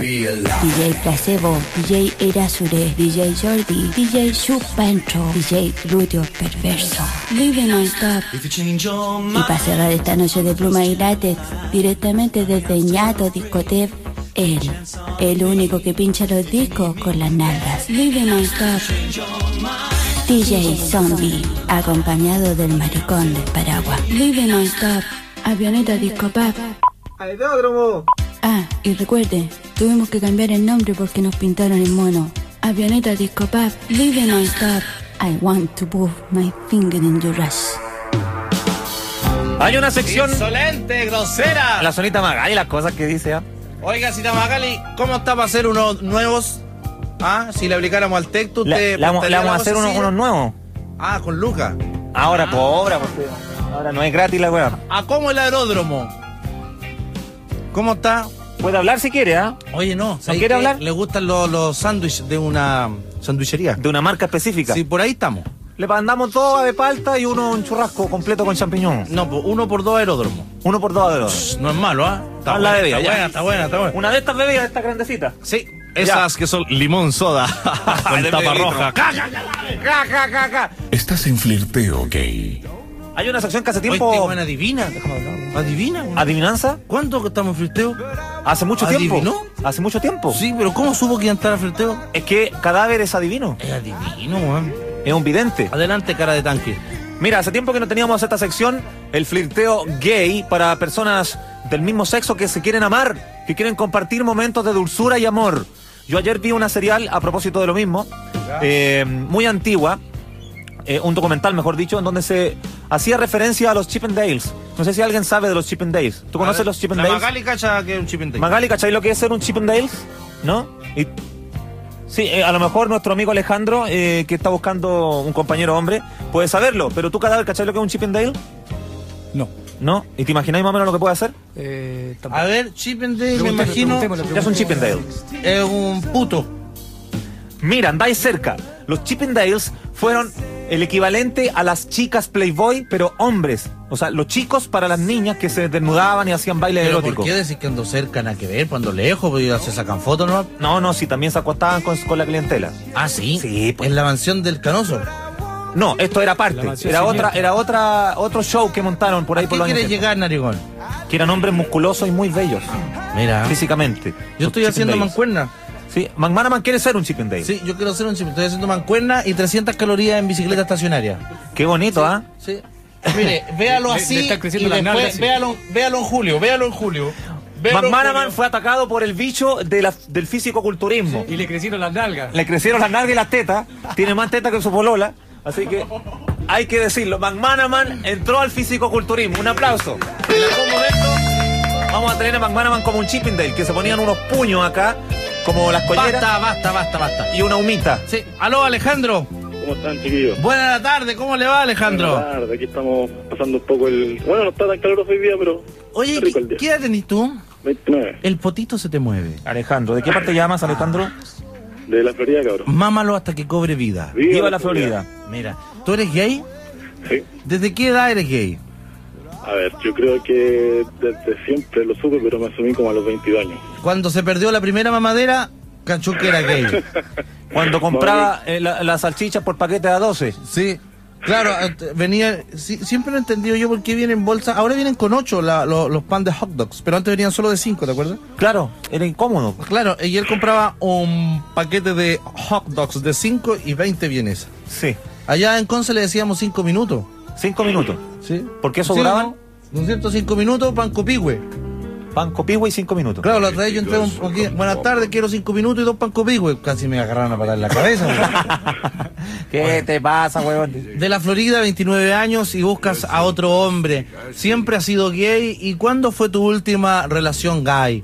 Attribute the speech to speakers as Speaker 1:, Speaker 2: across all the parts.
Speaker 1: DJ Placebo, DJ Erasure, DJ Jordi, DJ Supancho, DJ Ludio Perverso. Living on Stop. Y para cerrar esta noche de pluma y látex, directamente desde Ñato Discotep, él, el único que pincha los discos con las nalgas. Living on Stop. DJ Zombie, acompañado del maricón del paraguas. Living on Stop. Avioneta Disco Pub. Ah, y recuerden, tuvimos que cambiar el nombre porque nos pintaron el mono. Avioneta Disco Pub, Living on Stop. I want to move my finger in your ass.
Speaker 2: Hay una sección,
Speaker 3: Insolente, grosera.
Speaker 2: la sonita Magali, las cosas que dice, ¿ah?
Speaker 3: Oiga, Sita Magali, ¿cómo está para hacer unos nuevos? Ah, si le aplicáramos al texto,
Speaker 2: La-
Speaker 3: usted.
Speaker 2: la vamos-
Speaker 3: portaría
Speaker 2: le vamos
Speaker 3: la
Speaker 2: a hacer unos,
Speaker 3: vocecilla.
Speaker 2: unos nuevos.
Speaker 3: Ah, con Ah. Lucas.
Speaker 2: Ahora, por obra, porque ahora no es gratis la weá.
Speaker 3: ¿A cómo el aeródromo? ¿Cómo está?
Speaker 2: Puede hablar si quiere, ¿ah?
Speaker 3: Oye, no. ¿sabes
Speaker 2: quiere
Speaker 3: qué?
Speaker 2: hablar?
Speaker 3: Le gustan los, los sándwiches de una sandwichería.
Speaker 2: De una marca específica.
Speaker 3: Sí, por ahí estamos.
Speaker 2: Le mandamos dos de palta y uno un churrasco completo con champiñón.
Speaker 3: No, pues, uno por dos aeródromos.
Speaker 2: Uno por dos de dos.
Speaker 3: No es malo, ¿ah? Está,
Speaker 2: Haz la
Speaker 3: buena,
Speaker 2: bebida,
Speaker 3: está
Speaker 2: ya.
Speaker 3: buena, está buena, está buena.
Speaker 2: Una de estas bebidas, esta grandecita.
Speaker 3: Sí, esas que son limón soda con
Speaker 2: De
Speaker 3: tapa
Speaker 2: medio
Speaker 3: roja.
Speaker 2: litro.
Speaker 3: Ja, ja, ja, ja, ja, ja, ja.
Speaker 4: Estás en flirteo gay.
Speaker 2: Hay una sección que hace
Speaker 3: Oye,
Speaker 2: tiempo.
Speaker 3: este weón adivina. Adivina. weón.
Speaker 2: ¿Adivinanza?
Speaker 3: ¿Cuánto que estamos en flirteo?
Speaker 2: Hace mucho
Speaker 3: ¿Adivinó?
Speaker 2: tiempo. Hace mucho tiempo.
Speaker 3: Ah, Sí, pero ¿cómo supo que iba a entrar a flirteo?
Speaker 2: Es que cadáver es adivino.
Speaker 3: Es adivino, weón.
Speaker 2: Es un vidente.
Speaker 3: Adelante, cara de tanque.
Speaker 2: Mira, hace tiempo que no teníamos esta sección, el flirteo gay para personas del mismo sexo que se quieren amar, que quieren compartir momentos de dulzura y amor. Yo ayer vi una serial a propósito de lo mismo, eh, muy antigua, eh, un documental, mejor dicho, en donde se hacía referencia a los Chippendales. No sé si alguien sabe de los Chippendales. ¿Tú conoces los
Speaker 3: La
Speaker 2: Chippendales?
Speaker 3: Magali cacha que es un chipendale.
Speaker 2: Magali, ¿cachai lo que es ser un Chippendales? ¿No? Y- sí, eh, a lo mejor nuestro amigo Alejandro, eh, que está buscando un compañero hombre, puede saberlo, pero tú, cadáver, ¿cachai lo que es un Chippendale?
Speaker 5: No.
Speaker 2: ¿No? ¿Y te imagináis más o menos lo que puede hacer?
Speaker 5: Eh, tampoco.
Speaker 3: A ver, chipendale, me
Speaker 5: Preguntémosle,
Speaker 3: imagino,
Speaker 5: preguntémosle,
Speaker 2: Ya es un Chippendale.
Speaker 5: preguntémosle.
Speaker 3: es un puto.
Speaker 2: Mira, andáis cerca. Los Chippendales fueron el equivalente a las chicas Playboy, pero hombres. O sea, los chicos para las niñas que se desnudaban y hacían baile
Speaker 3: Pero
Speaker 2: erótico.
Speaker 3: ¿por qué decir que ando cerca, nada que ver? Cuando lejos, pues ya se sacan fotos, ¿no?
Speaker 2: No, no, sí, también se acostaban con, con la clientela.
Speaker 3: Ah, sí.
Speaker 2: Sí, pues.
Speaker 3: En la mansión del Canoso.
Speaker 2: No, esto era
Speaker 5: La
Speaker 2: parte.
Speaker 5: mansión
Speaker 2: Era
Speaker 5: siguiente.
Speaker 2: otra, era otra, otro show que montaron por ahí
Speaker 3: ¿A
Speaker 2: por
Speaker 3: qué
Speaker 2: los años
Speaker 3: quieres
Speaker 2: 70.
Speaker 3: llegar, narigón?
Speaker 2: que eran hombres musculosos y muy bellos Ah.
Speaker 3: Mira,
Speaker 2: físicamente.
Speaker 3: yo
Speaker 2: Los
Speaker 3: estoy haciendo
Speaker 2: Chippendales.
Speaker 3: mancuerna.
Speaker 2: Sí, McManaman quiere ser un Chicken Day.
Speaker 3: Sí, yo quiero hacer un chip. Estoy haciendo mancuerna y 300 calorías en bicicleta estacionaria.
Speaker 2: Qué bonito, ¿ah?
Speaker 3: Sí. Mire, véalo
Speaker 5: Le- le
Speaker 3: así.
Speaker 5: están creciendo
Speaker 3: y
Speaker 5: las
Speaker 3: después
Speaker 5: nalgas, sí.
Speaker 3: véalo, véalo en julio, véalo en julio. véalo en
Speaker 2: McManaman
Speaker 3: julio.
Speaker 2: fue atacado por el bicho de la- del físico-culturismo.
Speaker 5: Y le crecieron las nalgas.
Speaker 2: Le crecieron las nalgas y las tetas. Tiene más tetas que su polola. Así que hay que decirlo. McManaman entró al físico-culturismo. Un aplauso. En algún momento vamos a tener a McManaman como un Chippendale, que se ponían unos puños acá, como las colleras,
Speaker 3: Basta, basta, basta, basta.
Speaker 2: y una humita.
Speaker 3: Sí, aló Alejandro.
Speaker 6: ¿Cómo están, chiquillos?
Speaker 3: Buenas tardes, ¿cómo le va
Speaker 6: Buenas
Speaker 3: Alejandro?
Speaker 6: tardes, aquí estamos pasando un poco el... Bueno, no está tan caluroso hoy día, pero...
Speaker 3: Oye,
Speaker 6: está rico el
Speaker 3: ¿qué,
Speaker 6: día.
Speaker 3: qué edad tenés tú?
Speaker 6: 29,
Speaker 3: El potito se te mueve.
Speaker 2: Alejandro, ¿de qué parte llamas, Alejandro?
Speaker 6: de la Florida, cabrón.
Speaker 3: Mámalo hasta que cobre vida.
Speaker 2: Viva la Florida.
Speaker 3: Mira, ¿tú eres gay?
Speaker 6: Sí.
Speaker 3: ¿Desde qué edad eres gay?
Speaker 6: A ver, yo creo que desde siempre lo supe, pero me asumí como a los 22 años.
Speaker 3: Cuando se perdió la primera mamadera, cachó que era gay.
Speaker 2: Cuando compraba eh, la- las salchichas por paquete a 12.
Speaker 3: Sí. Claro, eh, venía, sí, siempre no he entendido yo por qué vienen bolsas. Ahora vienen con ocho la- lo- los pan de hot dogs, pero antes venían solo de cinco, ¿te acuerdas?
Speaker 2: Claro, era incómodo.
Speaker 3: Claro, y él compraba un paquete de hot dogs de cinco y 20 vienes.
Speaker 2: Sí.
Speaker 3: Allá en Conce le decíamos cinco minutos.
Speaker 2: Cinco minutos.
Speaker 3: ¿Sí?
Speaker 2: ¿Por qué eso
Speaker 3: ¿Sí o
Speaker 2: duraban?
Speaker 3: no? 205 minutos, pan copigüe.
Speaker 2: Pan copihue y cinco minutos.
Speaker 3: Claro, la otra vez yo entré un poquito. Buenas tardes, quiero cinco minutos y dos pan copigüe. Casi me agarraron a parar en la cabeza. güey.
Speaker 2: ¿Qué te pasa, huevón?
Speaker 3: De la Florida, 29 años y buscas a otro hombre. Siempre has sido gay. ¿Y cuándo fue tu última relación gay?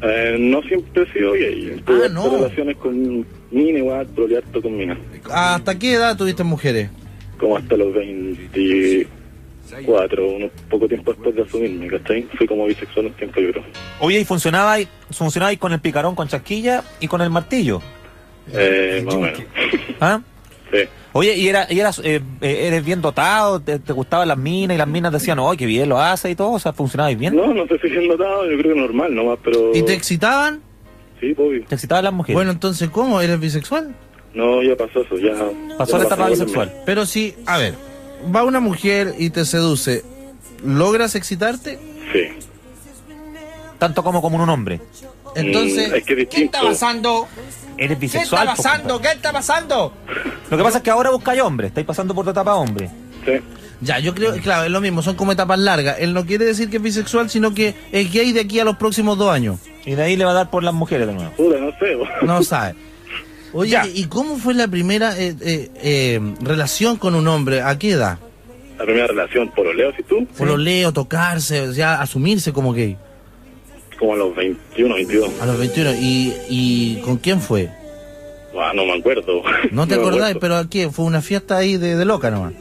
Speaker 6: Eh, no siempre he sido gay.
Speaker 3: Ah,
Speaker 6: Tuve
Speaker 3: no.
Speaker 6: hartas relaciones con mina igual, troleé harto con mina.
Speaker 3: ¿Hasta qué edad tuviste mujeres?
Speaker 6: Como hasta los 24, un poco tiempo después de asumirme, ¿cachai? Fui como bisexual un tiempo, yo creo.
Speaker 2: Oye, y funcionaba, y- funcionaba y con el picarón, con chasquilla y con el martillo.
Speaker 6: Eh, más o menos.
Speaker 2: ¿Ah?
Speaker 6: Sí.
Speaker 2: Oye, ¿y, era, y eras, eh, eh, eres bien dotado? Te, te gustaban las minas? Y las minas decían, oh, qué bien lo hace y todo. O sea, funcionabas bien.
Speaker 6: No, no te estoy diciendo nada, yo creo que normal nomás, pero...
Speaker 3: ¿Y te excitaban?
Speaker 6: Sí, pues, obvio.
Speaker 2: ¿Te excitaban las mujeres?
Speaker 3: Bueno, entonces, ¿cómo? ¿Eres bisexual?
Speaker 6: No, ya pasó eso, ya...
Speaker 2: Pasó
Speaker 6: ya
Speaker 2: la etapa
Speaker 6: pasó,
Speaker 2: bisexual.
Speaker 3: Pero si, a ver, va una mujer y te seduce, ¿logras excitarte?
Speaker 6: Sí.
Speaker 2: Tanto como como un hombre.
Speaker 3: Entonces,
Speaker 6: Mm, es que
Speaker 7: ¿Qué está
Speaker 6: distinto.
Speaker 7: pasando?
Speaker 2: Eres
Speaker 7: ¿Qué está
Speaker 2: bisexual. po,
Speaker 7: pasando?
Speaker 2: compadre.
Speaker 7: ¿Qué está pasando?
Speaker 2: Lo que pasa es que ahora buscáis hombre. Estáis pasando por tu etapa hombre.
Speaker 6: Sí.
Speaker 3: ya, yo creo, claro, es lo mismo, son como etapas largas. Él no quiere decir que es bisexual, sino que es gay de aquí a los próximos dos años.
Speaker 2: Y de ahí le va a dar por las mujeres de nuevo.
Speaker 6: Puta, no sé. bo.
Speaker 3: No sabe. Oye,
Speaker 2: Ya.
Speaker 3: ¿y cómo fue la primera eh, eh, eh, relación con un hombre? ¿A qué edad?
Speaker 6: La primera relación, por Leo, si tú,
Speaker 3: ¿Por lo leo, tocarse, o sea, asumirse como gay?
Speaker 6: como a los 21, 22.
Speaker 3: A los 21. ¿Y, y con quién fue?
Speaker 6: Ah, no me acuerdo.
Speaker 3: No te
Speaker 6: me
Speaker 3: acordáis,
Speaker 6: acuerdo.
Speaker 3: pero ¿a qué? Fue una fiesta ahí de, de loca nomás.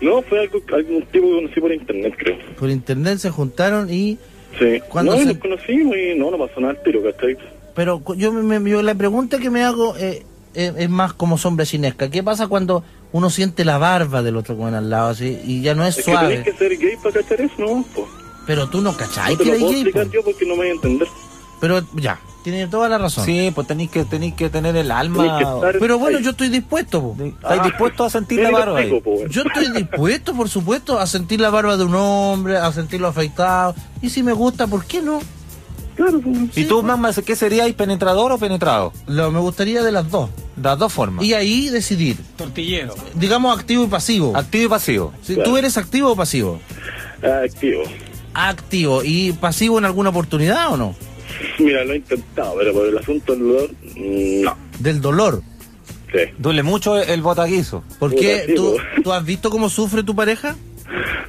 Speaker 6: No, fue algo, algún tipo que conocí por internet, creo.
Speaker 3: Por internet se juntaron y...
Speaker 6: Sí.
Speaker 3: ¿Cuándo
Speaker 6: no, y
Speaker 3: se-
Speaker 6: nos conocimos y no, no pasó nada al tiro, ¿cachai?
Speaker 3: Pero cu- yo, me- me- yo la pregunta que me hago eh, eh, es más como sombra chinesca. ¿Qué pasa cuando uno siente la barba del otro con al lado así y ya no es,
Speaker 6: Es que
Speaker 3: suave?
Speaker 6: tenés que ser gay para cachar eso, ¿no? Po.
Speaker 3: Pero tú no
Speaker 6: No
Speaker 3: cacháis
Speaker 6: te
Speaker 3: que
Speaker 6: lo
Speaker 3: eres
Speaker 6: puedo
Speaker 3: gay,
Speaker 6: explicar
Speaker 3: po.
Speaker 6: yo porque no me voy a entender.
Speaker 3: Pero ya, tiene toda la razón.
Speaker 2: Sí, pues tenéis que, tenéis que tener el
Speaker 6: Tenés que
Speaker 2: alma.
Speaker 6: estar-
Speaker 3: Pero bueno,
Speaker 6: Ay,
Speaker 3: yo estoy dispuesto, po.
Speaker 2: de- ¿Estáis
Speaker 6: ah,
Speaker 2: dispuestos a sentir la
Speaker 6: mira,
Speaker 2: barba? ahí?
Speaker 6: digo, po, weón.
Speaker 3: Yo estoy dispuesto, por supuesto, a sentir la barba de un hombre, a sentirlo afeitado. Y si me gusta, ¿por qué no? pues.
Speaker 6: Claro, po.
Speaker 2: ¿Y tú, mamá, qué seríais? ¿Penetrador o penetrado?
Speaker 3: Lo, me gustaría de las dos.
Speaker 2: De las dos formas.
Speaker 3: Y ahí decidir.
Speaker 5: Tortillero.
Speaker 3: Digamos activo y pasivo.
Speaker 2: Activo y pasivo.
Speaker 3: Si ¿Tú eres activo o pasivo?
Speaker 6: Ah, activo.
Speaker 3: Activo. ¿Y pasivo en alguna oportunidad o no?
Speaker 6: Mira, lo he intentado, pero por el asunto del dolor, mm, no.
Speaker 3: Del dolor.
Speaker 6: Sí.
Speaker 2: Duele mucho el botaguizo.
Speaker 3: ¿Por
Speaker 6: Puta,
Speaker 3: qué?
Speaker 6: sí,
Speaker 3: ¿Tú,
Speaker 6: po.
Speaker 3: tú has visto cómo sufre tu pareja?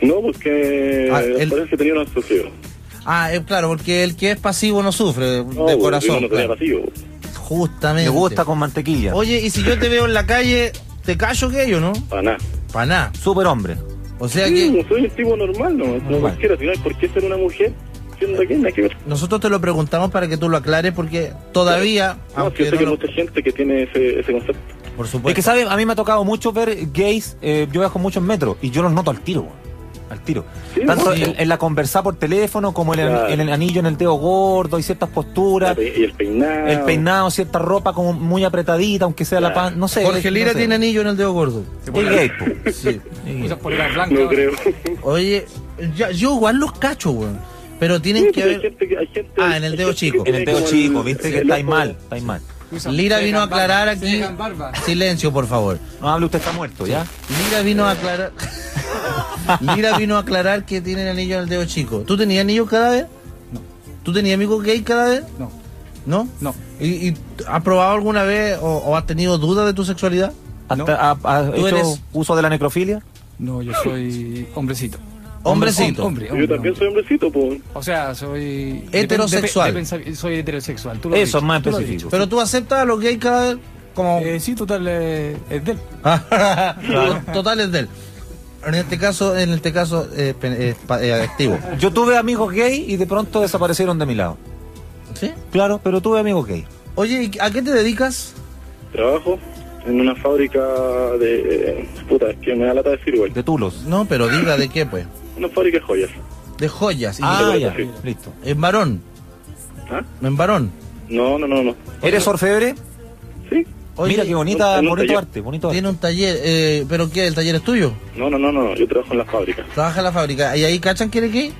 Speaker 6: No, porque
Speaker 3: Ah, el-
Speaker 6: parece que tenía un asociado.
Speaker 3: Ah, eh, claro, porque el que es pasivo no sufre
Speaker 6: No,
Speaker 3: de
Speaker 6: po,
Speaker 3: corazón.
Speaker 6: No tenía
Speaker 3: claro.
Speaker 6: vacío. po.
Speaker 3: Justamente.
Speaker 2: Me gusta con mantequilla.
Speaker 3: Oye, y si yo te veo en la calle, ¿te callo que yo, no?
Speaker 6: Para nada.
Speaker 3: Para nada.
Speaker 2: Super hombre.
Speaker 3: O sea
Speaker 6: Sí,
Speaker 3: que
Speaker 6: no soy un tipo normal, no. No cualquiera, si no hay por qué ser una mujer siendo que nada que ver.
Speaker 3: nosotros te lo preguntamos para que tú lo aclares porque todavía,
Speaker 6: No,
Speaker 3: aunque
Speaker 6: yo sé
Speaker 3: no
Speaker 6: que hay
Speaker 3: lo-
Speaker 6: mucha gente que tiene ese, ese concepto.
Speaker 3: por
Speaker 2: Es que,
Speaker 3: supuesto,
Speaker 2: ¿sabes? A mí me ha tocado mucho ver gays. eh, yo viajo mucho en metro y yo los noto al tiro, weón. al tiro.
Speaker 6: Sí,
Speaker 2: Tanto
Speaker 6: sí.
Speaker 2: en, en la conversar por teléfono como en el,
Speaker 6: Claro.
Speaker 2: en el anillo en el dedo gordo y ciertas posturas.
Speaker 6: Y el peinado.
Speaker 2: El peinado, cierta ropa como muy apretadita, aunque sea la
Speaker 6: Claro.
Speaker 2: pan, no sé.
Speaker 3: Jorge Lira
Speaker 2: no sé.
Speaker 3: tiene anillo en el dedo gordo.
Speaker 2: Es gay, po.
Speaker 3: Sí.
Speaker 5: Esas poleras blancas.
Speaker 6: No creo.
Speaker 3: Oye, ya- yo igual los cacho, weón. Pero tienen
Speaker 6: Sí,
Speaker 3: que
Speaker 6: pero hay
Speaker 3: ver.
Speaker 6: gente que- hay gente-
Speaker 3: Ah, en el
Speaker 6: hay
Speaker 3: dedo
Speaker 6: gente
Speaker 3: chico.
Speaker 6: que
Speaker 2: En el
Speaker 6: tiene
Speaker 2: dedo
Speaker 6: como
Speaker 2: chico, viste que
Speaker 6: el
Speaker 2: estáis
Speaker 6: ojo-
Speaker 2: mal, estáis mal.
Speaker 5: Usan-
Speaker 3: Lira
Speaker 5: se
Speaker 3: vino a
Speaker 5: dejan barba,
Speaker 3: aclarar
Speaker 5: se
Speaker 3: aquí.
Speaker 5: dejan barba.
Speaker 3: Silencio, por favor.
Speaker 2: No habla usted está muerto, ¿ya?
Speaker 3: Lira vino a aclarar. Lira vino a aclarar que tienen anillo en el dedo chico. ¿Tú tenías anillo cada vez? ¿Tú tenías amigos gay cada vez?
Speaker 5: No,
Speaker 3: ¿No?
Speaker 5: No.
Speaker 3: ¿Y, y has probado alguna vez o, o has tenido dudas de tu sexualidad?
Speaker 2: Hasta-
Speaker 5: No.
Speaker 2: ¿Ha, ha
Speaker 3: Tú
Speaker 2: hecho
Speaker 3: eres-
Speaker 2: uso de la necrofilia?
Speaker 5: no, yo soy hombrecito.
Speaker 3: Hombrecito.
Speaker 5: Hombre, hombre,
Speaker 6: Yo
Speaker 5: hombre,
Speaker 6: también
Speaker 5: hombre.
Speaker 6: soy hombrecito, pues.
Speaker 5: O sea, soy... depen-
Speaker 3: Heterosexual.
Speaker 5: depen- depensa- soy heterosexual. Tú lo has
Speaker 2: Eso es
Speaker 5: dicho,
Speaker 2: más
Speaker 5: tú lo has
Speaker 2: específico.
Speaker 3: Pero tú aceptas a los gays cada vez como. Ah,
Speaker 5: dicho. Eh, sí, total, eh, es de él.
Speaker 3: Totales de él. En este caso, en este caso, eh, pen- eh, pa- eh, activo.
Speaker 2: Yo tuve amigos gay y de pronto desaparecieron de mi lado.
Speaker 3: ¿Sí?
Speaker 2: Claro, pero tuve amigos gay.
Speaker 3: Oye, ¿y ¿a qué te dedicas?
Speaker 6: Trabajo en una fábrica de. Puta, es que me da lata decir, igual.
Speaker 2: De tulos.
Speaker 3: No, pero diga de qué, pues.
Speaker 6: Una fábrica de joyas.
Speaker 3: De joyas. Y
Speaker 2: Ah, ya,
Speaker 6: Sí.
Speaker 2: listo.
Speaker 3: En varón.
Speaker 6: ¿Ah?
Speaker 3: En varón.
Speaker 6: No, no, no, no.
Speaker 2: ¿Eres orfebre?
Speaker 6: ¿Sí.
Speaker 3: Oye,
Speaker 2: Mira qué bonita,
Speaker 6: en un
Speaker 2: bonito
Speaker 6: taller.
Speaker 2: arte, bonito arte.
Speaker 3: Tiene un taller, eh, pero ¿qué? ¿El taller es tuyo?
Speaker 6: No, no, no, no. Yo trabajo en la fábrica.
Speaker 3: Trabaja en la fábrica. ¿Y ahí cachan quiere que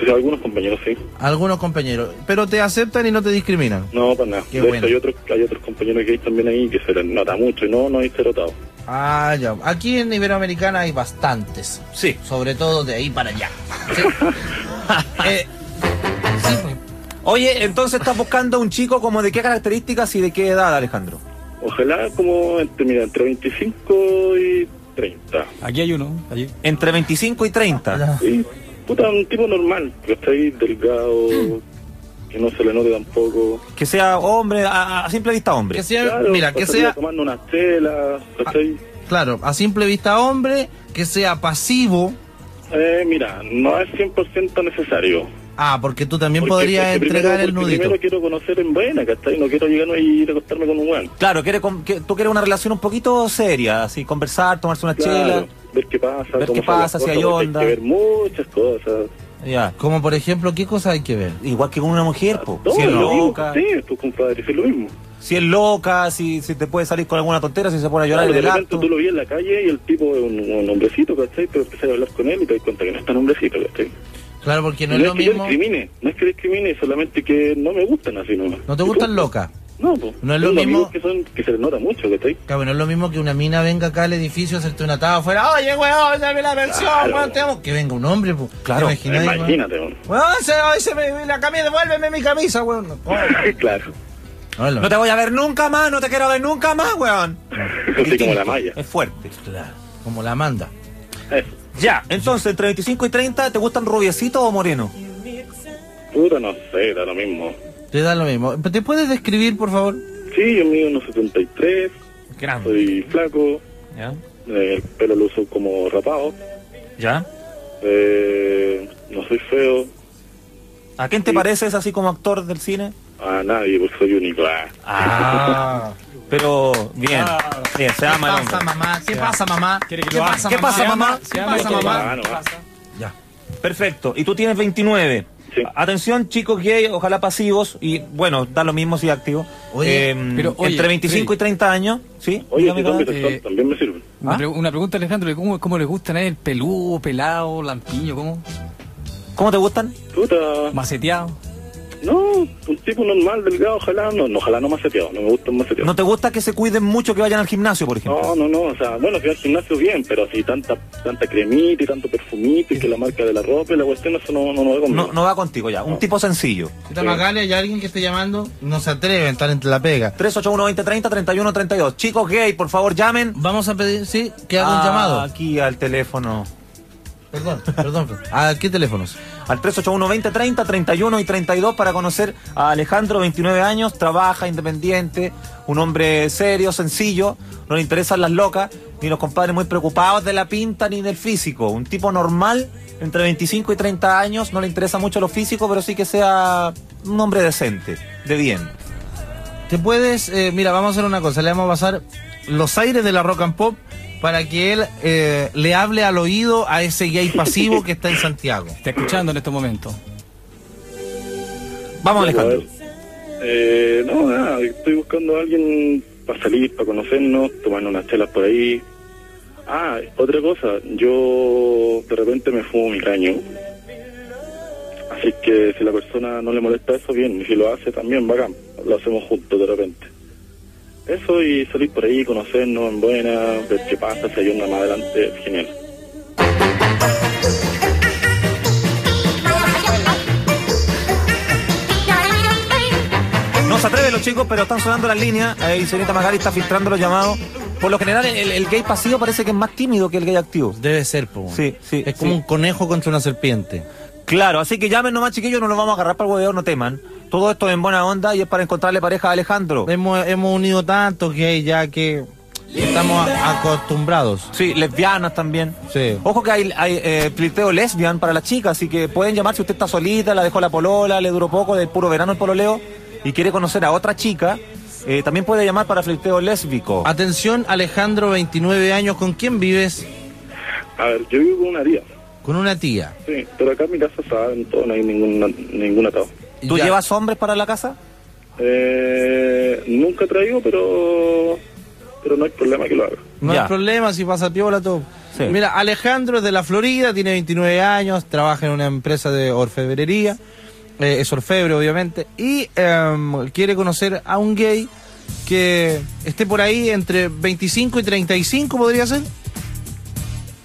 Speaker 6: Sí, Algunos compañeros, sí.
Speaker 3: Algunos compañeros. Pero te aceptan y no te discriminan.
Speaker 6: No, para nada.
Speaker 3: Qué
Speaker 6: de hecho,
Speaker 3: bueno.
Speaker 6: hay otros, hay otros compañeros que hay también ahí que se les nota mucho y no, no hay serotado.
Speaker 3: Ah, ya. Aquí en Iberoamericana hay bastantes.
Speaker 2: Sí.
Speaker 3: Sobre todo de ahí para allá. Sí. Eh, sí, pues.
Speaker 2: Oye, entonces estás buscando un chico como de qué características y de qué edad, Alejandro.
Speaker 6: Ojalá como entre, mira, entre 25 y 30.
Speaker 5: Aquí hay uno, allí.
Speaker 2: Entre 25 y 30.
Speaker 6: Y puta, un tipo normal, que está ahí delgado, que no se le note tampoco.
Speaker 2: Que sea hombre, a, a simple vista hombre.
Speaker 3: que sea,
Speaker 6: Claro,
Speaker 3: mira, que
Speaker 6: pasaría
Speaker 3: sea,
Speaker 6: tomando unas telas, ¿cachai?
Speaker 3: claro, a simple vista hombre, que sea pasivo,
Speaker 6: Eh, mira, no es 100% necesario.
Speaker 3: Ah, porque tú también
Speaker 6: Porque-
Speaker 3: podrías
Speaker 6: porque primero-
Speaker 3: entregar el
Speaker 6: porque
Speaker 3: nudito.
Speaker 6: Primero quiero conocer en buena, ¿cachai? No quiero llegar y ir a acostarme con un guan.
Speaker 2: Claro, quiere con- que- tú quieres una relación un poquito seria, así, conversar, tomarse una
Speaker 6: Claro,
Speaker 2: chela.
Speaker 6: ver qué pasa,
Speaker 2: Ver
Speaker 6: cómo
Speaker 2: qué
Speaker 6: son las
Speaker 2: pasa, si
Speaker 6: cosas,
Speaker 2: hay
Speaker 6: porque
Speaker 2: onda.
Speaker 6: Hay que ver muchas cosas.
Speaker 2: Ya.
Speaker 3: Como por ejemplo, ¿qué cosas hay que ver?
Speaker 2: Igual que con una mujer, po.
Speaker 6: Todo
Speaker 2: si es
Speaker 6: es lo mismo que
Speaker 2: loca,
Speaker 6: ustedes, pues, compadre, es lo mismo.
Speaker 2: si es loca, si, si te puede salir con alguna tontera, si se pone a llorar
Speaker 6: Claro,
Speaker 2: en
Speaker 6: de
Speaker 2: el
Speaker 6: repente
Speaker 2: acto.
Speaker 6: tú lo vi en la calle y el tipo es un, un hombrecito, ¿cachai? Pero empecé a hablar con él y te das cuenta que no es tan hombrecito, ¿cachai?
Speaker 3: Claro, porque no
Speaker 6: No,
Speaker 3: es
Speaker 6: es
Speaker 3: lo
Speaker 6: que yo
Speaker 3: mismo.
Speaker 6: discrimine, no es que discrimine, solamente que no me gustan así nomás.
Speaker 3: ¿No te
Speaker 6: ¿Y tú?
Speaker 3: gustan locas?
Speaker 6: No, pues.
Speaker 3: No es lo
Speaker 6: Tengo
Speaker 3: mismo-
Speaker 6: amigos Que, son, que se les nota mucho, ¿cachai?
Speaker 3: Claro, no es lo mismo que una mina venga acá al edificio a hacerte una taba afuera. Oye, weón, dame la pensión,
Speaker 6: Claro.
Speaker 3: weón, te amo. Que venga un hombre, pues.
Speaker 2: Claro,
Speaker 3: Imagínate.
Speaker 6: Imagínate, weón.
Speaker 3: Weón, se, ay, se me, la camisa, devuélveme mi camisa, weón. No,
Speaker 6: claro.
Speaker 3: no es lo
Speaker 2: No te voy a ver nunca más, no te quiero ver nunca más, weón.
Speaker 6: Así como la malla.
Speaker 2: Es fuerte.
Speaker 3: Claro, como la manda.
Speaker 6: Eso.
Speaker 2: Ya, entonces, entre 25 y 30, ¿te gustan rubiecitos o morenos?
Speaker 6: Puta, no sé, da lo mismo.
Speaker 3: Te da lo mismo. ¿Te puedes describir, por favor?
Speaker 6: Sí, yo mido unos 73, soy flaco,
Speaker 2: ¿Ya?
Speaker 6: eh, el pelo lo uso como rapado,
Speaker 2: ¿Ya?
Speaker 6: eh, no soy feo
Speaker 2: ¿A quién te
Speaker 6: Sí.
Speaker 2: pareces así como actor del cine?
Speaker 6: a nadie, pues soy único. ah.
Speaker 2: Ah. Pero bien, bien, se ama el
Speaker 3: ¿Qué
Speaker 2: hombre.
Speaker 3: pasa, mamá? ¿Qué pasa, mamá?
Speaker 5: ¿Quiere que
Speaker 3: ¿Qué
Speaker 5: lo haga?
Speaker 3: pasa,
Speaker 2: ¿Qué
Speaker 3: mamá?
Speaker 2: pasa, mamá?
Speaker 5: Se llama-
Speaker 3: ¿Qué pasa,
Speaker 5: se llama-
Speaker 3: mamá?
Speaker 6: Ah, no, ah.
Speaker 3: Ya.
Speaker 2: Perfecto. Y tú tienes 29.
Speaker 6: Sí.
Speaker 2: Atención, chicos gay, ojalá pasivos. Y bueno, da lo mismo si activo. Em,
Speaker 3: Oye,
Speaker 5: pero oye,
Speaker 2: entre 25 y 30 años, ¿sí?
Speaker 6: Oye,
Speaker 2: Dígame,
Speaker 6: si son
Speaker 2: Iván.
Speaker 6: bisexual,
Speaker 5: eh,
Speaker 6: también me sirven.
Speaker 5: Una,
Speaker 2: ¿Ah?
Speaker 5: pre- una pregunta, Alejandro, ¿cómo, ¿cómo les gustan el peludo, pelado, lampiño, cómo?
Speaker 2: ¿Cómo te gustan?
Speaker 6: Puta,
Speaker 5: Maceteado.
Speaker 6: no, un tipo normal, delgado, ojalá, no, no ojalá no maceteado, no me gustan maceteados.
Speaker 2: ¿No te gusta que se cuiden mucho, que vayan al gimnasio, por ejemplo?
Speaker 6: No, no, no, o sea, bueno, que al gimnasio bien, pero así tanta tanta cremita y tanto perfumito y que la marca de la ropa y la cuestión, eso no, no, no va conmigo.
Speaker 2: No, no va contigo ya. Un tipo sencillo.
Speaker 3: Puta Macalia, ¿hay alguien que esté llamando? No se atreve a estar entre la pega.
Speaker 2: 381-2030-3132. Chicos gay, por favor, llamen.
Speaker 3: Vamos a pedir, sí, que haga un
Speaker 2: Ah,
Speaker 3: llamado.
Speaker 2: Aquí al teléfono.
Speaker 3: Perdón, perdón. ¿A qué teléfonos?
Speaker 2: Al 381-2030, 31 y 32 para conocer a Alejandro, 29 años, trabaja, independiente, un hombre serio, sencillo, no le interesan las locas, ni los compadres muy preocupados de la pinta ni del físico. Un tipo normal, entre 25 y 30 años, no le interesa mucho lo físico, pero sí que sea Ah, un hombre decente, de bien.
Speaker 3: Te puedes, eh, mira, vamos a hacer una cosa, le vamos a pasar los aires de la rock and pop para que él eh, le hable al oído a ese gay pasivo que está en Santiago.
Speaker 5: Está escuchando en este estos momentos.
Speaker 2: Vamos,
Speaker 6: Ya,
Speaker 2: Alejandro.
Speaker 6: pues, Eh, no, nada, estoy buscando a alguien para salir, para conocernos, tomar unas chelas por ahí. Ah, otra cosa, yo de repente me fumo mi caño. Así que si la persona no le molesta eso, bien, y si lo hace también, bacán, lo hacemos juntos de repente. Eso y salir por ahí, conocernos en buena, ver qué pasa, si hay una más adelante, genial.
Speaker 2: No se atreven los chicos, pero están sonando las líneas eh, y señorita Magali está filtrando los llamados. Por lo general, el, el gay pasivo parece que es más tímido que el gay activo.
Speaker 3: Debe ser, po.
Speaker 2: Sí, sí,
Speaker 3: Es como
Speaker 2: sí.
Speaker 3: un conejo contra una serpiente.
Speaker 2: Claro, así que llamen nomás, chiquillos, no los vamos a agarrar para el hueveo, no teman. Todo esto en buena onda y es para encontrarle pareja a Alejandro.
Speaker 3: Hemos, hemos unido tantos gays ya que estamos a- acostumbrados.
Speaker 2: Sí, lesbianas también.
Speaker 3: Sí.
Speaker 2: Ojo que hay, hay eh, flirteo lesbian para las chicas, así que pueden llamar si usted está solita, la dejó la polola, le duró poco, de puro verano el pololeo, y quiere conocer a otra chica. eh, también puede llamar para flirteo lésbico.
Speaker 3: Atención, Alejandro, 29 años, ¿con quién vives?
Speaker 6: A ver, yo vivo con una tía,
Speaker 3: Con una tía.
Speaker 6: sí, pero acá en mi casa saben todo, no hay ningún, ningún atado.
Speaker 2: ¿Tú
Speaker 3: Ya.
Speaker 2: llevas hombres para la casa?
Speaker 6: Eh, nunca he traído, pero pero no hay problema que lo haga.
Speaker 3: No
Speaker 2: Ya.
Speaker 3: hay problema si pasa piola todo.
Speaker 2: Sí.
Speaker 3: Mira, Alejandro es de la Florida, tiene 29 años, trabaja en una empresa de orfebrería, eh, es orfebre obviamente, y em, quiere conocer a un gay que esté por ahí entre 25 y 35, podría ser.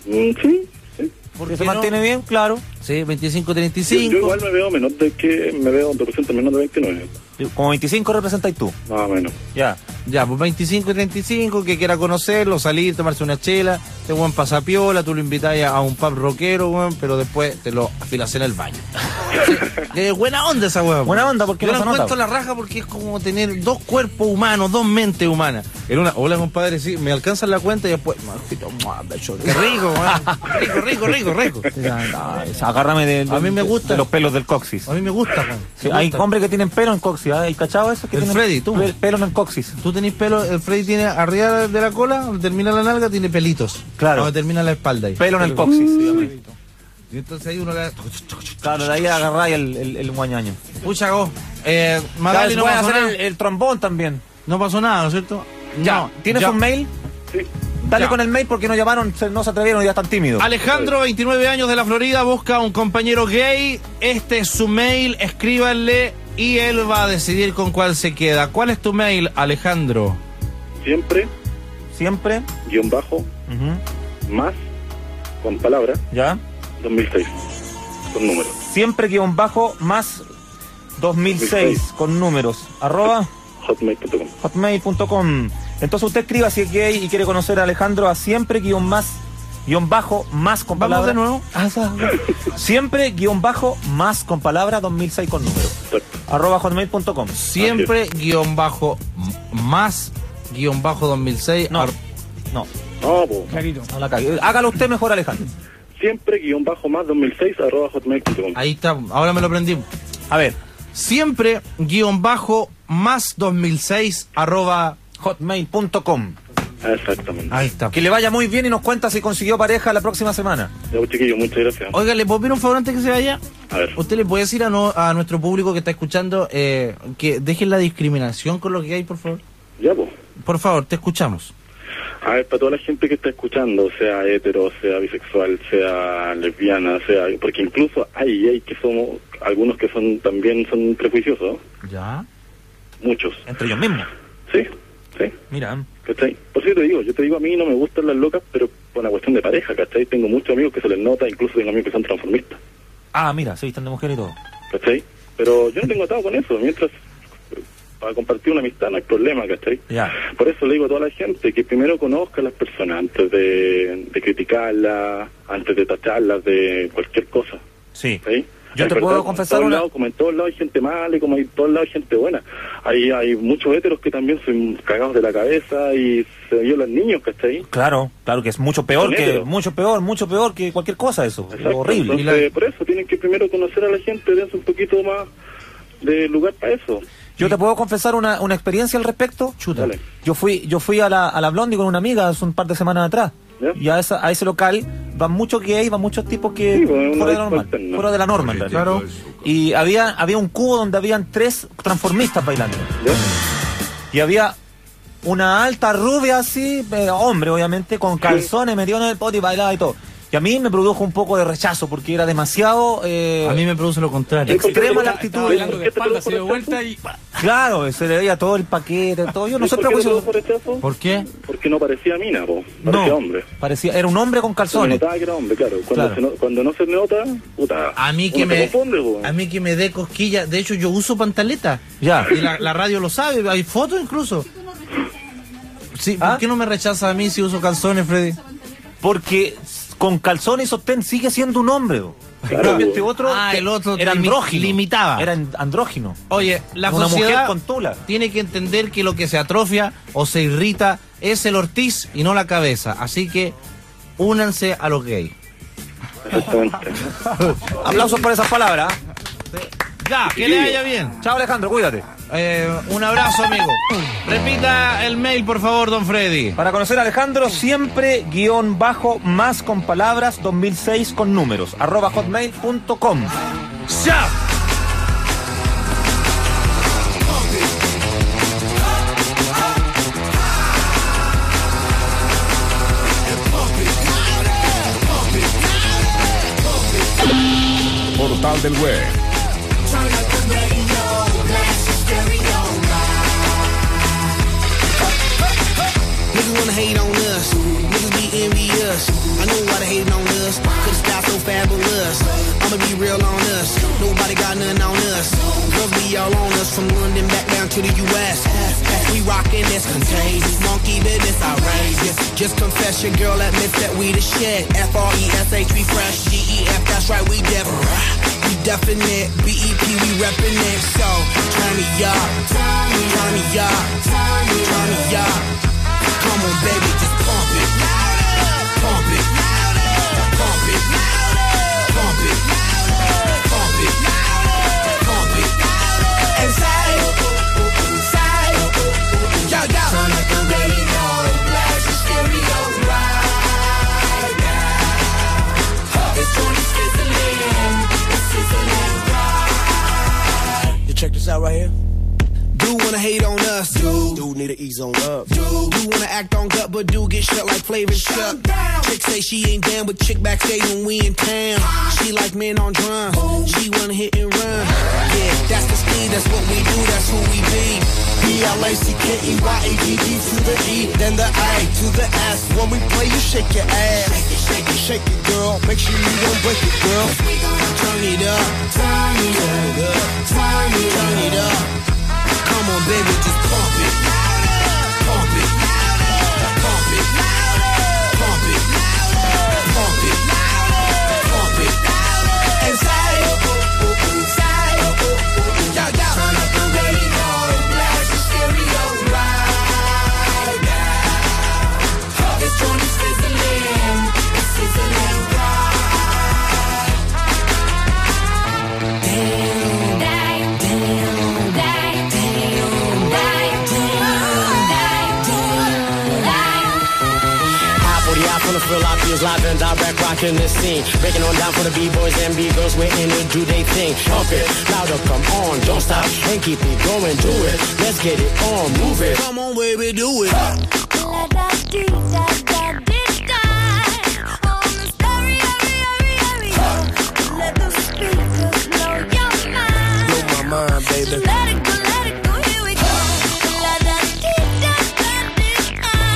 Speaker 6: Mm, sí, sí.
Speaker 2: Porque
Speaker 3: qué
Speaker 2: se
Speaker 3: no?
Speaker 2: mantiene bien, claro.
Speaker 3: Sí,
Speaker 6: Yo,
Speaker 3: 25,
Speaker 6: yo
Speaker 3: 35.
Speaker 6: igual me veo menos de que me veo, represento menos de 29,
Speaker 2: Como 25 representas tú.
Speaker 6: más o menos.
Speaker 2: Ya.
Speaker 3: Ya, pues 25 y 35, que quiera conocerlo, salir, tomarse una chela, este te buen pasapiola, tú lo invitas a un pub rockero, weón, pero después te lo afilas en el baño. Eh, buena onda esa hueá.
Speaker 2: Buena onda, porque
Speaker 3: Yo
Speaker 2: no
Speaker 3: la
Speaker 2: se nota,
Speaker 3: encuentro la raja porque es como tener dos cuerpos humanos, dos mentes humanas. En una, hola compadre, sí, me alcanzan la cuenta y después, maldito, mua, pecho, qué rico, weón. rico, rico, rico, rico.
Speaker 2: Ah, esa- Agárrame de, de-
Speaker 3: A mí me
Speaker 2: de-
Speaker 3: gusta.
Speaker 2: de los pelos del coxis.
Speaker 3: A mí me gusta, weón.
Speaker 2: Sí,
Speaker 3: Me
Speaker 2: hay
Speaker 3: gusta.
Speaker 2: hombres que tienen pelo en coxis. ¿ah? ¿Hay cachado eso? Que
Speaker 3: El
Speaker 2: tienen
Speaker 3: Freddy, tú.
Speaker 2: pe- Pelo en el coxis.
Speaker 3: Tú tenés pelo, el Freddy tiene arriba de la cola, donde termina la nalga, tiene pelitos.
Speaker 2: Claro.
Speaker 3: Donde termina la espalda ahí.
Speaker 2: Pelo en el coxis. se llama.
Speaker 3: Y entonces ahí uno le
Speaker 2: Claro, de ahí agarráis el, el, el guañaño.
Speaker 3: Pucha, go. Eh,
Speaker 2: Claro,
Speaker 3: Magali
Speaker 2: se
Speaker 3: no
Speaker 2: puede
Speaker 3: pasó
Speaker 2: hacer
Speaker 3: nada.
Speaker 2: el, el trombón también.
Speaker 3: No pasó nada, ¿no es cierto?
Speaker 2: Ya, ¿tienes
Speaker 3: ya.
Speaker 2: un mail?
Speaker 6: Sí.
Speaker 2: Dale
Speaker 3: Ya.
Speaker 2: con el mail porque no llamaron, se- no se atrevieron, ya están tímidos.
Speaker 3: Alejandro, 29 años de la Florida, busca un compañero gay. Este es su mail, escríbanle y él va a decidir con cuál se queda. ¿Cuál es tu mail, Alejandro?
Speaker 6: Siempre,
Speaker 2: Siempre.
Speaker 6: guión bajo,
Speaker 2: Ujú.
Speaker 6: más, con palabra,
Speaker 2: Ya.
Speaker 6: 2006. Con números.
Speaker 2: Siempre guión bajo más 2006 con números. Arroba
Speaker 6: Hotmail.com.
Speaker 2: hotmail.com. Entonces usted escriba si es gay y quiere conocer a Alejandro a siempre guión más guión bajo más con
Speaker 3: Vamos
Speaker 2: palabra.
Speaker 3: de nuevo.
Speaker 2: Ah, esa- siempre guión bajo más con palabra 2006 con números.
Speaker 6: Exacto.
Speaker 2: Arroba hotmail.com.
Speaker 6: Ah,
Speaker 3: Siempre guión bajo m- más guión bajo 2006.
Speaker 2: No,
Speaker 3: ar-
Speaker 2: no,
Speaker 6: No, po.
Speaker 5: Clarito.
Speaker 2: no la cague. Hágalo usted mejor, Alejandro.
Speaker 6: Siempre, guión bajo, más, 2006, arroba hotmail.com.
Speaker 3: Ahí está, ahora me lo aprendí.
Speaker 2: A ver,
Speaker 3: Siempre guión bajo más 2006 arroba...
Speaker 2: hotmail.com.
Speaker 6: Exactamente.
Speaker 3: Ahí está.
Speaker 2: Que le vaya muy bien y nos cuenta si consiguió pareja la próxima semana.
Speaker 6: Ya, pues, chiquillos, muchas gracias.
Speaker 3: Oiga, ¿le puedo pedir un favor antes que se vaya?
Speaker 6: A ver.
Speaker 3: ¿Usted le puede decir a, no- a nuestro público que está escuchando eh, que dejen la discriminación con lo que hay, por favor?
Speaker 6: Ya, pues.
Speaker 3: Por favor, te escuchamos.
Speaker 6: A ver, para toda la gente que está escuchando, sea hetero, sea bisexual, sea lesbiana, sea... Porque incluso hay, hay que somos... Algunos que son también son prejuiciosos,
Speaker 3: ¿Ya?
Speaker 6: muchos.
Speaker 2: Entre ellos mismos.
Speaker 6: Sí, sí,
Speaker 2: Mira.
Speaker 6: ¿cachai? Por eso yo te digo, yo te digo, a mí no me gustan las locas, pero por una cuestión de pareja, ¿cachai? Tengo muchos amigos que se les nota, incluso tengo amigos que son transformistas,
Speaker 2: Ah, mira, se visten de mujer y todo.
Speaker 6: ¿cachai? Pero yo no tengo atado con eso, mientras... eh, Para compartir una amistad no hay problema, ¿cachai?
Speaker 2: Ya.
Speaker 6: Por eso le digo a toda la gente que primero conozca a las personas antes de, de criticarlas, antes de tacharlas de cualquier cosa.
Speaker 2: Sí.
Speaker 6: ¿sí?
Speaker 2: Yo
Speaker 6: En
Speaker 2: te
Speaker 6: verdad,
Speaker 2: puedo
Speaker 6: como en
Speaker 2: confesar
Speaker 6: todos
Speaker 2: una-
Speaker 6: lados, como en todos lados hay gente mala y como en todos lados hay gente buena. Hay, hay muchos héteros que también son cagados de la cabeza y se violan niños, ¿cachai?
Speaker 2: Claro, claro que es mucho peor
Speaker 6: Con
Speaker 2: que
Speaker 6: hétero.
Speaker 2: mucho peor, mucho peor que cualquier cosa eso. Es
Speaker 6: Exacto.
Speaker 2: horrible.
Speaker 6: Entonces, por eso tienen que primero conocer a la gente, dense un poquito más de lugar para eso.
Speaker 2: Yo te puedo confesar una, una experiencia al respecto.
Speaker 3: Chuta.
Speaker 6: Dale.
Speaker 2: Yo fui yo fui a la, a la Blondie con una amiga hace un par de semanas atrás.
Speaker 6: ¿Ya?
Speaker 2: Y a, esa- a ese local van muchos gays, van muchos tipos que
Speaker 6: Sí, bueno,
Speaker 2: fuera de
Speaker 6: una
Speaker 2: la normal,
Speaker 6: discoteca, ¿no?
Speaker 2: fuera de la norma en realidad.
Speaker 3: Claro.
Speaker 2: Y había había un cubo donde habían tres transformistas bailando.
Speaker 6: ¿ya?
Speaker 2: Y había una alta rubia así, pero hombre obviamente, con calzones metido en el pote y bailaba y todo. Y a mí me produjo un poco de rechazo porque era demasiado... eh,
Speaker 3: A mí me produce lo contrario.
Speaker 6: Sí,
Speaker 2: Extrema la
Speaker 5: Estaba
Speaker 2: actitud.
Speaker 5: bailando de espalda, se dio vuelta y... ¡pa!
Speaker 2: Claro, se le veía todo el paquete, todo. Yo no soy
Speaker 6: ¿Por qué
Speaker 2: prejuicioso.
Speaker 6: por rechazo?
Speaker 3: ¿Por qué?
Speaker 6: Porque no parecía mina, po. parecía
Speaker 2: No,
Speaker 6: hombre.
Speaker 2: parecía, era un hombre con
Speaker 6: Se
Speaker 2: calzones.
Speaker 6: notaba que era hombre, claro. Cuando,
Speaker 2: Claro.
Speaker 6: se no, cuando no se nota, puta.
Speaker 2: Ah,
Speaker 3: A mí que
Speaker 6: uno se
Speaker 3: me
Speaker 6: confunde, po.
Speaker 3: a mí que me dé cosquillas. De hecho, yo uso pantaleta.
Speaker 2: Ya.
Speaker 3: Y la, la radio lo sabe. Hay fotos incluso. Sí, ¿Por
Speaker 2: ¿Ah?
Speaker 3: qué no me rechazas a mí si uso calzones, Freddy?
Speaker 2: Porque con calzones y sostén sigue siendo un hombre. bro. En
Speaker 6: Claro, bro.
Speaker 2: cambio, este otro,
Speaker 3: Ah,
Speaker 2: que
Speaker 3: el otro
Speaker 2: era
Speaker 3: limi-
Speaker 2: andrógino.
Speaker 3: limitaba.
Speaker 2: Era en- andrógino.
Speaker 3: Oye, la
Speaker 2: Una mujer
Speaker 3: sociedad
Speaker 2: con tula.
Speaker 3: tiene que entender que lo que se atrofia o se irrita es el ortiz y no la cabeza. Así que únanse a los gays.
Speaker 6: Exactamente.
Speaker 2: Aplausos por esas palabras.
Speaker 3: Ya, que le vaya bien.
Speaker 2: Chao Alejandro, cuídate.
Speaker 3: Eh, un abrazo, amigo. Repita el mail, por favor, don Freddy.
Speaker 2: Para conocer a Alejandro, siempre guión bajo más con palabras 2006 con números. arroba hotmail.com.
Speaker 3: ¡Ya!
Speaker 4: Portal del Web.
Speaker 7: Niggas wanna hate on us. Niggas be envious.
Speaker 8: us. I knew why they hating on us. Could've stopped so fabulous. I'ma be real on us. Nobody got nothing on us. Girls be all on us from London back down to the U.S. As we rockin', it's contagious. Monkey business outrageous. Just confess your girl admits that we the shit. F R E S H we fresh. G E F that's right we Deborah. We definite. B E P we reppin' it. So turn me up, turn me up, turn me up. Come on baby, just pump it. Pump it. Pump it. Pump it. Pump it. Pump it. And say, say, yo, yo. Turn up the radio, blast the stereo right now. This joint is sizzling, it's sizzling right. You check this out right here. Do wanna hate on us? Do do need to ease on up? Do do wanna act on gut, but do get shut like flavor shut down. Chick say she ain't down, but chick backstage when we in town. She like men on drum. She wanna hit and run. Yeah, that's the speed. That's what we do. That's who we be. B L A C K E Y A D D to the E, then the A to the S. When we play, you shake your ass. Shake it, shake it, shake it, girl. Make sure you don't break it, girl. Turn it up, turn it up, turn it up. Turn it up. Come on, baby, just pump it. Pump it. Pump it. Pump it. Pump it. Pump it. And say, say, yo, yo. Turn up the radio, blast the stereo right now. This joint is sizzling, it's sizzling Hot booty out from the Philippines, live and direct, rocking the scene. Breaking on down for the b-boys and b-girls, we're in it, do they thing. Pump it, louder, come on, don't stop, and keep it going, do it. Let's get it on, move it. Come on, baby, do it. Blow my mind, baby.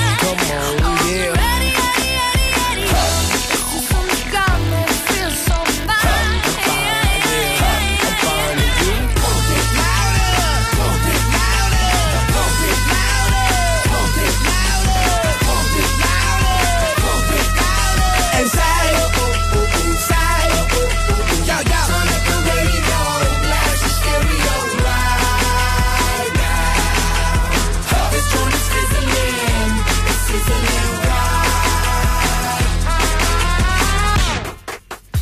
Speaker 8: Come on, yeah. And say, say, yo, yo. Turn up the radio, blast the stereo right now. This joint is sizzling, it's sizzling right.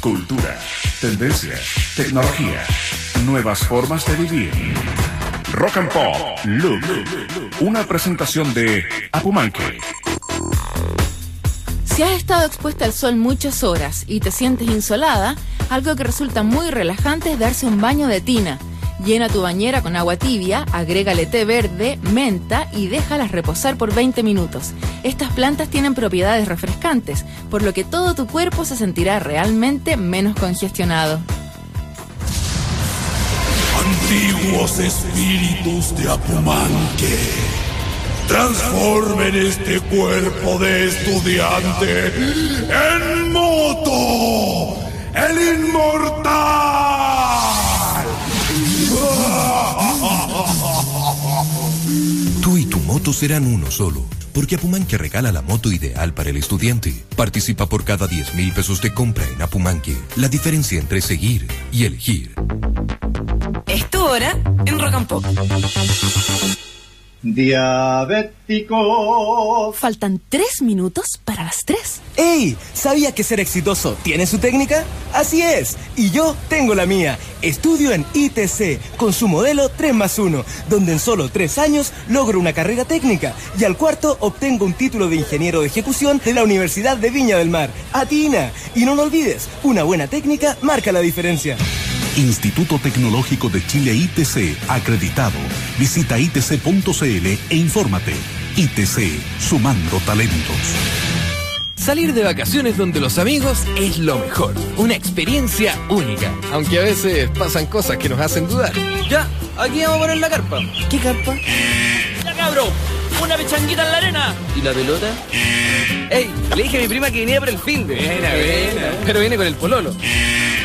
Speaker 9: Cultura, tendencias, tecnología, nuevas formas de vivir. Rock and Pop, Look. Una presentación de Apumanque.
Speaker 10: Si has estado expuesta al sol muchas horas y te sientes insolada, algo que resulta muy relajante es darse un baño de tina. Llena tu bañera con agua tibia, agrégale té verde, menta y déjalas reposar por 20 minutos. Estas plantas tienen propiedades refrescantes, por lo que todo tu cuerpo se sentirá realmente menos congestionado.
Speaker 9: Antiguos espíritus de Apumanque. Transformen este cuerpo de estudiante en moto. El inmortal.
Speaker 11: Tú y tu moto serán uno solo, porque Apumanque regala la moto ideal para el estudiante. Participa por cada 10 mil pesos de compra en Apumanque. La diferencia entre seguir y elegir.
Speaker 12: Es tu hora en Rock and Pop.
Speaker 13: Diabético.
Speaker 10: Faltan 3 minutos para las 3.
Speaker 14: ¡Ey! ¿Sabía que ser exitoso tiene su técnica? Así es, y yo tengo la mía. Estudio en ITC con su modelo 3 más 1, donde en solo 3 años logro una carrera técnica y al cuarto obtengo un título de ingeniero de ejecución de la Universidad de Viña del Mar. ¡Atina! Y no lo olvides, una buena técnica marca la diferencia.
Speaker 9: Instituto Tecnológico de Chile ITC, acreditado. Visita itc.cl e infórmate. ITC, sumando talentos.
Speaker 5: Salir de vacaciones donde los amigos es lo mejor. Una experiencia única. Aunque a veces pasan cosas que nos hacen dudar. Ya, aquí vamos a poner la carpa. ¿Qué carpa?
Speaker 15: ¡Ya cabro! ¡Una pechanguita en la arena!
Speaker 5: ¿Y la pelota?
Speaker 13: Ey, le dije a mi prima que venía por el fin de. Pero viene con el pololo.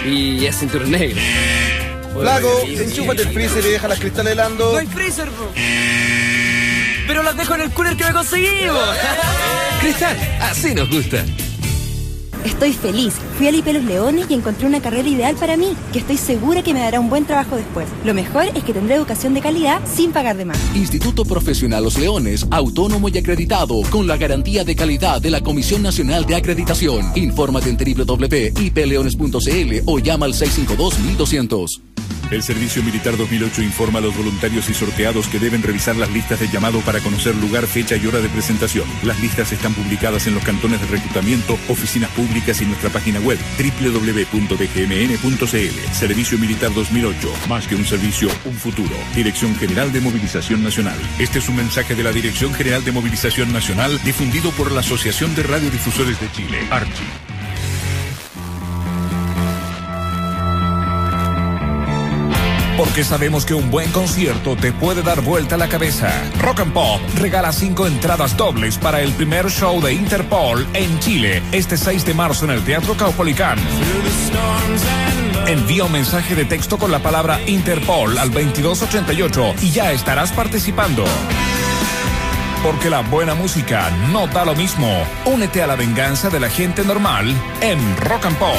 Speaker 13: Y es cinturón negro.
Speaker 16: Flaco, enchúfate el freezer y deja las cristales helando.
Speaker 13: No hay freezer, po. Pero las dejo en el cooler que me conseguimos.
Speaker 5: Cristal, así nos gusta.
Speaker 17: Estoy feliz. Fui a Lipe Los Leones y encontré una carrera ideal para mí, que estoy segura que me dará un buen trabajo después. Lo mejor es que tendré educación de calidad sin pagar de más.
Speaker 18: Instituto Profesional Los Leones, autónomo y acreditado, con la garantía de calidad de la Comisión Nacional de Acreditación. Infórmate en www.ipleones.cl o llama al 652-1200.
Speaker 4: El Servicio Militar 2008 informa a los voluntarios y sorteados que deben revisar las listas de llamado para conocer lugar, fecha y hora de presentación. Las listas están publicadas en los cantones de reclutamiento, oficinas públicas y nuestra página web www.dgmn.cl. Servicio Militar 2008, más que un servicio, un futuro. Dirección General de Movilización Nacional. Este es un mensaje de la Dirección General de Movilización Nacional difundido por la Asociación de Radiodifusores de Chile, ARCHI.
Speaker 19: Porque sabemos que un buen concierto te puede dar vuelta la cabeza. Rock and Pop regala cinco entradas dobles para el primer show de Interpol en Chile este 6 de marzo en el Teatro Caupolicán. Envía un mensaje de texto con la palabra Interpol al 2288 y ya estarás participando. Porque la buena música no da lo mismo. Únete a la venganza de la gente normal en Rock and Pop.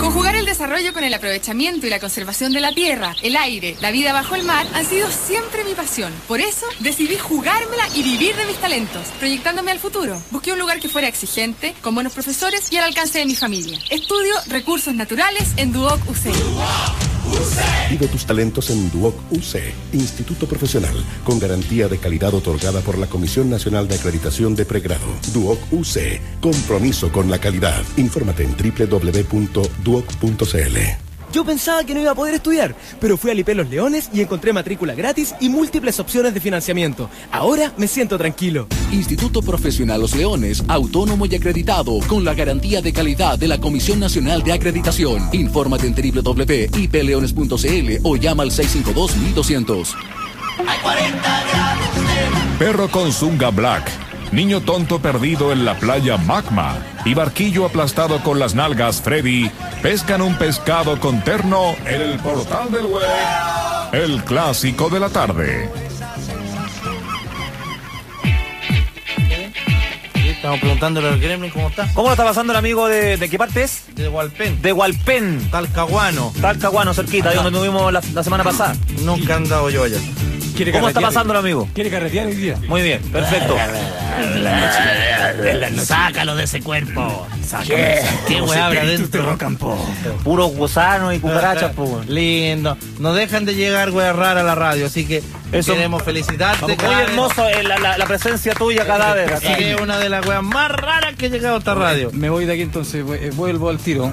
Speaker 20: Conjugar el desarrollo con el aprovechamiento y la conservación de la tierra, el aire, la vida bajo el mar han sido siempre mi pasión. Por eso decidí jugármela y vivir de mis talentos, proyectándome al futuro. Busqué un lugar que fuera exigente, con buenos profesores y al alcance de mi familia. Estudio recursos naturales en Duoc UCI.
Speaker 21: Vive tus talentos en Duoc UC, Instituto Profesional, con garantía de calidad otorgada por la Comisión Nacional de Acreditación de Pregrado. Duoc UC, compromiso con la calidad. Infórmate en www.duoc.cl.
Speaker 14: Yo pensaba que no iba a poder estudiar, pero fui a Lipe Los Leones y encontré matrícula gratis y múltiples opciones de financiamiento. Ahora me siento tranquilo.
Speaker 18: Instituto Profesional Los Leones, autónomo y acreditado, con la garantía de calidad de la Comisión Nacional de Acreditación. Infórmate en www.ipleones.cl o llama al 652-1200.
Speaker 19: Perro con Zunga Black. Niño tonto perdido en la playa Magma y barquillo aplastado con las nalgas Freddy pescan un pescado con terno en el portal del web. El clásico de la tarde.
Speaker 3: Estamos preguntándole al Gremlin cómo está.
Speaker 2: ¿Cómo lo está pasando el amigo de, de qué parte es?
Speaker 3: De Walpen.
Speaker 2: De Hualpén.
Speaker 3: Talcahuano.
Speaker 2: Talcahuano, cerquita, ahí donde tuvimos la, la semana pasada.
Speaker 3: Nunca he andado yo allá.
Speaker 2: ¿Cómo está pasándolo, amigo?
Speaker 3: ¿Quiere carretear hoy día?
Speaker 2: Muy bien, perfecto.
Speaker 22: Sácalo de ese cuerpo. Sácalo.
Speaker 3: ¿Qué?
Speaker 22: ¿Qué
Speaker 3: Como
Speaker 22: weá habrá
Speaker 3: espíritu
Speaker 22: dentro?
Speaker 3: te
Speaker 2: Puros gusanos y cucarachas, po.
Speaker 3: pues. Lindo. No dejan de llegar weas raras a la radio, así que
Speaker 2: Eso-
Speaker 3: queremos felicitarte.
Speaker 2: Muy
Speaker 3: cada vez.
Speaker 2: hermoso eh, la, la- la presencia tuya cada vez.
Speaker 3: Así que es una de las weas más raras que ha llegado a esta radio.
Speaker 23: Me voy de aquí entonces, vu- eh, vuelvo al tiro.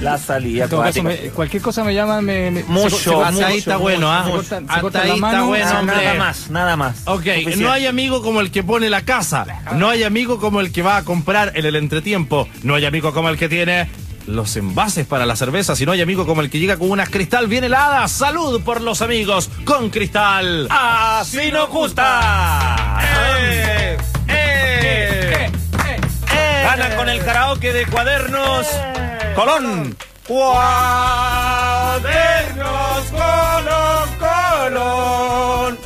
Speaker 2: La salida.
Speaker 23: En todo caso,
Speaker 2: acuática.
Speaker 23: me- cualquier cosa me llaman, me, me-
Speaker 2: Mucho,
Speaker 23: se co- se-
Speaker 2: hasta
Speaker 23: se-
Speaker 2: ahí
Speaker 23: se-
Speaker 2: está
Speaker 23: se-
Speaker 2: bueno,
Speaker 23: se
Speaker 2: ¿ah?
Speaker 23: cortan- se
Speaker 3: Hasta
Speaker 23: cortan la
Speaker 3: ahí está
Speaker 23: mano.
Speaker 3: bueno,
Speaker 23: Ah,
Speaker 3: hombre.
Speaker 2: Nada más, nada más.
Speaker 3: Ok,
Speaker 2: Oficial.
Speaker 3: no hay amigo como el que pone la casa, no hay amigo como el que va a comprar en el entretiempo, no hay amigo como el que tiene los envases para la cerveza, si no hay amigo como el que llega con unas cristal bien heladas. Salud por los amigos con cristal. Así nos gusta. ¡Eh! ¡Eh! Ganan con el karaoke de cuadernos. Colón. Cuadernos Colón Colón.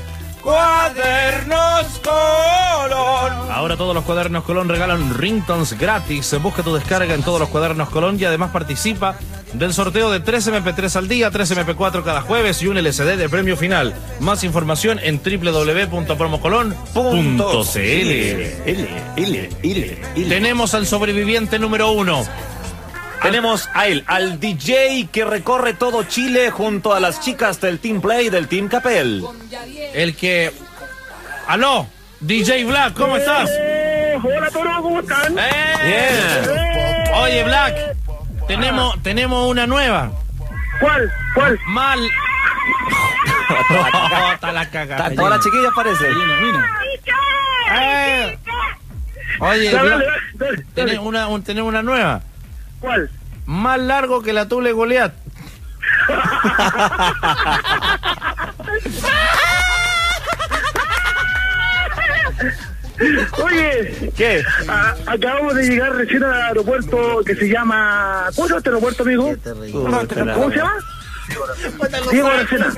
Speaker 3: Cuadernos Colón. Ahora todos los cuadernos Colón regalan ringtones gratis. Busca tu descarga en todos los cuadernos Colón y además participa del sorteo de 3 MP3 al día, 3 MP4 cada jueves y un LCD de premio final. Más información en www.promocolón.cl. Tenemos al sobreviviente número uno.
Speaker 2: Tenemos a él, al DJ que recorre todo Chile junto a las chicas del Team Play del Team Capel.
Speaker 3: El que. ah, ¡Aló! DJ Black, ¿cómo estás?
Speaker 8: Hola, Toro, ¿cómo están?
Speaker 3: Bien. Oye, Black, tenemos, tenemos una nueva. ¿Cuál? ¿Cuál? Mal. Está la cagada.
Speaker 2: Están todas las chiquillas parece.
Speaker 3: Eh. Oye,
Speaker 8: Dale,
Speaker 3: Black,
Speaker 8: dale,
Speaker 3: tenés una, un- tenés una nueva. ¿Cuál? Más largo que la tule Goliat.
Speaker 4: Oye,
Speaker 2: ¿qué?
Speaker 4: acabamos de llegar recién al aeropuerto que se llama. ¿Cómo se llama este aeropuerto, amigo?
Speaker 2: este
Speaker 4: ¿Cómo se llama? Diego Aracena.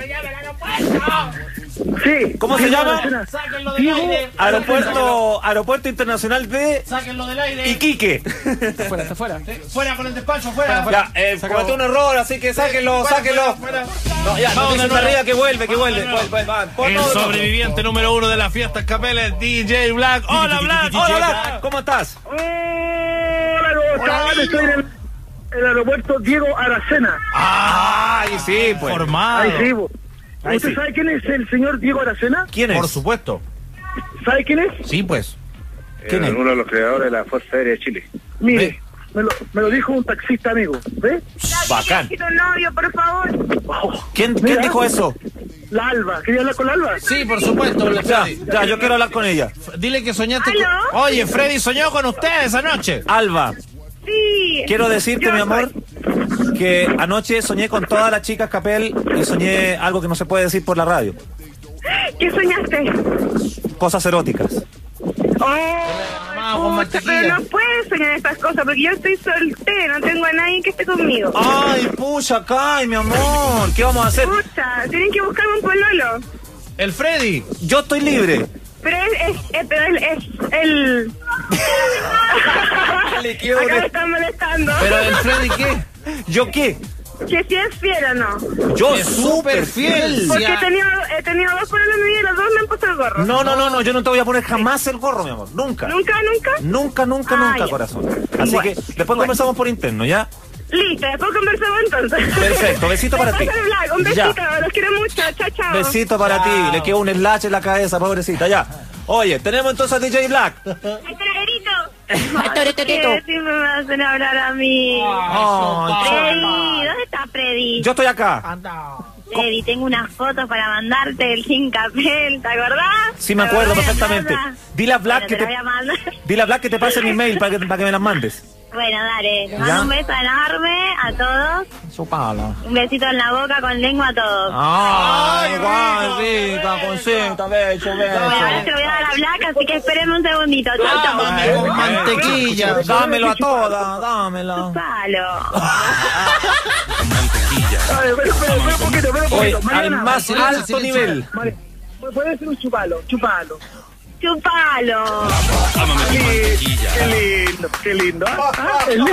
Speaker 4: Sí.
Speaker 2: ¿Cómo se
Speaker 4: Diego
Speaker 2: llama?
Speaker 4: Aracena.
Speaker 8: Sáquenlo del
Speaker 4: Diego
Speaker 8: aire.
Speaker 2: Aeropuerto, aeropuerto Internacional de
Speaker 8: Sáquenlo del aire.
Speaker 2: Iquique.
Speaker 24: Está fuera, está fuera.
Speaker 8: Fuera con el despacho, fuera.
Speaker 2: Ya, eh,
Speaker 8: Se acabó.
Speaker 2: cometió un error, así que sáquenlo,
Speaker 8: Fuera,
Speaker 2: sáquenlo.
Speaker 8: fuera, fuera.
Speaker 2: No, ya,
Speaker 8: Vamos
Speaker 2: no,
Speaker 8: de nuevo.
Speaker 2: arriba, que vuelve, que vuelve.
Speaker 8: Vamos de nuevo.
Speaker 2: Vuelve, va, pon
Speaker 8: El
Speaker 2: otro.
Speaker 8: sobreviviente número uno de las fiestas capeles, DJ Black. Hola Black,
Speaker 2: Hola, Black, ¿cómo estás?
Speaker 4: Hola, ¿cómo están? Estoy en el, el aeropuerto Diego Aracena.
Speaker 2: Ay, sí, pues.
Speaker 8: Formado.
Speaker 4: Ahí sí, bo.
Speaker 2: Ahí
Speaker 4: ¿Usted
Speaker 2: sí.
Speaker 4: sabe quién es el señor Diego Aracena?
Speaker 2: ¿Quién es?
Speaker 4: Por
Speaker 2: supuesto.
Speaker 4: ¿Sabe quién es?
Speaker 25: Sí, pues.
Speaker 26: ¿Quién es? Uno Eh, de los creadores de la Fuerza Aérea de Chile.
Speaker 4: Mire, me lo, me lo dijo un taxista amigo. ¿Ve?
Speaker 2: Bacán.
Speaker 4: novio, por favor.
Speaker 2: ¿Quién, quién dijo eso?
Speaker 4: La Alba. ¿Quería hablar con la Alba?
Speaker 8: Sí, por supuesto, Black
Speaker 2: Ya,
Speaker 8: Freddy.
Speaker 2: ya, yo quiero hablar con ella.
Speaker 8: Dile que soñaste con... Oye, Freddy soñó con ustedes esa noche.
Speaker 2: Alba,
Speaker 15: Sí.
Speaker 2: quiero decirte,
Speaker 15: Yo
Speaker 2: mi amor, que anoche soñé con todas las chicas Capel y soñé algo que no se puede decir por la radio.
Speaker 15: soy- ¿Qué soñaste?
Speaker 2: Cosas eróticas.
Speaker 15: Oh, pucha, pero no puedes soñar estas cosas porque yo estoy soltera, no tengo a nadie que esté conmigo.
Speaker 2: Ay, pucha, ay, mi amor, ¿qué vamos a hacer?
Speaker 15: Pucha, tienen que buscarme un pololo.
Speaker 8: El Freddy.
Speaker 2: Yo estoy libre.
Speaker 15: Pero es, es, es- pero es, es el... Acá me están molestando.
Speaker 2: qué? ¿Yo qué?
Speaker 15: Que si es fiel o no.
Speaker 2: Yo súper fiel.
Speaker 15: Porque he tenido, he tenido dos pololos en mi vida, los dos me han puesto el gorro.
Speaker 2: No, no, no, no, yo no te voy a poner jamás el gorro, mi amor. Nunca.
Speaker 15: ¿Nunca, nunca?
Speaker 2: Nunca, nunca,
Speaker 15: Ah,
Speaker 2: nunca,
Speaker 15: ya.
Speaker 2: corazón. Así que después conversamos por interno, ¿ya?
Speaker 15: Listo, después conversamos entonces.
Speaker 2: Perfecto, besito para ti.
Speaker 15: Pásame, Black, Un
Speaker 2: Ya.
Speaker 15: besito, los quiero mucho, chao, chao.
Speaker 2: Besito para ti. Le queda un slash en la cabeza, pobrecita, ya. Oye, tenemos entonces a DJ Black.
Speaker 15: Ay, ¿Qué siempre me hacen hablar a mí?
Speaker 2: Ay,
Speaker 15: Freddy,
Speaker 2: Sopa.
Speaker 15: ¿dónde está Freddy?
Speaker 2: Yo estoy acá.
Speaker 15: Freddy, tengo unas fotos para mandarte del Sin Capel, ¿te acordás?
Speaker 2: Sí, me acuerdo perfectamente. Dile a Black que
Speaker 15: te...
Speaker 2: te,
Speaker 15: voy a mandar.
Speaker 2: dile a Black que te pase mi mail para que, para que me las mandes.
Speaker 15: Bueno, dale.
Speaker 2: Ya.
Speaker 15: Mando un beso enorme a todos.
Speaker 2: Sopala.
Speaker 15: Un besito en la boca con lengua a todos.
Speaker 2: Ay, guapita, concita, beso,
Speaker 15: Bueno, ahora
Speaker 2: beso.
Speaker 15: se lo voy a dar a Black, así que espérenme un segundito. Chau, chau.
Speaker 2: Mantequilla, dámelo a toda, dámelo.
Speaker 4: Ay, pero, pero, pero un poquito, pero un
Speaker 2: Oye,
Speaker 4: poquito.
Speaker 2: al
Speaker 4: Mariana,
Speaker 2: más
Speaker 4: Mariana,
Speaker 2: alto nivel.
Speaker 4: Mariana, Puede ser un chupalo, chupalo.
Speaker 15: Chupalo.
Speaker 4: Qué qué lindo, qué lindo. Ah, ah, qué lindo.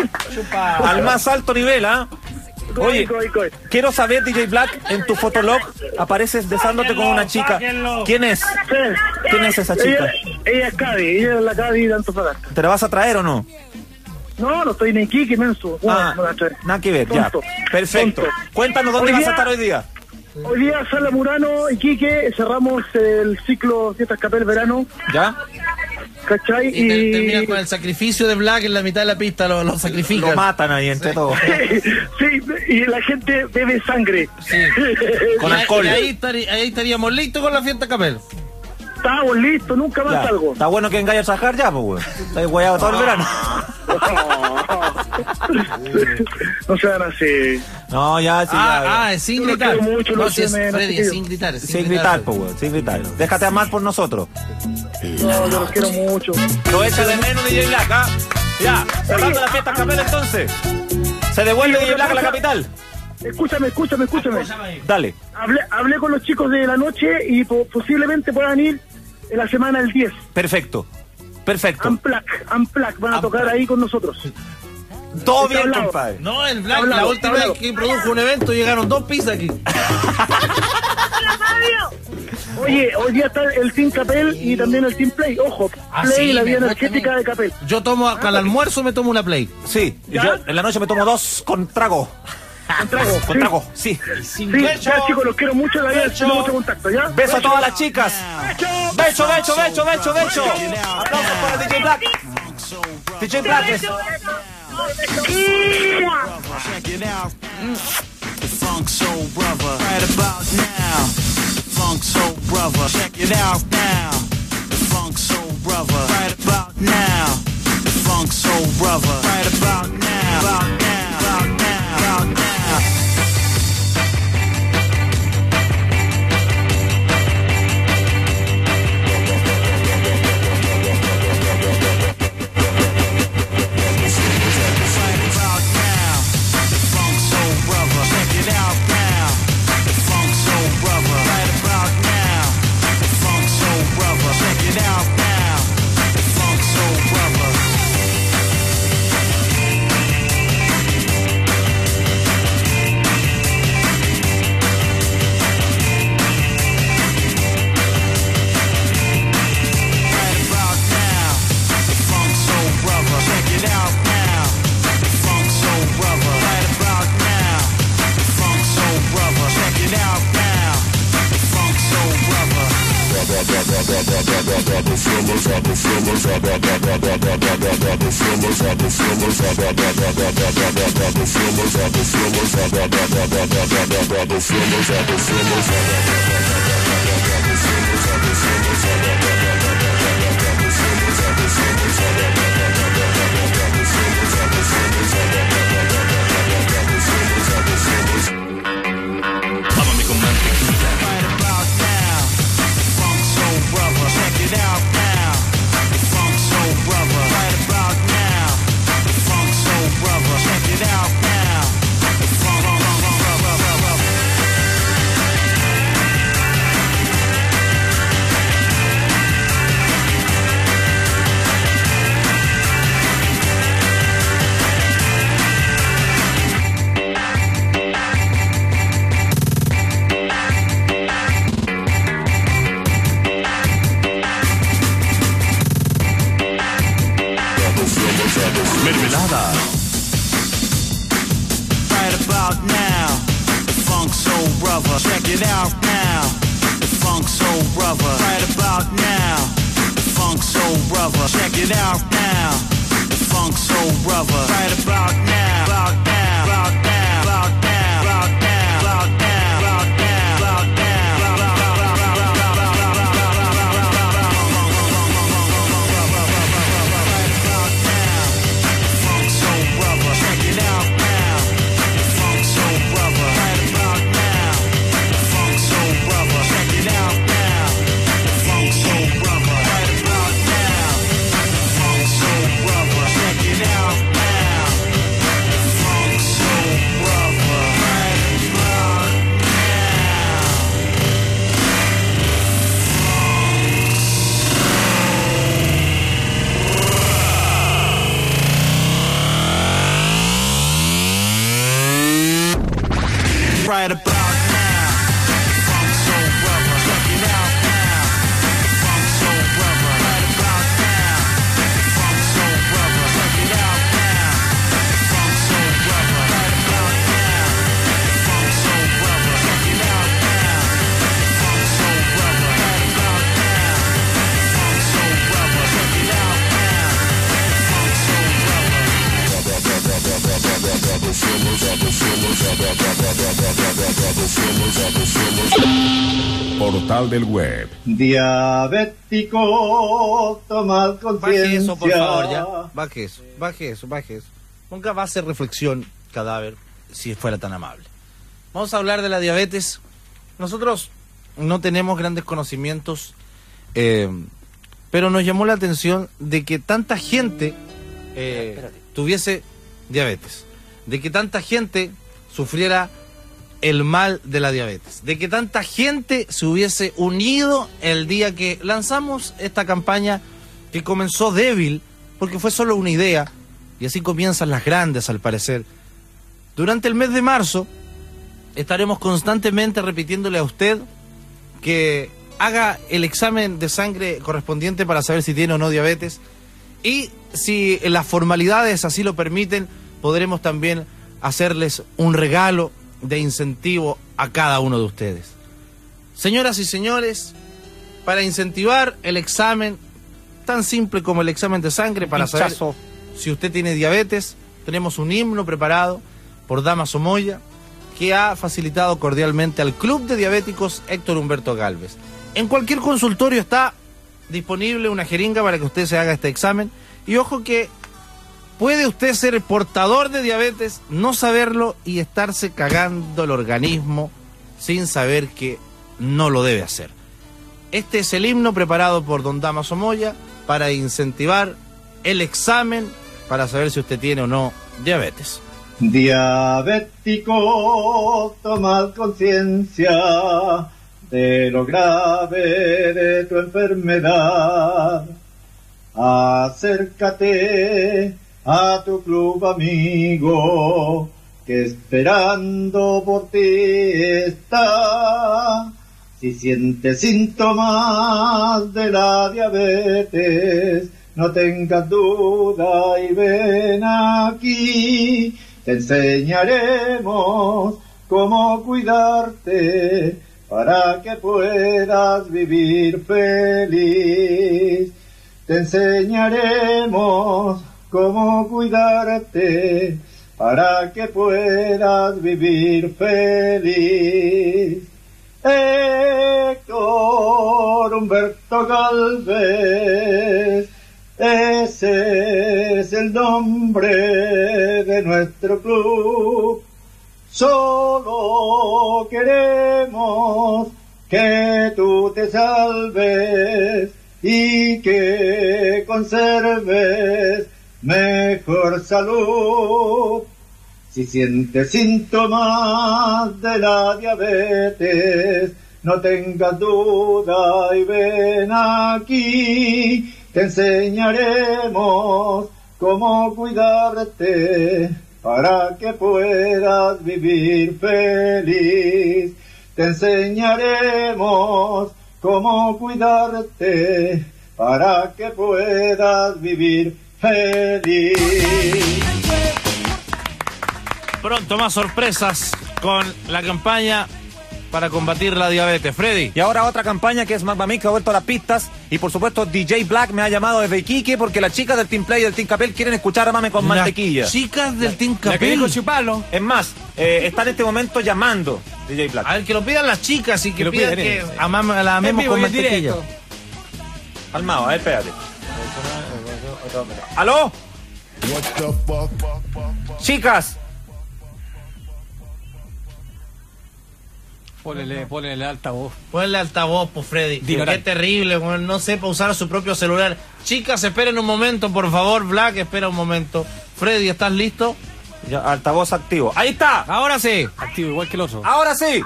Speaker 2: Al más alto nivel, ¿ah? Oye, quiero saber, DJ Black, en tu fotolog apareces besándote con una chica. ¿Quién es? ¿Quién es esa chica?
Speaker 4: Ella, ella es Cadi, ella es la Cadi de Antofagasta.
Speaker 2: ¿Te la vas a traer o no?
Speaker 4: No, no estoy ni aquí, que menso.
Speaker 2: Ah, nada que ver, ya.
Speaker 4: Tonto.
Speaker 2: Perfecto.
Speaker 4: Tonto.
Speaker 2: Cuéntanos dónde
Speaker 4: Hoy
Speaker 2: vas a
Speaker 4: día-
Speaker 2: estar hoy día.
Speaker 4: Hoy día Sala Murano y Quique cerramos el ciclo Fiestas Capel Verano,
Speaker 2: ¿Ya?
Speaker 4: ¿cachai?
Speaker 3: Y, te- terminan
Speaker 4: Y,
Speaker 3: con el sacrificio de Black en la mitad de la pista, lo, lo sacrifican.
Speaker 2: Lo matan ahí entre todos.
Speaker 4: sí, y la gente bebe sangre.
Speaker 3: Y ahí- y ahí, estari- ahí estaríamos listos con la fiesta Capel.
Speaker 4: Estamos listos, nunca más
Speaker 2: Ya.
Speaker 4: salgo.
Speaker 2: Está bueno que vengáis a trabajar ya, pues, weón. Estáis guayado todo el verano.
Speaker 4: No sean así.
Speaker 2: No, ya, sí,
Speaker 3: ah,
Speaker 2: ya.
Speaker 3: ah, es sin
Speaker 4: Yo lo
Speaker 3: gritar.
Speaker 4: quiero mucho,
Speaker 3: no,
Speaker 4: lo
Speaker 3: si es
Speaker 4: quiero,
Speaker 3: Freddy,
Speaker 4: chiquillo.
Speaker 3: es sin gritar. es
Speaker 2: Sin gritar, pues, weón, sin gritar. Déjate amar por nosotros.
Speaker 4: No, yo los quiero mucho.
Speaker 2: Lo echa de menos DJ Black, ¿ah? Ya, cerrando la fiesta Capel entonces. Se devuelve
Speaker 4: Sí,
Speaker 2: DJ Black a la
Speaker 4: otra cosa.
Speaker 2: capital.
Speaker 4: Escúchame, escúchame, escúchame.
Speaker 2: Dale.
Speaker 4: Hablé, hablé con los chicos de la noche y po- posiblemente puedan ir en la semana del 10.
Speaker 2: Perfecto. Perfecto.
Speaker 4: Amplac, Amplac, van a tocar ahí con nosotros.
Speaker 2: Todo
Speaker 4: Está
Speaker 2: bien,
Speaker 4: hablado.
Speaker 2: compadre.
Speaker 3: No, el Black,
Speaker 4: Hablado,
Speaker 3: la última
Speaker 4: hablado.
Speaker 3: vez que produjo un evento llegaron dos pizzas aquí.
Speaker 4: Oye, hoy día está el Team Capel y también el Team Play. Ojo, Play,
Speaker 3: Ah, sí,
Speaker 4: la vida
Speaker 3: verdad,
Speaker 4: energética de Capel.
Speaker 3: Yo tomo,
Speaker 4: Ah,
Speaker 3: acá al almuerzo me tomo una Play.
Speaker 2: Sí, y yo en la noche me tomo dos con trago.
Speaker 4: Con trago,
Speaker 2: Con
Speaker 4: sí.
Speaker 2: trago, sí.
Speaker 4: Oh. Sí, ya chicos, los quiero mucho, la vida
Speaker 2: Beso.
Speaker 4: tengo mucho contacto, ¿ya?
Speaker 2: Beso a todas las chicas. Beso, beso, beso, beso, beso. Aplausos para DJ Black. DJ Black es-
Speaker 27: Check it out. The Funk Soul Brother. Right about now. Funk Soul Brother. Check it out now. The Funk Soul Brother. Right about now. The Funk Soul Brother. Right about now. About now. About now. About now. Mermelada. Right about now, the funk soul brother. Check it out now, the funk soul brother. Right about now, the funk soul brother. Check it out now, the funk soul brother. Right about now, about now, about now, about now, about now, about now, about now, about now. Right about
Speaker 8: Portal del Web.
Speaker 3: Diabético, tomad conciencia. Baje eso, por favor, ya. Baje eso, baje eso, baje eso. Nunca va a ser reflexión cadáver si fuera tan amable. Vamos a hablar de la diabetes. Nosotros no tenemos grandes conocimientos, eh, pero nos llamó la atención de que tanta gente eh, tuviese diabetes, de que tanta gente sufriera el mal de la diabetes, de que tanta gente se hubiese unido el día que lanzamos esta campaña que comenzó débil, porque fue solo una idea, y así comienzan las grandes al parecer. Durante el mes de marzo estaremos constantemente repitiéndole a usted que haga el examen de sangre correspondiente para saber si tiene o no diabetes, y si las formalidades así lo permiten, podremos también hacerles un regalo de incentivo a cada uno de ustedes. Señoras y señores, para incentivar el examen tan simple como el examen de sangre, para saber
Speaker 2: Pinchazo.
Speaker 3: si usted tiene diabetes, tenemos un himno preparado por Damaso Moya que ha facilitado cordialmente al Club de Diabéticos Héctor Humberto Galvez. En cualquier consultorio está disponible una jeringa para que usted se haga este examen. Y ojo que puede usted ser portador de diabetes, no saberlo y estarse cagando el organismo sin saber que no lo debe hacer. Este es el himno preparado por don Damaso Moya para incentivar el examen para saber si usted tiene o no diabetes.
Speaker 13: Diabético, tomad conciencia de lo grave de tu enfermedad. Acércate a tu club amigo, que esperando por ti está. Si sientes síntomas de la diabetes, no tengas duda y ven aquí. Te enseñaremos cómo cuidarte para que puedas vivir feliz. Te enseñaremos cómo cuidarte para que puedas vivir feliz. Héctor Humberto Galvez, ese es el nombre de nuestro club. Solo queremos que tú te salves y que conserves mejor salud. Si sientes síntomas de la diabetes, no tengas duda y ven aquí. Te enseñaremos cómo cuidarte para que puedas vivir feliz. Te enseñaremos cómo cuidarte para que puedas vivir feliz.
Speaker 3: Pronto más sorpresas con la campaña para combatir la diabetes. Freddy.
Speaker 2: Y ahora otra campaña que es Magma Mix que ha vuelto a las pistas. Y por supuesto, DJ Black me ha llamado desde Iquique porque las chicas del Team Play y del Team Capel quieren escuchar a Mame con
Speaker 3: Las
Speaker 2: mantequilla.
Speaker 3: chicas del Team
Speaker 2: La que
Speaker 3: Capel.
Speaker 2: dijo Chupalo. Es más, eh, está en este momento llamando DJ Black.
Speaker 3: A ver, que lo pidan las chicas y que,
Speaker 2: Que lo
Speaker 3: pidan
Speaker 2: pidan
Speaker 3: que
Speaker 2: ellos.
Speaker 3: amam- la
Speaker 2: En
Speaker 3: amemos
Speaker 2: vivo
Speaker 3: con
Speaker 2: y en
Speaker 3: mantequilla.
Speaker 2: directo. Calmado, a ver, espérate. ¿Aló? Chicas,
Speaker 28: Ponele, ponele alta voz.
Speaker 3: Ponle altavoz, pues Freddy.
Speaker 28: Ignorante.
Speaker 3: Qué terrible, weón, no sepa usar su propio celular. Chicas, esperen un momento, por favor. Black, espera un momento. Freddy, ¿estás listo?
Speaker 2: Ya, altavoz activo. ¡Ahí está!
Speaker 3: Ahora sí.
Speaker 28: Activo, igual que el otro.
Speaker 2: ahora sí.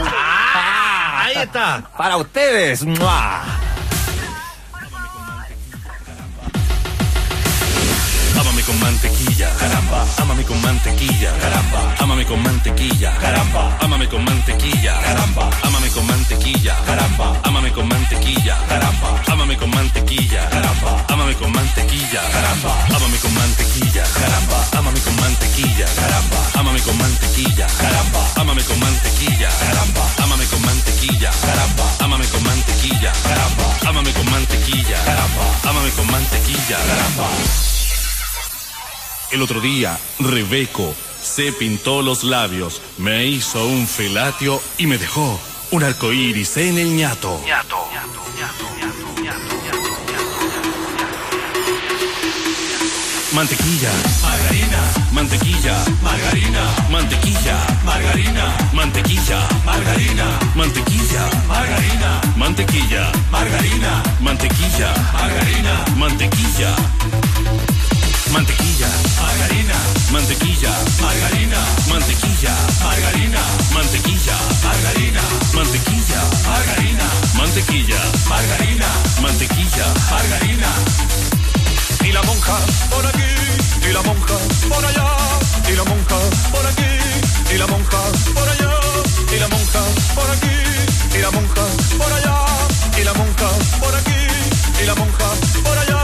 Speaker 3: Ah, ahí está.
Speaker 2: Para ustedes. ¡mua!
Speaker 7: Ámame con mantequilla, caramba. Ámame con mantequilla, caramba. Ámame con mantequilla, caramba. Ámame con mantequilla, caramba. Ámame con mantequilla, caramba. Ámame con mantequilla, caramba. Ámame con mantequilla, caramba. Ámame con mantequilla, caramba. Ámame con mantequilla, caramba. Ámame con mantequilla, caramba. Ámame con mantequilla, caramba. Ámame con mantequilla, caramba. Ámame con mantequilla, caramba. Ámame con mantequilla, caramba. Ámame con mantequilla, caramba. Ámame con mantequilla, caramba. El otro día, Rebeco se pintó los labios, me hizo un felatio y me dejó un arco iris en el ñato. Mantequilla, margarina, mantequilla, margarina, mantequilla, margarina, mantequilla, margarina, mantequilla, margarina, mantequilla, margarina, mantequilla, margarina, mantequilla, mantequilla, margarina, mantequilla, margarina, mantequilla, margarina, mantequilla, margarina, mantequilla, margarina, mantequilla, margarina, mantequilla, margarina. Y la monja por aquí, y la monja por allá, y la monja por aquí, y la monja por allá, y la monja por aquí, y la monja por allá, y la monja por aquí, y la monja por allá.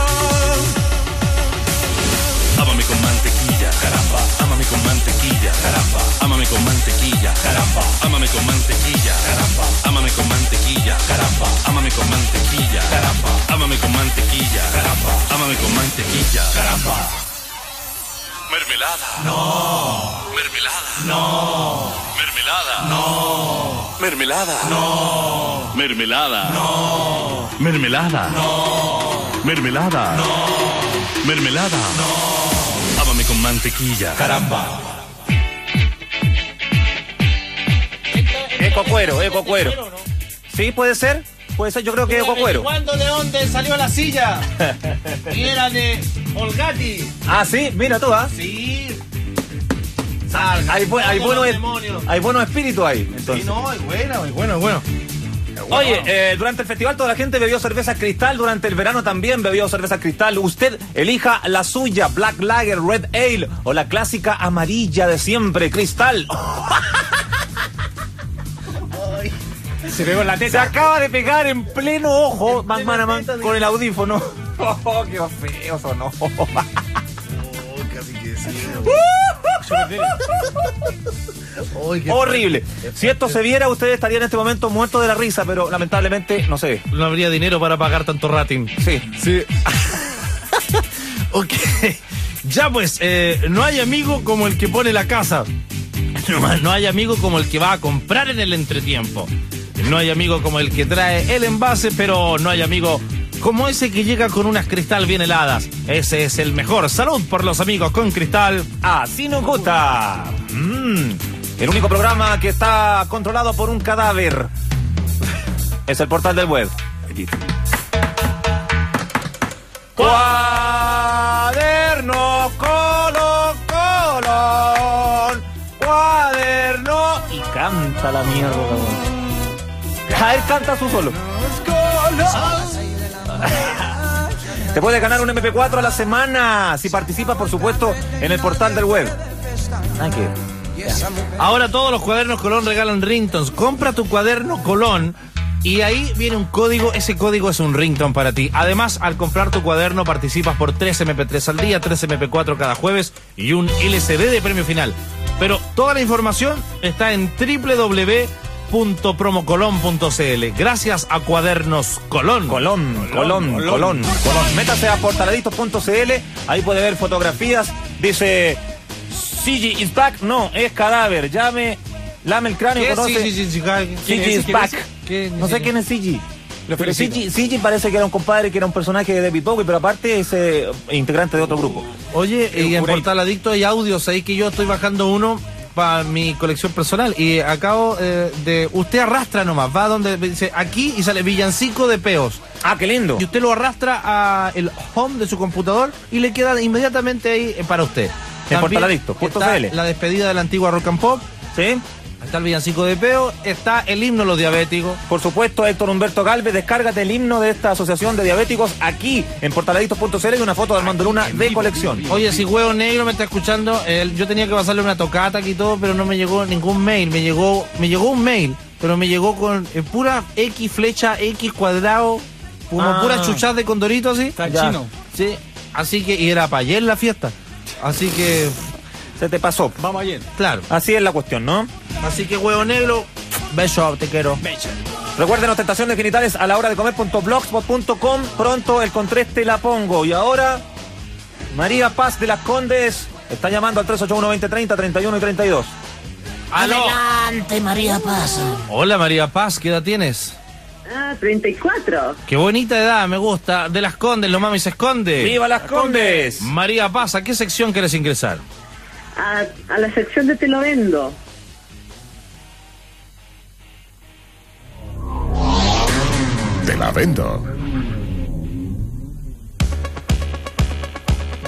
Speaker 7: Ámame con mantequilla, caramba. Ámame con mantequilla, caramba. Ámame con mantequilla, caramba. Ámame con mantequilla, caramba. Ámame con mantequilla, caramba. Ámame con mantequilla, caramba. Ámame con mantequilla, caramba. Ámame con mantequilla, caramba. Mermelada. No. Mermelada. No. Mermelada. No. Mermelada. No. Mermelada. No. Mermelada. No. Mermelada. No. Mermelada. No. Ámame con mantequilla. Caramba.
Speaker 2: Eco cuero, eco cuero. Sí, puede ser. Puede ser, yo creo que eco cuero.
Speaker 3: ¿Cuándo de dónde salió la silla? y era de Olgati.
Speaker 2: Ah, sí, mira tú, ¿ah?
Speaker 3: Sí.
Speaker 2: Hay, bu- hay
Speaker 3: Todos
Speaker 2: buenos,
Speaker 3: los demonios.
Speaker 2: hay buenos espíritus ahí.
Speaker 3: Sí,
Speaker 2: Entonces.
Speaker 3: no, es buena, es buena, es buena.
Speaker 2: Oye, eh, durante el festival toda la gente bebió cerveza cristal, durante el verano también bebió cerveza cristal. Usted elija la suya, Black Lager, Red Ale o la clásica amarilla de siempre, cristal. Se pegó la teta. Se acaba de pegar en pleno ojo, Magmanaman, con el audífono. Oh, qué feo sonó.
Speaker 29: así que sí.
Speaker 2: Horrible. Si esto se viera, ustedes estarían en este momento muertos de la risa, pero lamentablemente no se ve.
Speaker 3: No habría dinero para pagar tanto rating.
Speaker 2: Sí.
Speaker 3: Sí. ok. Ya pues, eh, no hay amigo como el que pone la casa. No, no hay amigo como el que va a comprar en el entretiempo. No hay amigo como el que trae el envase, pero no hay amigo como ese que llega con unas cristal bien heladas. Ese es el mejor. Salud por los amigos con cristal.
Speaker 2: Así nos gusta. Mm. El único programa que está controlado por un cadáver es el portal del web. Cuaderno, colon, colon, cuaderno. Y canta la mierda. weón. A él canta su solo. Te puedes ganar un MP4 a la semana si participas, por supuesto, en el portal del web. Ah, que-
Speaker 3: Ahora todos los cuadernos Colón regalan ringtones. Compra tu cuaderno Colón y ahí viene un código. Ese código es un ringtone para ti. Además, al comprar tu cuaderno participas por 3 MP3 al día, 3 MP4 cada jueves y un LCD de premio final. Pero toda la información está en www.promocolón.cl. Gracias a Cuadernos Colón.
Speaker 2: Colón, Colón, Colón, Colón. Métase a portaladitos.cl, ahí puede ver fotografías. Dice CG is back. No, es cadáver. Llame, lame el cráneo.
Speaker 3: ¿Qué es
Speaker 2: conoce.
Speaker 3: CG? ¿Quién es?
Speaker 2: CG is
Speaker 3: ¿Quién
Speaker 2: back.
Speaker 3: es? ¿Quién es?
Speaker 2: No sé quién es CG.
Speaker 3: Lo
Speaker 2: Pero
Speaker 3: felicito.
Speaker 2: CG, CG parece que era un compadre que era un personaje de David Bowie, pero aparte es eh, integrante de otro grupo.
Speaker 3: Oye, y en
Speaker 2: Eucurey.
Speaker 3: Portal Adicto hay audios ahí que yo estoy bajando uno para mi colección personal y acabo eh, de usted arrastra nomás, va donde dice aquí y sale villancico de peos.
Speaker 2: Ah, qué lindo.
Speaker 3: Y usted lo arrastra a el home de su computador y le queda inmediatamente ahí eh, para usted.
Speaker 2: En
Speaker 3: También
Speaker 2: Portaladicto, punto
Speaker 3: está
Speaker 2: CL.
Speaker 3: la despedida de la antigua rock and pop.
Speaker 2: Sí.
Speaker 3: Está el villancico de peo, está Ah, el himno de los diabéticos.
Speaker 2: Por supuesto, Héctor Humberto Galvez, descárgate el himno de esta asociación de diabéticos aquí en portaladitos.cl y una foto de Armando Luna de colección.
Speaker 3: Oye, si huevo negro me está escuchando, él- yo tenía que pasarle una tocata aquí y todo, pero no me llegó ningún mail. Me llegó, me llegó un mail, pero me llegó con eh, pura X flecha, X cuadrado, como
Speaker 2: Ah.
Speaker 3: pura chuchada de condorito así.
Speaker 2: Está Ya. chino.
Speaker 3: Sí. Así que, y era para ayer la fiesta. Así que,
Speaker 2: se te pasó.
Speaker 3: Vamos ayer. Claro.
Speaker 2: Así es la cuestión, ¿no?
Speaker 3: Así que huevo negro, beso, te quiero.
Speaker 2: Recuerden ostentaciones genitales a la hora de comer.blogspot.com. Pronto el contraste la pongo. Y ahora, María Paz de las Condes está llamando al 381-2030, 31 y 32.
Speaker 3: ¡Aló!
Speaker 15: Adelante, María Paz.
Speaker 3: Hola María Paz, ¿qué edad tienes?
Speaker 15: Ah, 34.
Speaker 3: Qué bonita edad, me gusta. De las Condes, lo mami se esconde.
Speaker 15: ¡Viva Las Condes!
Speaker 3: María Paz, ¿a qué sección quieres ingresar?
Speaker 15: A, a la sección de Te lo vendo.
Speaker 19: Te la vendo.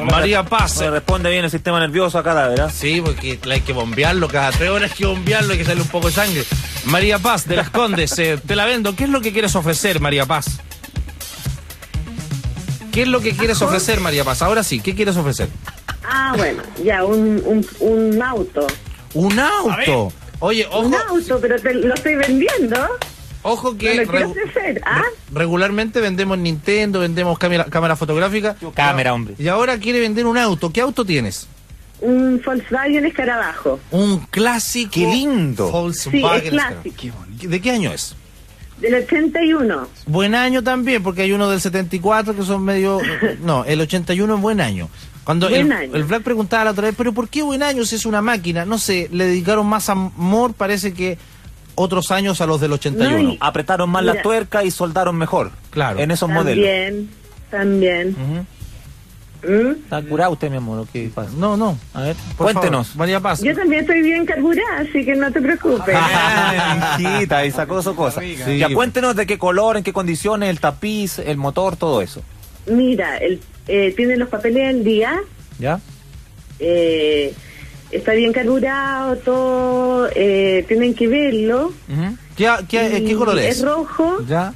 Speaker 3: María Paz.
Speaker 2: Se responde bien el sistema nervioso a cada, ¿verdad?
Speaker 3: Sí, porque hay que bombearlo, cada tres horas hay que bombearlo, hay que sale un poco de sangre. María Paz, de las Condes, eh, te la vendo. ¿Qué es lo que quieres ofrecer, María Paz? ¿Qué es lo que quieres ofrecer, María Paz? Ahora sí, ¿qué quieres ofrecer?
Speaker 15: Ah, bueno, ya, un, un, un auto.
Speaker 3: Un auto. Oye, ojo.
Speaker 15: Un auto, pero te lo estoy vendiendo.
Speaker 3: Ojo que
Speaker 15: No lo quiero
Speaker 3: regu-
Speaker 15: ofrecer, ¿ah?
Speaker 3: regularmente vendemos Nintendo, vendemos cámara, cámara fotográfica.
Speaker 2: Cámara, hombre.
Speaker 3: Y ahora quiere vender un auto. ¿Qué auto tienes?
Speaker 15: Un Volkswagen Escarabajo.
Speaker 3: Un clásico.
Speaker 15: Qué lindo.
Speaker 3: Volkswagen.
Speaker 15: Sí, es
Speaker 3: Escarabajo.
Speaker 15: clásico.
Speaker 3: Qué bonito. ¿De qué año es?
Speaker 15: Del 81.
Speaker 3: Buen año también, porque hay uno del 74 que son medio... No, el 81 es buen año. Cuando
Speaker 15: Buen
Speaker 3: el,
Speaker 15: año.
Speaker 3: el Black preguntaba la otra vez, pero ¿por qué buen año si es una máquina? No sé, le dedicaron más amor, parece que otros años a los del 81.
Speaker 15: No, y-
Speaker 2: Apretaron más la
Speaker 15: Mira.
Speaker 2: tuerca y soldaron mejor. Claro. En esos modelos.
Speaker 15: También, también. ¿Mm?
Speaker 2: ¿Está curado usted, mi amor? ¿o ¿Qué pasa?
Speaker 3: No, no.
Speaker 2: A ver,
Speaker 3: Por favor,
Speaker 2: cuéntenos.
Speaker 3: María Paz.
Speaker 15: Yo también estoy bien carburada, así que no te preocupes.
Speaker 2: Hijita, y sacó su cosa.
Speaker 15: Sí.
Speaker 3: pues.
Speaker 2: Ya cuéntenos de qué color, en qué condiciones, el tapiz, el motor, todo eso.
Speaker 15: Mira, el, eh, tiene los papeles al día,
Speaker 2: ¿Ya?
Speaker 15: eh, está bien carburado, todo, eh, tienen que verlo.
Speaker 3: ¿Qué, qué-
Speaker 15: Y
Speaker 3: qué color es?
Speaker 15: Es rojo.
Speaker 3: ¿Ya?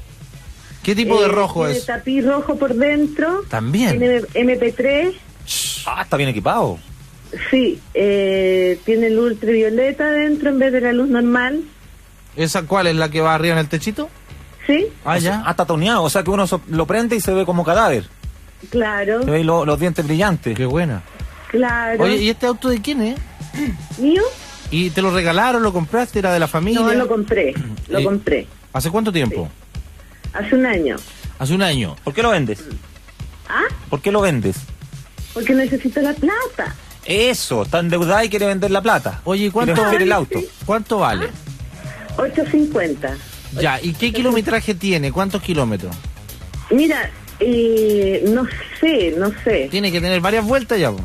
Speaker 3: ¿Qué tipo de
Speaker 15: Eh,
Speaker 3: rojo
Speaker 15: tiene
Speaker 3: es?
Speaker 15: tapiz rojo por dentro.
Speaker 2: También.
Speaker 15: Tiene MP3.
Speaker 2: Ah, está bien equipado.
Speaker 15: Sí, eh, tiene el ultravioleta dentro en vez de la luz normal.
Speaker 3: ¿Esa cuál es la que va arriba en el techito?
Speaker 15: Sí,
Speaker 3: Ah,
Speaker 2: O sea,
Speaker 3: ya.
Speaker 2: Ah, está toneado. O sea que uno so- lo prende y se ve como cadáver.
Speaker 15: claro,
Speaker 2: Se ve lo- los dientes brillantes.
Speaker 3: Qué buena.
Speaker 15: Claro.
Speaker 3: Oye, ¿y este auto de quién es?
Speaker 15: ¿Mío?
Speaker 3: ¿Y te lo regalaron, lo compraste, era de la familia?
Speaker 15: No, lo compré, lo
Speaker 3: Eh,
Speaker 15: compré.
Speaker 3: ¿Hace cuánto tiempo?
Speaker 15: Hace un año.
Speaker 3: Hace un año.
Speaker 2: ¿Por qué lo vendes?
Speaker 15: ¿Ah?
Speaker 2: ¿Por qué lo vendes?
Speaker 15: Porque necesito la plata.
Speaker 2: Eso, está endeudada y quiere vender la plata.
Speaker 3: Oye,
Speaker 2: ¿cuánto vale el auto?
Speaker 3: ¿Cuánto vale?
Speaker 15: 8.50.
Speaker 3: Ya, ¿y qué kilometraje tiene? ¿Cuántos kilómetros?
Speaker 15: Mira, eh, no sé, no sé.
Speaker 3: Tiene que tener varias vueltas ya. po.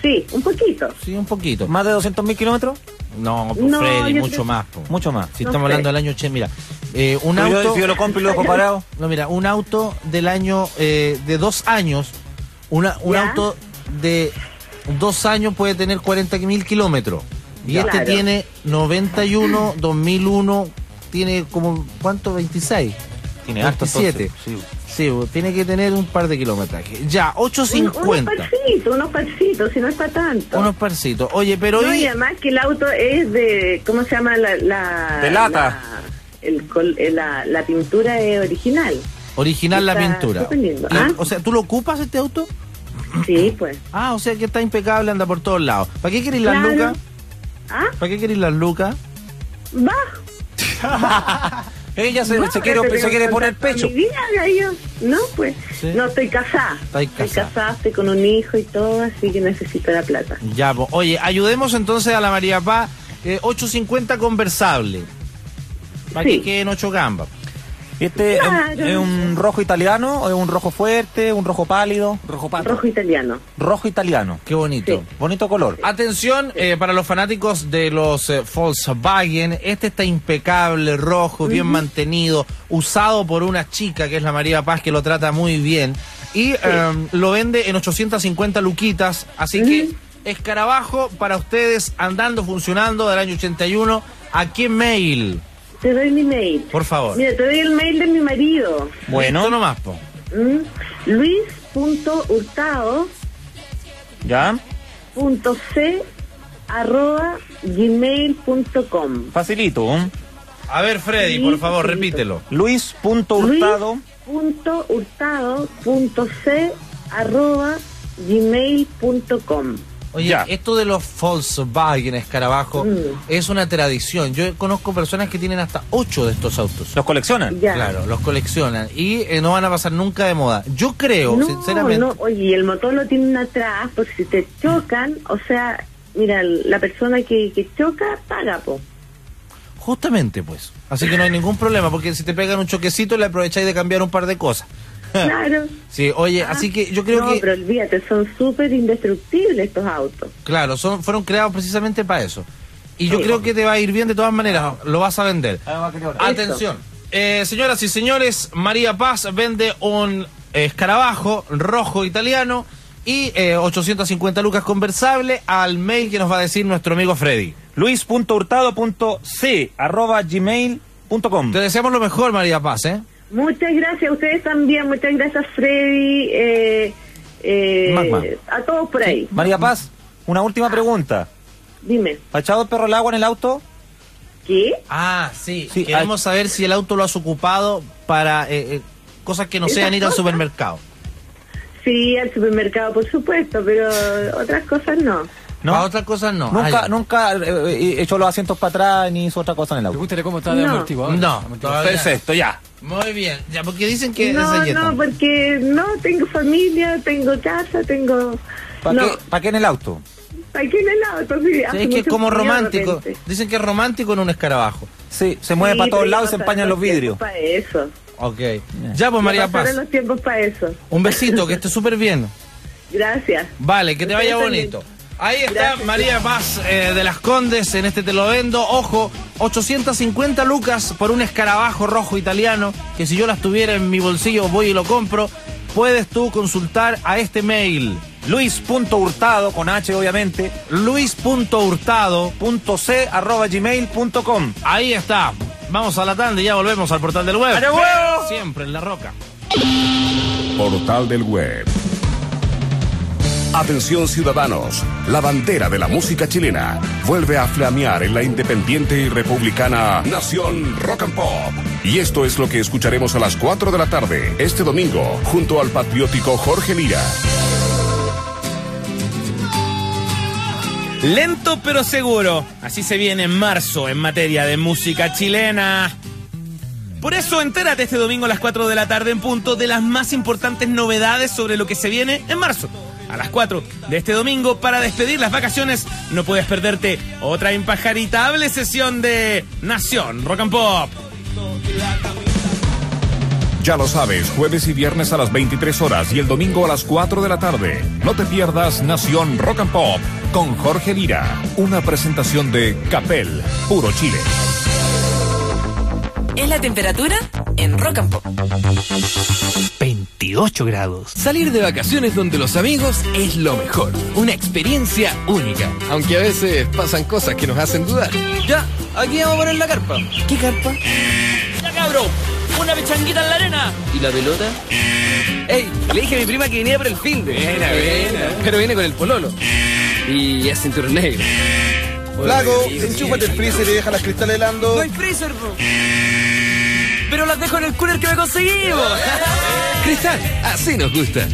Speaker 15: Sí, un poquito.
Speaker 3: Sí, un poquito.
Speaker 2: ¿Más de 200.000 kilómetros?
Speaker 3: No, pues
Speaker 15: No,
Speaker 3: Freddy,
Speaker 15: yo
Speaker 3: mucho
Speaker 15: creo-
Speaker 3: más. po.
Speaker 2: Mucho más.
Speaker 3: Si
Speaker 2: No
Speaker 3: estamos
Speaker 2: sé.
Speaker 3: hablando del año 80, mira. eh, un
Speaker 2: Pero yo-
Speaker 3: auto.
Speaker 2: si yo lo compro y lo dejo parado.
Speaker 3: No, mira, un auto del año. eh, de dos años. Una, un
Speaker 2: Ya.
Speaker 3: auto de dos años puede tener 40.000 kilómetros. Y
Speaker 2: Ya.
Speaker 3: este
Speaker 2: Claro.
Speaker 3: tiene 91, 2001. Tiene como. ¿Cuánto? 26.
Speaker 2: Tiene harto,
Speaker 3: 27.
Speaker 2: entonces, sí.
Speaker 3: Sí, pues, tiene que tener un par de kilometrajes. Ya,
Speaker 15: Un- Unos
Speaker 3: 850.
Speaker 15: parcitos, unos parcitos, si no es para tanto.
Speaker 3: Unos parcitos. Oye, pero
Speaker 15: No,
Speaker 3: hoy.
Speaker 15: y además que el auto es de, ¿cómo se llama? La, la,
Speaker 3: De lata.
Speaker 15: La, el col- eh, la, la pintura es original.
Speaker 3: Original la
Speaker 15: Está
Speaker 3: pintura.
Speaker 15: súper lindo,
Speaker 3: Y,
Speaker 15: ¿ah?
Speaker 3: O sea, ¿tú lo ocupas este auto?
Speaker 15: Sí, pues.
Speaker 3: Ah, o sea que está impecable, anda por todos lados. ¿Para qué queréis las
Speaker 15: Claro.
Speaker 3: lucas?
Speaker 15: ¿Ah?
Speaker 3: ¿Para qué queréis las lucas?
Speaker 15: Bajo.
Speaker 2: Ella se, se
Speaker 15: No,
Speaker 2: quiere,
Speaker 15: ya te
Speaker 2: se quiere
Speaker 15: tengo
Speaker 2: poner
Speaker 15: contacto
Speaker 2: pecho.
Speaker 15: a mi vida, ya yo- No, pues. No, estoy casada.
Speaker 3: Estáis
Speaker 15: Estoy
Speaker 3: casada.
Speaker 15: casada, estoy con un hijo y todo, así que necesito la plata.
Speaker 3: Ya, pues. Oye, ayudemos entonces a la María Paz. eh, 850 conversable. Para
Speaker 2: Sí.
Speaker 3: que queden 8 gambas.
Speaker 2: ¿Este es un-
Speaker 3: Claro.
Speaker 2: es un rojo italiano o es un rojo fuerte, un rojo pálido?
Speaker 3: Rojo
Speaker 15: Rojo italiano.
Speaker 2: Rojo italiano.
Speaker 3: Qué bonito.
Speaker 2: Bonito color.
Speaker 3: Atención eh, para los fanáticos de los eh, Volkswagen. Este está impecable, rojo, bien mantenido, usado por una chica que es la María Paz, que lo trata muy bien. Y em, lo vende en 850 luquitas. Así que, escarabajo para ustedes, andando, funcionando del año 81. ¿A qué mail?
Speaker 15: Te doy mi mail.
Speaker 3: Por favor.
Speaker 15: Mira, te doy el mail de mi marido.
Speaker 3: Bueno. nomás, po.
Speaker 15: ¿Mm? Luis.hurtado.
Speaker 2: ¿Ya?
Speaker 15: punto c arroba gmail.com
Speaker 2: Facilito.
Speaker 3: ¿eh? A ver, Freddy, por favor, repítelo.
Speaker 2: Luis.hurtado.
Speaker 15: punto hurtado punto c arroba gmail.com
Speaker 3: Oye, esto de los Volkswagen escarabajo
Speaker 15: Mm.
Speaker 3: es una tradición. Yo conozco personas que tienen hasta ocho de estos autos.
Speaker 2: ¿Los coleccionan?
Speaker 15: Ya.
Speaker 3: Claro, los coleccionan y eh, no van a pasar nunca de moda. Yo creo,
Speaker 15: no,
Speaker 3: sinceramente.
Speaker 15: no, oye, y el motor lo tienen atrás por si te chocan, o sea, mira, la persona que, que choca paga, po.
Speaker 3: Justamente, pues. Así que no hay ningún problema, porque si te pegan un choquecito, le aprovecháis de cambiar un par de cosas.
Speaker 15: Claro.
Speaker 3: Sí, oye, así que yo creo
Speaker 15: no,
Speaker 3: que.
Speaker 15: pero olvídate, son súper indestructibles estos autos.
Speaker 3: Claro, son, fueron creados precisamente para eso. Y yo creo que te va a ir bien de todas maneras, lo vas a vender. Atención. Eh, señoras y señores, María Paz vende un escarabajo rojo italiano y eh, 850 lucas conversable al mail que nos va a decir nuestro amigo Freddy.
Speaker 2: Luis.hurtado.c arroba gmail.com.
Speaker 3: Te deseamos lo mejor, María Paz, ¿eh?
Speaker 15: Muchas gracias a ustedes también, muchas gracias Freddy, eh, eh,
Speaker 2: Magma.
Speaker 15: a todos por ahí.
Speaker 2: María Paz, una última pregunta.
Speaker 15: Dime,
Speaker 2: ¿Ha echado el perro al agua en el auto?
Speaker 15: ¿qué?
Speaker 3: Ah, sí. Queremos saber si el auto lo has ocupado para eh, eh, cosas que no sean ir al supermercado.
Speaker 15: Sí, al supermercado, por supuesto, pero otras cosas no.
Speaker 2: No.
Speaker 3: Para otras cosas no. Ah,
Speaker 2: Nunca,
Speaker 3: ya.
Speaker 2: nunca eh, eh, echó los asientos para atrás ni hizo otra cosa en el auto.
Speaker 5: Pregúntale cómo está
Speaker 15: de
Speaker 5: de
Speaker 15: No.
Speaker 5: amortiguador.
Speaker 15: amortiguadores.
Speaker 3: No, todavía.
Speaker 2: Perfecto, ya.
Speaker 3: Muy bien. Ya, porque dicen que es
Speaker 15: no,
Speaker 3: de Yetan.
Speaker 15: no, porque no, tengo familia, tengo casa, tengo...
Speaker 2: ¿Para
Speaker 15: no,
Speaker 2: qué, pa' qué en el auto?
Speaker 15: aquí en el auto, sí,
Speaker 3: Sí,
Speaker 15: hace
Speaker 3: es que es
Speaker 15: mucho
Speaker 3: como
Speaker 15: frío de
Speaker 3: romántico.
Speaker 15: repente.
Speaker 3: Dicen que es romántico en un escarabajo.
Speaker 2: Sí, se mueve
Speaker 15: Sí,
Speaker 2: para todos
Speaker 15: pero
Speaker 2: lados y
Speaker 15: ya
Speaker 2: se
Speaker 15: pasaron
Speaker 2: empañan los vidrios.
Speaker 15: tiempos Para eso.
Speaker 3: Ok. Ya, pues María
Speaker 15: Ya pasaron
Speaker 3: Paz.
Speaker 15: los tiempos para eso.
Speaker 3: Un besito, que esté súper bien.
Speaker 15: Gracias.
Speaker 3: Vale, que te vaya
Speaker 15: Ustedes
Speaker 3: bonito. Ahí está María Paz eh, de las Condes en este Te lo vendo. Ojo, 850 lucas por un escarabajo rojo italiano, que si yo las tuviera en mi bolsillo voy y lo compro. Puedes tú consultar a este mail.
Speaker 2: Luis.hurtado, con H obviamente,
Speaker 3: luis.hurtado.c
Speaker 2: arroba gmail.com.
Speaker 3: Ahí está. Vamos a la tanda y ya volvemos al portal del web.
Speaker 2: ¡A la huevo!
Speaker 3: Siempre en la roca.
Speaker 4: Portal del Web.
Speaker 21: Atención ciudadanos, la bandera de la música chilena vuelve a flamear en la independiente y republicana Nación Rock and Pop. Y esto es lo que escucharemos a las 4 de la tarde, este domingo, junto al patriótico Jorge Lira.
Speaker 30: Lento pero seguro. Así se viene en marzo en materia de música chilena. Por eso entérate este domingo a las 4 de la tarde en punto de las más importantes novedades sobre lo que se viene en marzo. A las 4 de este domingo, para despedir las vacaciones, no puedes perderte otra impajaritable sesión de Nación Rock and Pop.
Speaker 19: Ya lo sabes, jueves y viernes a las 23 horas y el domingo a las 4 de la tarde. No te pierdas Nación Rock and Pop con Jorge Lira. Una presentación de Capel, Puro Chile.
Speaker 12: Es la temperatura en Rock and Pop.
Speaker 5: 28 grados. Salir de vacaciones donde los amigos es lo mejor. Una experiencia única. Aunque a veces pasan cosas que nos hacen dudar. Ya, aquí vamos a poner la carpa.
Speaker 12: ¿Qué carpa?
Speaker 30: ¡Ya cabro! ¡Una pechanguita en la arena!
Speaker 5: ¿Y la pelota?
Speaker 30: ¡Ey! Le dije a mi prima que venía por el fin de. Pero viene con el pololo. Y es cinturón negro.
Speaker 31: Flaco, enchúpate el freezer y deja las cristales helando.
Speaker 12: No hay freezer, po. Pero las dejo en el cooler que me conseguimos.
Speaker 5: Cristal,
Speaker 30: ah,
Speaker 5: así nos gusta.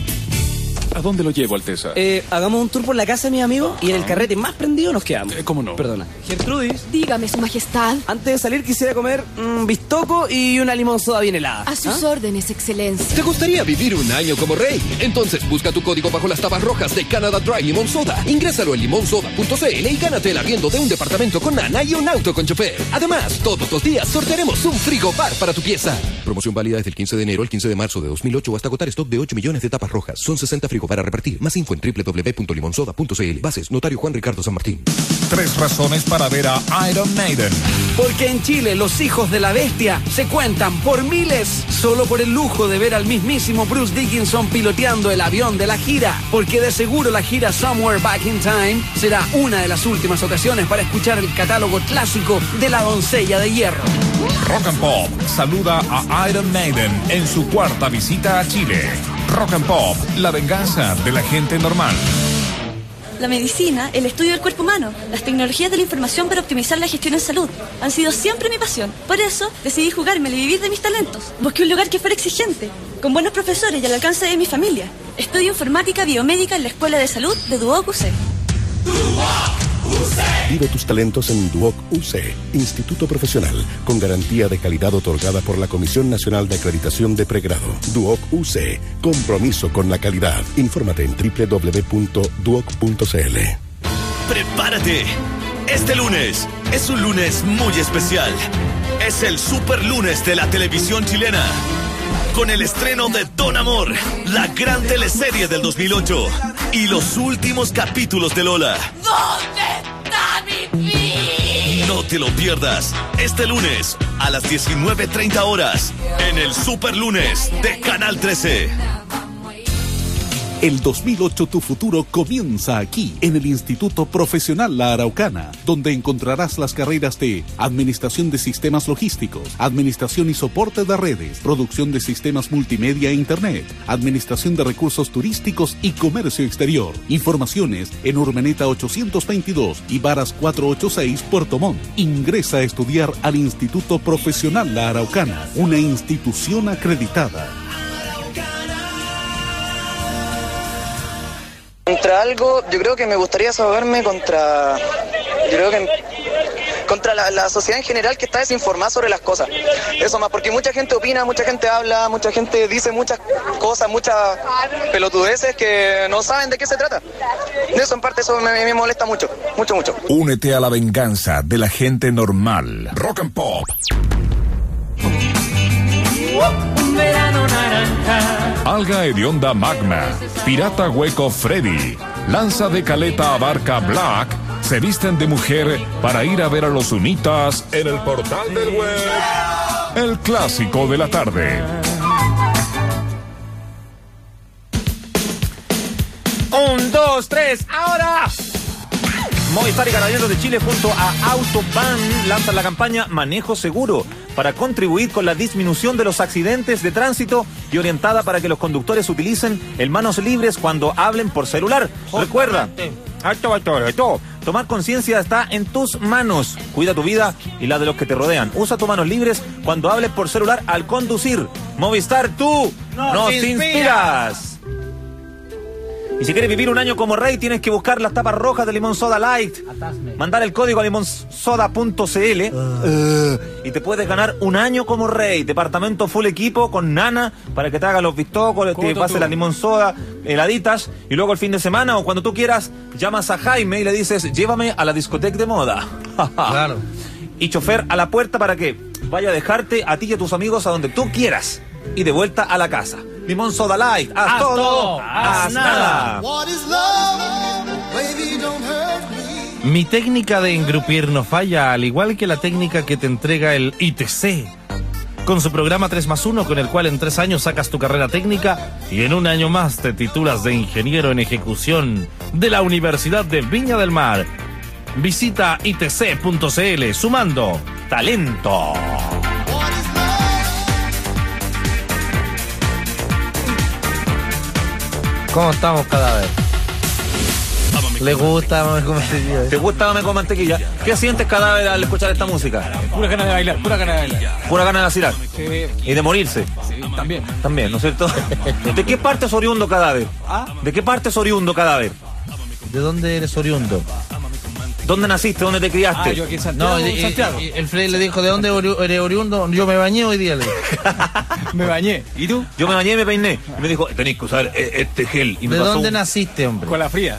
Speaker 32: ¿A dónde lo llevo, Alteza?
Speaker 14: Eh, hagamos un tour por la casa de mi amigo y en el carrete más prendido nos quedamos.
Speaker 32: Ah. Eh, ¿Cómo no?
Speaker 14: Perdona. Gertrudis.
Speaker 33: Dígame, su majestad.
Speaker 14: Antes de salir quisiera comer un bistoco y una limón soda bien helada.
Speaker 33: A sus
Speaker 14: ¿Ah?
Speaker 33: órdenes, excelencia.
Speaker 5: ¿Te gustaría vivir un año como rey? Entonces busca tu código bajo las tabas rojas de Canada Dry Limon Soda. Ingrésalo en limonsoda.cl y gánate el arriendo de un departamento con nana y un auto con chofer. Además, todos los días sortearemos un frigo bar para tu pieza.
Speaker 11: Promoción válida desde el 15 de enero al 15 de marzo de 2008 hasta agotar stock de 8 millones de tapas rojas. Son 60 frigo para repartir. Más info en www.limonsoda.cl. Bases, notario Juan Ricardo San Martín.
Speaker 19: Tres razones para ver a Iron Maiden.
Speaker 14: Porque en Chile los hijos de la bestia se cuentan por miles solo por el lujo de ver al mismísimo Bruce Dickinson piloteando el avión de la gira. Porque de seguro la gira Somewhere Back in Time será una de las últimas ocasiones para escuchar el catálogo clásico de la doncella de hierro.
Speaker 19: Rock and Pop saluda a Iron Maiden en su cuarta visita a Chile. Rock and Pop, la venganza de la gente normal.
Speaker 12: La medicina, el estudio del cuerpo humano, las tecnologías de la información para optimizar la gestión en salud han sido siempre mi pasión. Por eso decidí jugármela y vivir de mis talentos. Busqué un lugar que fuera exigente, con buenos profesores y al alcance de mi familia. Estudio informática biomédica en la Escuela de Salud de Duoc UC.
Speaker 21: Vive tus talentos en Duoc UC, Instituto Profesional, con garantía de calidad otorgada por la Comisión Nacional de Acreditación de Pregrado. Duoc UC, compromiso con la calidad. Infórmate en www.duoc.cl.
Speaker 34: Prepárate. Este lunes es un lunes muy especial. Es el super lunes de la televisión chilena. Con el estreno de Don Amor, la gran teleserie del 2008. Y los últimos capítulos de Lola.
Speaker 12: ¿Dónde está mi
Speaker 34: No te lo pierdas. Este lunes a las 19.30 horas. En el super lunes de Canal 13.
Speaker 9: El 2008 tu futuro comienza aquí, en el Instituto Profesional La Araucana, donde encontrarás las carreras de Administración de Sistemas Logísticos, Administración y Soporte de Redes, Producción de Sistemas Multimedia e Internet, Administración de Recursos Turísticos y Comercio Exterior. Informaciones en Urmeneta 822 y Varas 486 Puerto Montt. Ingresa a estudiar al Instituto Profesional La Araucana, una institución acreditada.
Speaker 15: Contra algo, yo creo que me gustaría desahogarme contra. Yo creo que. Contra la, la sociedad en general que está desinformada sobre las cosas. Eso más, porque mucha gente opina, mucha gente habla, mucha gente dice muchas cosas, muchas pelotudeces que no saben de qué se trata. De eso en parte, eso me, me molesta mucho, mucho, mucho.
Speaker 19: Únete a la venganza de la gente normal. Rock and Pop.
Speaker 12: Un verano naranja.
Speaker 19: Alga hedionda magma. Pirata hueco Freddy. Lanza de caleta abarca Black. Se visten de mujer para ir a ver a los unitas en el portal del web. El clásico de la tarde.
Speaker 2: 1, 2, 3, ahora. Movistar y Carabineros de Chile junto a Autobahn lanzan la campaña Manejo Seguro para contribuir con la disminución de los accidentes de tránsito y orientada para que los conductores utilicen el manos libres cuando hablen por celular. Recuerda, alto, alto, alto. Tomar conciencia está en tus manos. Cuida tu vida y la de los que te rodean. Usa tus manos libres cuando hables por celular al conducir. Movistar, tú
Speaker 30: Nos
Speaker 2: nos
Speaker 30: inspiras.
Speaker 2: inspiras. Y si quieres vivir un año como rey, tienes que buscar las tapas rojas de Limón Soda Light. Mandar el código a limonsoda.cl eh, y te puedes ganar un año como rey. Departamento full equipo con nana para que te haga los bistócoles, te
Speaker 22: Coto
Speaker 2: pase
Speaker 22: tú.
Speaker 2: la limón soda, heladitas. Y luego el fin de semana o cuando tú quieras, llamas a Jaime y le dices, llévame a la discoteca de moda. claro. Y chofer a la puerta para que vaya a dejarte a ti y a tus amigos a donde tú quieras. Y de vuelta a la casa. Limón Soda Light, haz,
Speaker 1: Haz
Speaker 2: todo,
Speaker 1: todo,
Speaker 2: haz,
Speaker 1: haz
Speaker 2: nada.
Speaker 1: What is love? Baby, don't hurt me.
Speaker 3: Mi técnica de engrupir no falla, al igual que la técnica que te entrega el ITC. Con su programa 3 más 1, con el cual en tres años sacas tu carrera técnica y en un año más te titulas de ingeniero en ejecución de la Universidad de Viña del Mar. Visita itc.cl sumando talento.
Speaker 22: ¿Cómo estamos cada vez?
Speaker 3: ¿Le gusta Mame con Mantequilla?
Speaker 2: ¿Te gusta Mame con Mantequilla? ¿Qué sientes cadáver al escuchar esta música?
Speaker 23: Pura ganas de bailar, pura ganas de bailar.
Speaker 2: Pura ganas de vacilar.
Speaker 23: Sí,
Speaker 2: Y de morirse.
Speaker 23: también.
Speaker 2: También, ¿no es cierto? ¿De qué parte es oriundo cadáver?
Speaker 23: Ah,
Speaker 2: ¿De qué parte es oriundo cadáver?
Speaker 3: ¿De dónde eres oriundo?
Speaker 2: ¿Dónde naciste? ¿Dónde te
Speaker 23: Ah,
Speaker 2: criaste?
Speaker 3: No, y- y- y el Freddy le dijo, ¿de dónde ori- eres oriundo? Yo me bañé hoy día. le dijo.
Speaker 2: Me bañé. ¿Y tú? Yo me bañé y me peiné. Y me dijo, tenéis que usar eh, este gel. Y me
Speaker 3: ¿De
Speaker 2: pasó
Speaker 3: dónde
Speaker 2: un-
Speaker 3: naciste, hombre?
Speaker 23: Con la fría.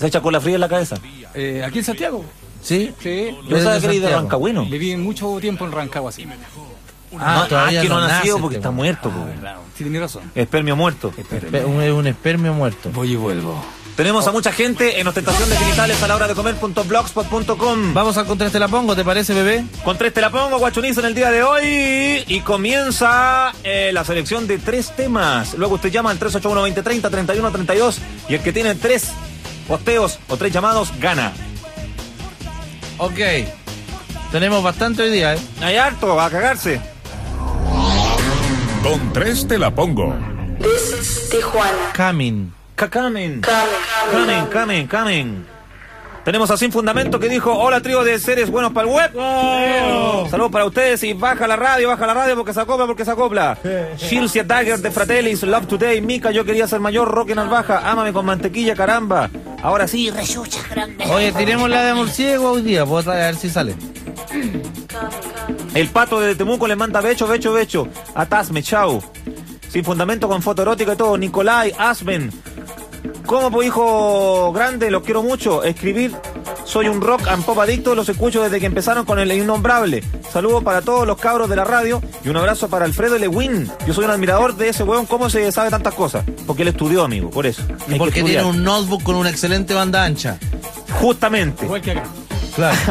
Speaker 2: ¿Se echa cola fría en la cabeza?
Speaker 23: Eh, ¿Aquí en Santiago?
Speaker 3: ¿Sí?
Speaker 23: Sí.
Speaker 2: Yo pensaba que eres de Rancagüeno.
Speaker 23: Viví mucho tiempo en Rancagua, sí. Ah,
Speaker 2: Ah,
Speaker 3: todavía
Speaker 2: que no
Speaker 3: no
Speaker 2: ha nacido
Speaker 3: nace,
Speaker 2: porque
Speaker 3: este
Speaker 2: está muerto. pues. po.
Speaker 23: Sí, tiene razón.
Speaker 2: Espermio muerto.
Speaker 3: Espe- un- Es un espermio muerto.
Speaker 23: Voy y vuelvo.
Speaker 2: Tenemos a mucha gente en ostentación de genitales a la hora de comer.blogspot.com.
Speaker 3: Vamos al Contraste la Pongo, ¿te parece, bebé?
Speaker 2: Contraste la Pongo, guachunizo en el día de hoy. Y comienza eh, la selección de tres temas. Luego usted llama al 381-2030, 31-32. Y el que tiene tres posteos o tres llamados gana.
Speaker 3: Ok. Tenemos bastante hoy día, ¿eh?
Speaker 2: Hay harto, va a cagarse.
Speaker 19: Con tres te la pongo.
Speaker 1: This is Tijuana.
Speaker 3: Camin.
Speaker 2: Cacamen. Camen, camen, camen. Tenemos a Sin Fundamento que dijo, hola trío de seres buenos para el web. Saludos para ustedes y baja la radio, baja la radio porque se acopla, porque se acopla. Shilcia Dagger de Fratellis, Love Today, Mika, yo quería ser mayor, Roque Narvaja, ámame con mantequilla, caramba. Ahora sí, rechucha, grande.
Speaker 3: Oye, tiremos la de murciélago hoy día, pues, a ver si sale.
Speaker 2: El pato de Temuco le manda becho, becho, becho. Atasme, chau. Sin fundamento, con foto erótica y todo. Nicolai, Asben. ¿Cómo, pues, hijo grande? Los quiero mucho. Escribir. Soy un rock and pop adicto. Los escucho desde que empezaron con el innombrable. Saludos para todos los cabros de la radio. Y un abrazo para Alfredo Lewin. Yo soy un admirador de ese huevón. ¿Cómo se sabe tantas cosas? Porque él estudió, amigo. Por eso. Hay
Speaker 3: Y
Speaker 2: que
Speaker 3: porque
Speaker 2: estudiar.
Speaker 3: tiene un notebook con una excelente banda ancha.
Speaker 2: Justamente.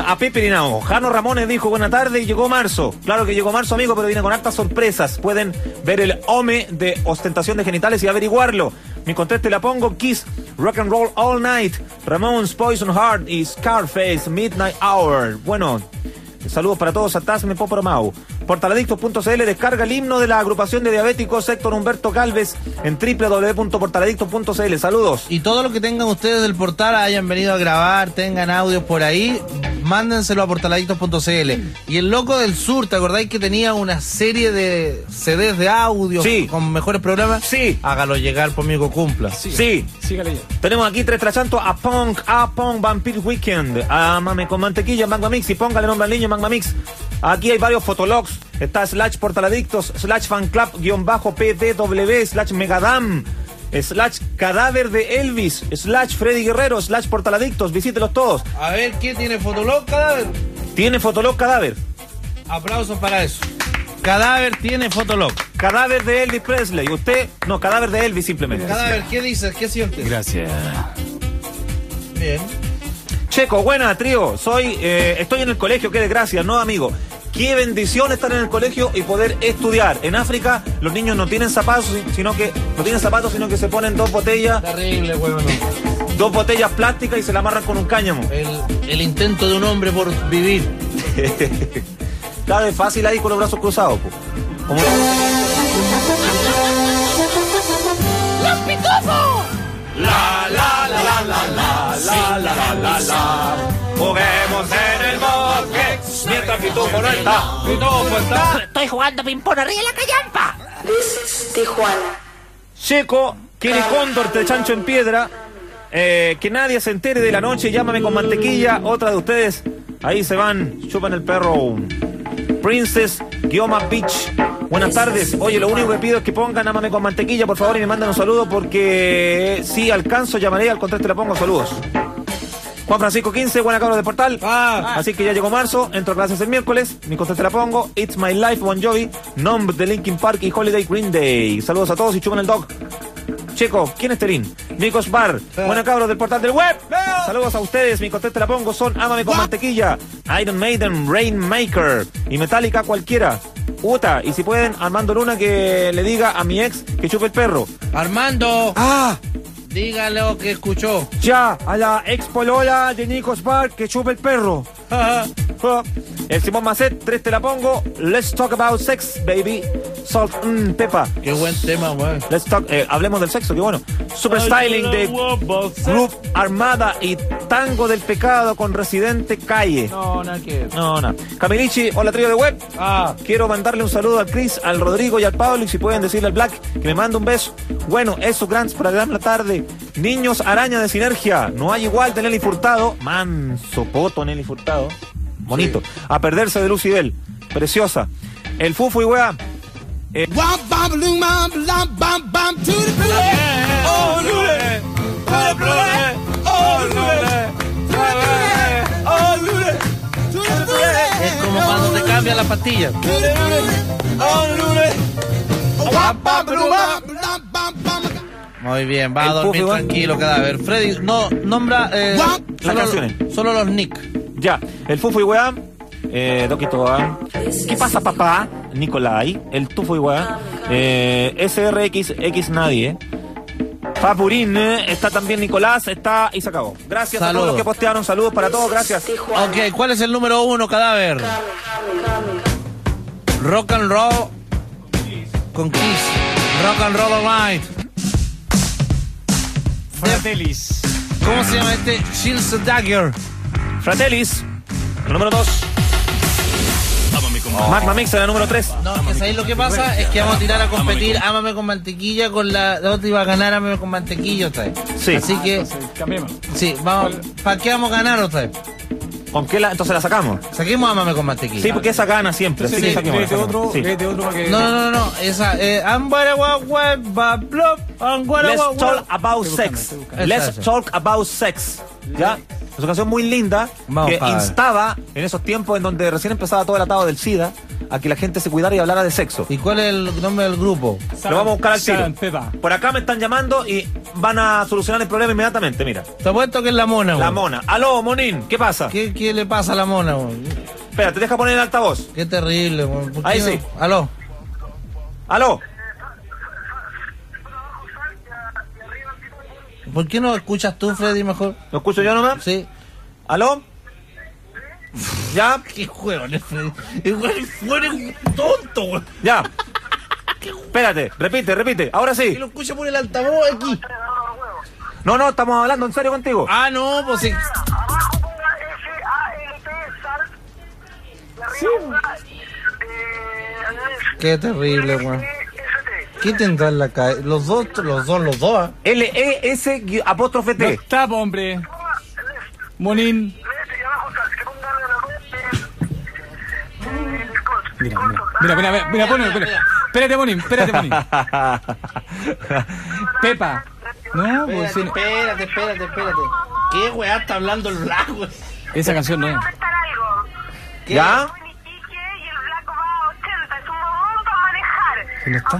Speaker 2: A Pepe Rinao. Jano Ramones dijo buena tarde y llegó marzo. Claro que llegó marzo, amigo, pero viene con hartas sorpresas. Pueden ver el OME de ostentación de genitales y averiguarlo. Mi conteste la pongo Kiss, Rock and Roll All Night, Ramones, Poison Heart y Scarface, Midnight Hour. Bueno, saludos para todos a Tasme Popromau. Portaladictos.cl descarga el himno de la agrupación de diabéticos Héctor Humberto Calves en www.portaladictos.cl. Saludos.
Speaker 3: Y todo lo que tengan ustedes del portal, hayan venido a grabar, tengan audios por ahí, mándenselo a portaladitos.cl. Y el loco del sur, ¿te acordáis que tenía una serie de CDs de audio con mejores programas?
Speaker 2: Sí.
Speaker 3: Hágalo llegar por mi que cumpla.
Speaker 2: Sí.
Speaker 23: Sígale ya.
Speaker 2: Tenemos aquí tres trachantos a Punk, a Punk Vampire Weekend, a Mame con Mantequilla, Magma Mix y póngale nombre al niño Magma Mix. Aquí hay varios fotologs, está slash portaladictos, slash fanclub, guión bajo PDW, slash megadam, slash cadáver de Elvis, slash Freddy Guerrero, slash portaladictos, visítelos todos.
Speaker 3: A ver, ¿qué tiene Fotolog Cadáver?
Speaker 2: Tiene fotolog cadáver.
Speaker 3: Aplausos para eso. Cadáver tiene Fotolog.
Speaker 2: Cadáver de Elvis Presley, usted, no, cadáver de Elvis simplemente.
Speaker 3: Cadáver, ¿qué dices? ¿Qué sientes?
Speaker 23: Gracias.
Speaker 3: Bien.
Speaker 2: Checo, buena, trío. Soy, eh, estoy en el colegio, qué desgracia, no, amigo. Qué bendición estar en el colegio y poder estudiar. En África los niños no tienen zapatos, sino que no tienen zapatos, sino que se ponen dos botellas,
Speaker 3: Terrible, huevón.
Speaker 2: dos botellas plásticas y se la amarran con un cáñamo.
Speaker 3: El intento de un hombre por vivir.
Speaker 2: claro, es fácil ahí con los brazos cruzados. po. Como-
Speaker 1: ¡Los pitufos! La, la, la, la, la, la, la, la, la, la, la.
Speaker 2: Juguemos en el bosque mientras Pitufo no está. Pitufo está.
Speaker 1: Estoy jugando ping-pong arriba de la callampa. This is Tijuana.
Speaker 2: Checo, Kenny Cóndor de Chancho en Piedra. Eh, que nadie se entere de la noche. Llámame con mantequilla. Otra de ustedes. Ahí se van. Chupan el perro. Princess Guioma Beach. Buenas tardes. Oye, lo único que pido es que pongan Amame con mantequilla, por favor, y me manden un saludo porque si alcanzo, llamaré y al contrario te la pongo. Saludos. Juan Francisco 15, buena cabros de portal. Así que ya llegó marzo, entro a clases el miércoles, mi contesta te la pongo. It's My Life, Bon Jovi, Numb de Linkin Park y Holiday Green Day. Saludos a todos y chupan el dog. Checo, ¿quién es Terín? Micos Bar, buena cabros del portal del web. Saludos a ustedes, mi contesta te la pongo son Amame con mantequilla, Iron Maiden, Rainmaker y Metallica cualquiera. Uta, y si pueden, Armando Luna que le diga a mi ex que chupe el perro.
Speaker 3: Armando.
Speaker 2: Ah.
Speaker 3: Dígale lo que escuchó.
Speaker 2: Ya, a la ex polola de Nicos Park que chupe el perro. Ah, el Simón Macet, tres te la pongo. Let's talk about sex, baby. Salt mm, Pepa.
Speaker 3: Qué buen tema, weón.
Speaker 2: Let's talk, eh, hablemos del sexo, qué bueno. Super styling de Group Armada y Tango del Pecado con Residente Calle.
Speaker 3: No, nada que ver.
Speaker 2: No, no. Camilichi, hola trío de web. Quiero mandarle un saludo al Chris, al Rodrigo y al Pablo. Y si pueden decirle al Black que me mande un beso. Bueno, eso, Grants, para gran la tarde. Niños Araña de Sinergia. No hay igual de Nelly Furtado. Manso poto Nelly Furtado. Bonito. A perderse de Lucibel. Preciosa. El Fufu y Wea. Eh.
Speaker 3: Oh,
Speaker 1: Oh,
Speaker 3: Oh, Es como cuando te cambian la Oh, pastilla.
Speaker 1: Oh, Oh,
Speaker 3: Muy bien, va a dormir tranquilo cadáver. Freddy, no, nombra eh,
Speaker 2: Las
Speaker 3: solo,
Speaker 2: canciones.
Speaker 3: solo los nick.
Speaker 2: Ya, el Fufu y Weá, eh, Doki Toa. ¿Qué pasa, papá? Nicolai, el Tufu y Weá, eh, SRX, X Nadie. Papurín, eh, está también Nicolás, está y se acabó. Gracias a todos
Speaker 3: Saludos.
Speaker 2: los que postearon, saludos para todos, gracias.
Speaker 3: Ok, ¿cuál es el número uno cadáver? Rock and roll con Kiss. Rock and roll all night.
Speaker 2: Fratellis.
Speaker 3: ¿Cómo se llama este? Shields Dagger.
Speaker 2: Fratellis, el número 2. Magma Mixer, el número 3.
Speaker 3: No, es que ahí lo que pasa es que vamos a tirar a competir Ámame con mantequilla con la, la otra iba a ganar Ámame con mantequilla otra vez.
Speaker 2: Sí.
Speaker 3: Así que Sí, vamos, ¿para qué vamos a ganar otra vez?
Speaker 2: ¿Con qué la, entonces la sacamos?
Speaker 3: Saquemos Ámame con mantequilla.
Speaker 2: Sí, porque esa gana siempre. así que saquemos,
Speaker 3: léete
Speaker 2: saquemos, sí.
Speaker 3: No, no, no, no, esa eh I'm what I want, what, but, blop, I'm what I
Speaker 2: Let's
Speaker 3: want,
Speaker 2: talk
Speaker 3: what-
Speaker 2: about
Speaker 3: Estoy buscando,
Speaker 2: sex.
Speaker 3: estoy buscando.
Speaker 2: Let's
Speaker 3: Esa, esa.
Speaker 2: talk about sex. ¿Ya? Es una canción muy linda
Speaker 3: Vamos,
Speaker 2: que
Speaker 3: padre.
Speaker 2: instaba en esos tiempos en donde recién empezaba todo el atado del SIDA a que la gente se cuidara y hablara de sexo.
Speaker 3: ¿Y cuál es el nombre del grupo?
Speaker 2: Lo vamos a buscar al tiro. Por acá me están llamando y van a solucionar el problema inmediatamente, mira.
Speaker 3: Te apuesto que es la mona,
Speaker 2: La
Speaker 3: güey.
Speaker 2: mona. Aló, Monín, ¿qué pasa?
Speaker 3: ¿Qué, qué le pasa a la mona, güey?
Speaker 2: Espera, te deja poner el altavoz.
Speaker 3: Qué terrible, güey. ¿Por
Speaker 2: Ahí
Speaker 3: qué
Speaker 2: sí.
Speaker 3: no? Aló.
Speaker 2: Aló.
Speaker 3: ¿Por qué no escuchas tú, Freddy, mejor?
Speaker 2: ¿Lo escucho yo nomás?
Speaker 3: Sí.
Speaker 2: ¿Aló? ¿Ya?
Speaker 3: Qué juego, Freddy. Igual fuera un tonto, güey.
Speaker 2: Ya. Espérate, repite, repite. Ahora
Speaker 3: Y
Speaker 2: sí.
Speaker 3: lo escucha por el altavoz aquí.
Speaker 2: No, no, estamos hablando en serio contigo.
Speaker 3: Ah, no, pues sí. Qué terrible, güey. ¿Qué tendrá en la calle? Los dos, los dos, los dos. ¿ah?
Speaker 2: L-E-S gui- E apóstrofe T.
Speaker 4: Está, hombre. Monín. Mira, mira, mira, mira, mira, mira, ponlo, espera. Espérate, Monín, espérate, Monín. Pepa. No, pues sí, no.
Speaker 3: espérate, espérate, espérate. ¿Qué weá está hablando el Black, güey?
Speaker 4: esa canción no es.
Speaker 3: ¿Qué?
Speaker 2: ¿Ya?
Speaker 4: ¿No está?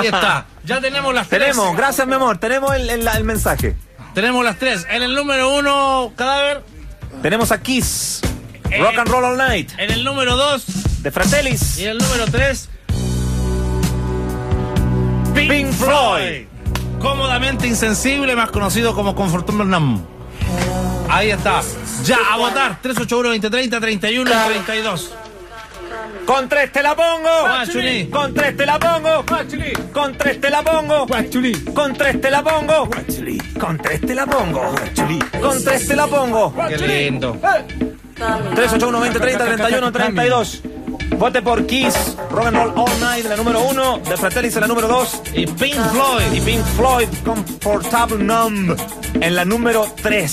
Speaker 3: Ahí está. Ya tenemos las tres.
Speaker 2: Tenemos, gracias mi amor, tenemos el, el- el mensaje.
Speaker 3: Tenemos las tres. En el número uno, cadáver.
Speaker 2: Tenemos a Kiss, Rock and Roll All Night,
Speaker 3: En el número dos.
Speaker 2: de Fratellis,
Speaker 3: Y en el número tres.
Speaker 2: Pink Floyd.
Speaker 3: Cómodamente insensible, más conocido como Confortum Nam. Ahí está. Ya, a votar. 381-2030, 31 y 32.
Speaker 2: Con tres te la
Speaker 3: Guachuli.
Speaker 2: pongo. Con tres te la pongo. Con tres te la pongo. Con tres te la pongo. Con tres te la pongo. Con tres te la pongo.
Speaker 3: Qué lindo.
Speaker 2: 381 20 30 31 32. Vote por Kiss, Rock and Roll All Night de la número uno, The Fratellis de la número dos y Pink Floyd y Pink Floyd Comfortable Numb en la número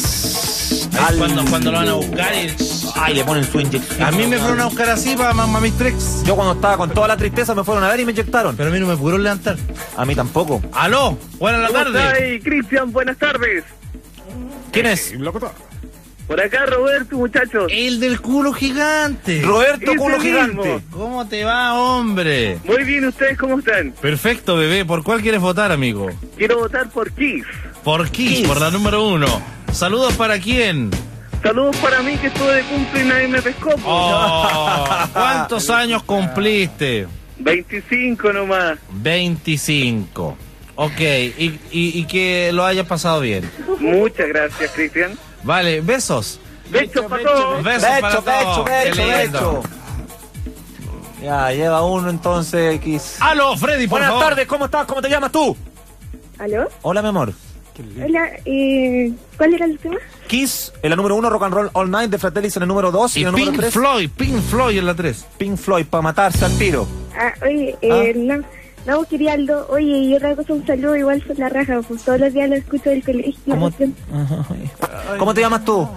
Speaker 2: tres.
Speaker 35: Ahí cuando- cuando lo van a buscar y-
Speaker 2: Ay, le ponen su inyección.
Speaker 3: A mí me fueron a buscar así para Mamma Mistrex.
Speaker 2: Yo cuando estaba con toda la tristeza me fueron a ver y me inyectaron. Pero
Speaker 3: a mí no me pudieron levantar.
Speaker 2: A mí tampoco.
Speaker 3: ¡Aló!
Speaker 2: Buenas
Speaker 4: ¿Cómo estáis, Cristian? Buenas tardes.
Speaker 2: ¿Quién es?
Speaker 4: Por acá, Roberto, muchachos.
Speaker 3: El del culo gigante.
Speaker 4: Ese mismo.
Speaker 3: ¿Cómo te va, hombre?
Speaker 4: Muy bien, ¿ustedes cómo están?
Speaker 36: Perfecto, bebé. ¿Por cuál quieres votar, amigo?
Speaker 4: Quiero votar por Kiss.
Speaker 36: Por Kiss, por la número uno. Saludos para quién.
Speaker 4: Saludos para mí que estuve de cumple y nadie me pescó. pues. po.
Speaker 36: Oh, ¿Cuántos años cumpliste?
Speaker 4: 25 nomás.
Speaker 36: 25. Ok, y, y- y que lo hayas pasado bien.
Speaker 4: Muchas gracias, Cristian.
Speaker 36: Vale, besos.
Speaker 4: Besos para todos.
Speaker 36: Besos para todos. Oh, Qué lindo.
Speaker 2: Ya, lleva uno entonces, X.
Speaker 36: ¡Aló, Freddy,
Speaker 2: por Buenas tardes, ¿cómo estás? ¿Cómo te llamas tú?
Speaker 15: ¿Aló?
Speaker 2: Hola, mi amor.
Speaker 15: Hola, eh, ¿cuál era el tema?
Speaker 2: Kiss en la número uno, Rock and Roll All Night de Fratellis en la número dos. Y, en la
Speaker 36: Pink
Speaker 2: número tres.
Speaker 36: Floyd, Pink Floyd en la tres.
Speaker 2: Pink Floyd, para matarse al tiro.
Speaker 15: Ah, oye, eh, no, no, quería algo. Oye, y otra cosa, un saludo igual por la raja, pues todos los días lo escucho del colegio.
Speaker 2: ¿Cómo? ¿Cómo te llamas tú?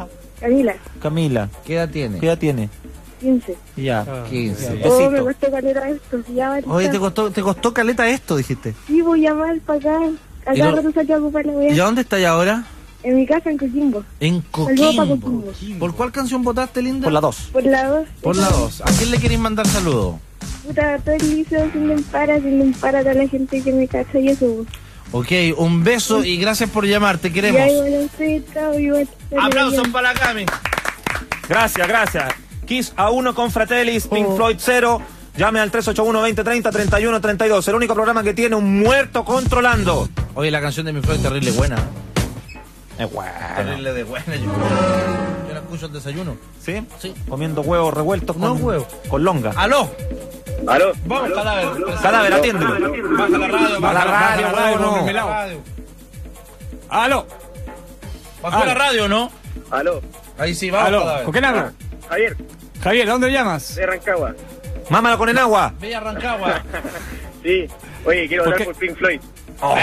Speaker 15: Camila,
Speaker 2: Camila.
Speaker 3: ¿Qué edad tiene?
Speaker 2: ¿Qué edad tiene?
Speaker 15: 15.
Speaker 36: Ah,
Speaker 2: Ya.
Speaker 3: 15.
Speaker 15: Oh, me costó caleta esto, ya vale.
Speaker 3: Oye, te costó, te costó caleta esto, dijiste.
Speaker 15: Sí, voy a llamar para acá.
Speaker 3: ¿Y
Speaker 15: Acá
Speaker 3: no-
Speaker 15: rato salí a ocupar la wea.
Speaker 3: ¿Y a dónde estás ahora?
Speaker 15: En mi casa, en Coquimbo.
Speaker 3: En
Speaker 15: Saludos para
Speaker 3: Coquimbo.
Speaker 15: Coquimbo.
Speaker 3: ¿Por cuál canción votaste, linda?
Speaker 2: Por la 2.
Speaker 15: Por la dos.
Speaker 3: Por la 2. ¿A quién le queréis mandar saludos?
Speaker 15: Puta, todo el liceo haciendo un para, haciendo un para a toda la gente que me cacha y eso. pues.
Speaker 3: Ok, un beso y gracias por llamar. Te queremos.
Speaker 15: Ya, igual a ustedes, chao, igual.
Speaker 35: Aplausos para la Cami.
Speaker 2: Gracias, gracias. Kiss a uno con Fratellis, Pink
Speaker 37: Oh.
Speaker 2: Floyd cero. Llame al 381-2030-3132. El único programa que tiene un muerto controlando.
Speaker 3: Oye, la canción de mi Floyd es terrible buena. ¿eh?
Speaker 2: Es buena.
Speaker 3: Terrible de buena. Yo, yo la escucho al desayuno.
Speaker 2: ¿Sí? Sí. Comiendo huevos revueltos con, con longa.
Speaker 3: ¡Aló!
Speaker 2: ¡Aló!
Speaker 3: Vamos, cadáver.
Speaker 2: Cadáver, atiéndelo.
Speaker 3: Baja la radio,
Speaker 2: Baja la radio, huevo, no. ¡Aló!
Speaker 36: Bajó la radio, ¿no?
Speaker 4: Aló.
Speaker 3: Ahí sí,
Speaker 15: vamos,
Speaker 37: Aló, ¿con quién hablo?
Speaker 4: Javier,
Speaker 37: Javier, ¿dónde llamas?
Speaker 4: de Rancagua.
Speaker 2: Mámala con el agua.
Speaker 4: Bella Rancagua. sí. Oye, quiero hablar por Pink Floyd.
Speaker 2: Mira.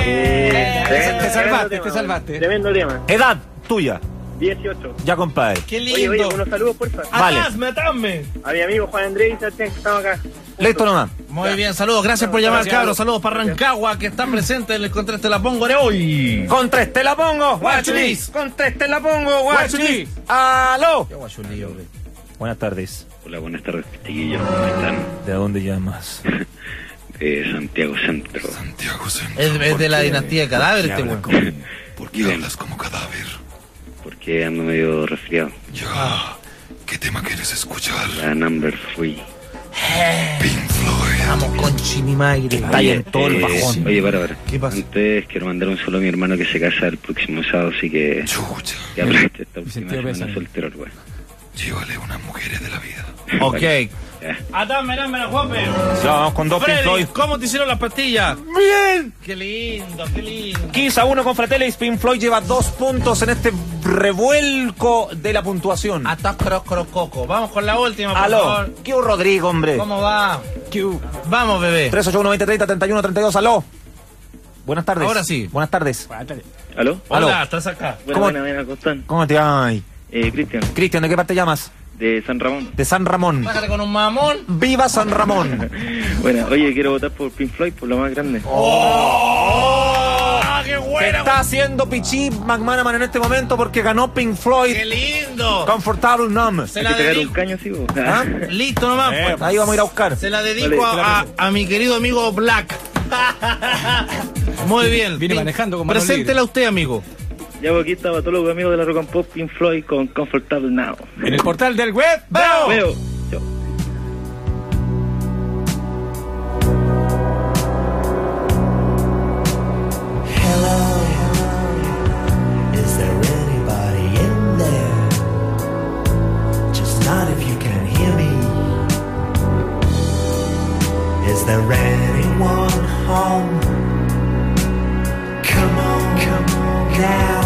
Speaker 4: Te
Speaker 37: salvaste,
Speaker 4: te salvaste. Tremendo tema.
Speaker 2: Edad tuya.
Speaker 4: 18.
Speaker 2: Ya, compadre.
Speaker 4: Oye, oye, unos saludos, porfa.
Speaker 2: Vale.
Speaker 4: matadme. A mi amigo Juan Andrés y Sebastián que estamos acá.
Speaker 2: Listo nomás.
Speaker 3: Muy bien, saludos. Gracias por llamar,
Speaker 4: Gracias.
Speaker 3: cabros. Saludos para Rancagua, que está presente en el Contra Te la Pongo de hoy.
Speaker 2: Con tres te la pongo,
Speaker 3: Guachulis.
Speaker 2: guachulis. Con tres te la pongo, guachulis.
Speaker 3: Guachulis.
Speaker 2: ¡Aló!
Speaker 3: Buenas
Speaker 2: Buenas tardes.
Speaker 6: Hola, buenas tardes, chiquillos. ¿Cómo están?
Speaker 2: ¿De dónde llamas?
Speaker 6: De Santiago Centro. Santiago Centro.
Speaker 3: Es- es de la dinastía de cadáveres, este weón.
Speaker 6: ¿Por qué hablas como cadáver? Porque ando medio resfriado.
Speaker 3: Ah,
Speaker 6: Ya. ¿Qué tema quieres escuchar? La number three.
Speaker 3: Vamos con Chinimaire. Está ahí en todo el
Speaker 6: eh,
Speaker 3: bajón.
Speaker 6: Oye, para, para.
Speaker 3: ¿Qué pasa?
Speaker 6: Antes quiero mandar un saludo a mi hermano que se casa el próximo sábado, así que. Chucha. Ya hablaste esta última
Speaker 15: sentí
Speaker 6: semana
Speaker 15: pésame.
Speaker 6: soltero, güey. Llévale unas mujeres de la vida.
Speaker 36: Ok.
Speaker 6: Ya.
Speaker 36: Atame, dámela, Juanpe.
Speaker 2: Ya, vamos con dos
Speaker 36: Freddy,
Speaker 2: Pink Floyd.
Speaker 36: ¿cómo te hicieron las pastillas?
Speaker 2: Bien.
Speaker 36: Qué lindo, qué lindo.
Speaker 2: 15 a 1 con Fratellis. Pink Floyd lleva dos puntos en este revuelco de la puntuación.
Speaker 3: Atas croc croc coco. Vamos con la última, por
Speaker 2: Aló.
Speaker 3: favor.
Speaker 2: ¿Qué hubo, Rodrigo, hombre?
Speaker 3: ¿Cómo va? Vamos, bebé.
Speaker 2: 381 30 31 32 aló. Buenas tardes.
Speaker 3: Ahora sí.
Speaker 2: Buenas tardes.
Speaker 6: ¿Aló?
Speaker 2: Aló.
Speaker 6: Hola,
Speaker 2: estás acá.
Speaker 6: Bueno,
Speaker 2: ¿Cómo,
Speaker 6: buena, buena, ¿cómo están?
Speaker 2: cómo te llamas?
Speaker 6: Eh, Cristian,
Speaker 2: Cristian, ¿de qué parte llamas?
Speaker 6: de San Ramón.
Speaker 2: De San Ramón.
Speaker 3: Bájate con un mamón.
Speaker 2: ¡Viva San Ramón!
Speaker 6: Bueno, oye, quiero votar por Pink Floyd, por lo más grande.
Speaker 3: Oh.
Speaker 2: ¡Ah, qué buena! Está haciendo pichí McManaman en este momento porque ganó Pink Floyd. ¡Qué
Speaker 3: lindo!
Speaker 2: Comfortable Numb.
Speaker 3: Se la Hay que dedico. pegar un
Speaker 6: caño, sí, vos.
Speaker 2: ¿Ah?
Speaker 3: Listo nomás.
Speaker 2: Eh,
Speaker 3: pues.
Speaker 2: ahí vamos a ir a buscar.
Speaker 3: Se la dedico a, a- a mi querido amigo Black. Muy bien.
Speaker 6: Viene manejando con mano
Speaker 3: Preséntela usted, amigo.
Speaker 6: Ya pues, aquí estaba todos los amigos de la Rock and Pop Pink Floyd con Comfortable Now.
Speaker 37: En el portal del
Speaker 3: Pues,
Speaker 37: web. ¡Bravo!
Speaker 6: Veo.
Speaker 8: Hello, is there anybody in there? Just not if you can hear me. Is there anyone home? Come on, come on down.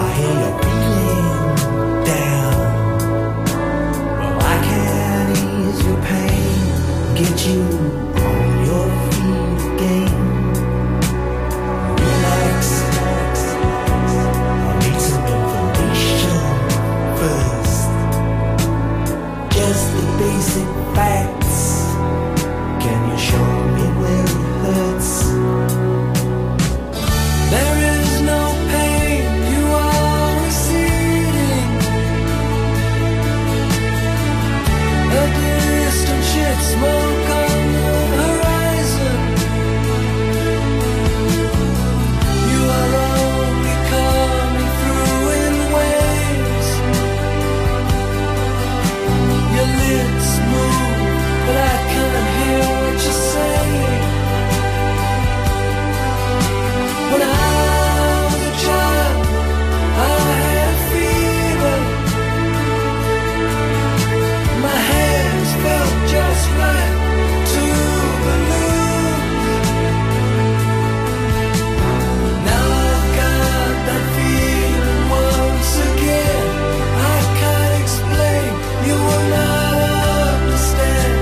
Speaker 8: I hear you're feeling down. Well, I can't get you on your feet again. Relax. I need some information first. Just the basic facts. Can you show me where it hurts? There is no pain you are receding. A distant ship smoke on the horizon. You are only coming through in waves. Your lips move, but I can't hear what you're saying. When I was a child, I had fever. My hands felt just right to balloon. Now I've got that feeling once again. I can't explain, you will not understand.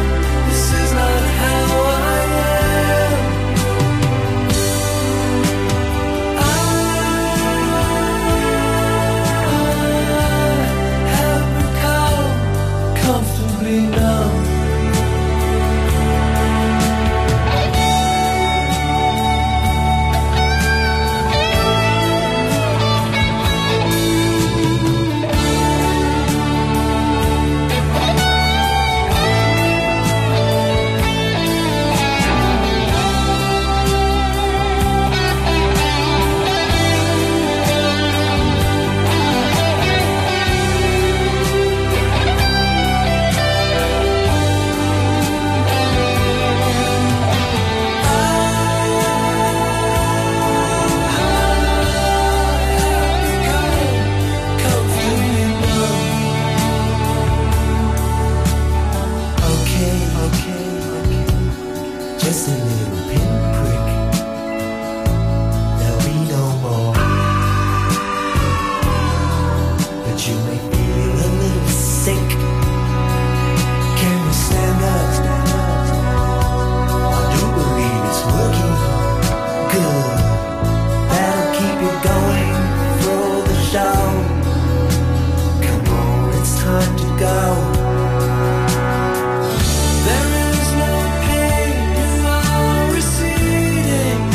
Speaker 8: This is not how I am. I have become comfortably numb. Okay, okay, okay. Just a little pinprick. There'll be no more. But you may feel a little sick. Can you stand up? I do believe it's working. Good. That'll keep you going through the show. Come on, it's time to go. There is no pain you are receiving.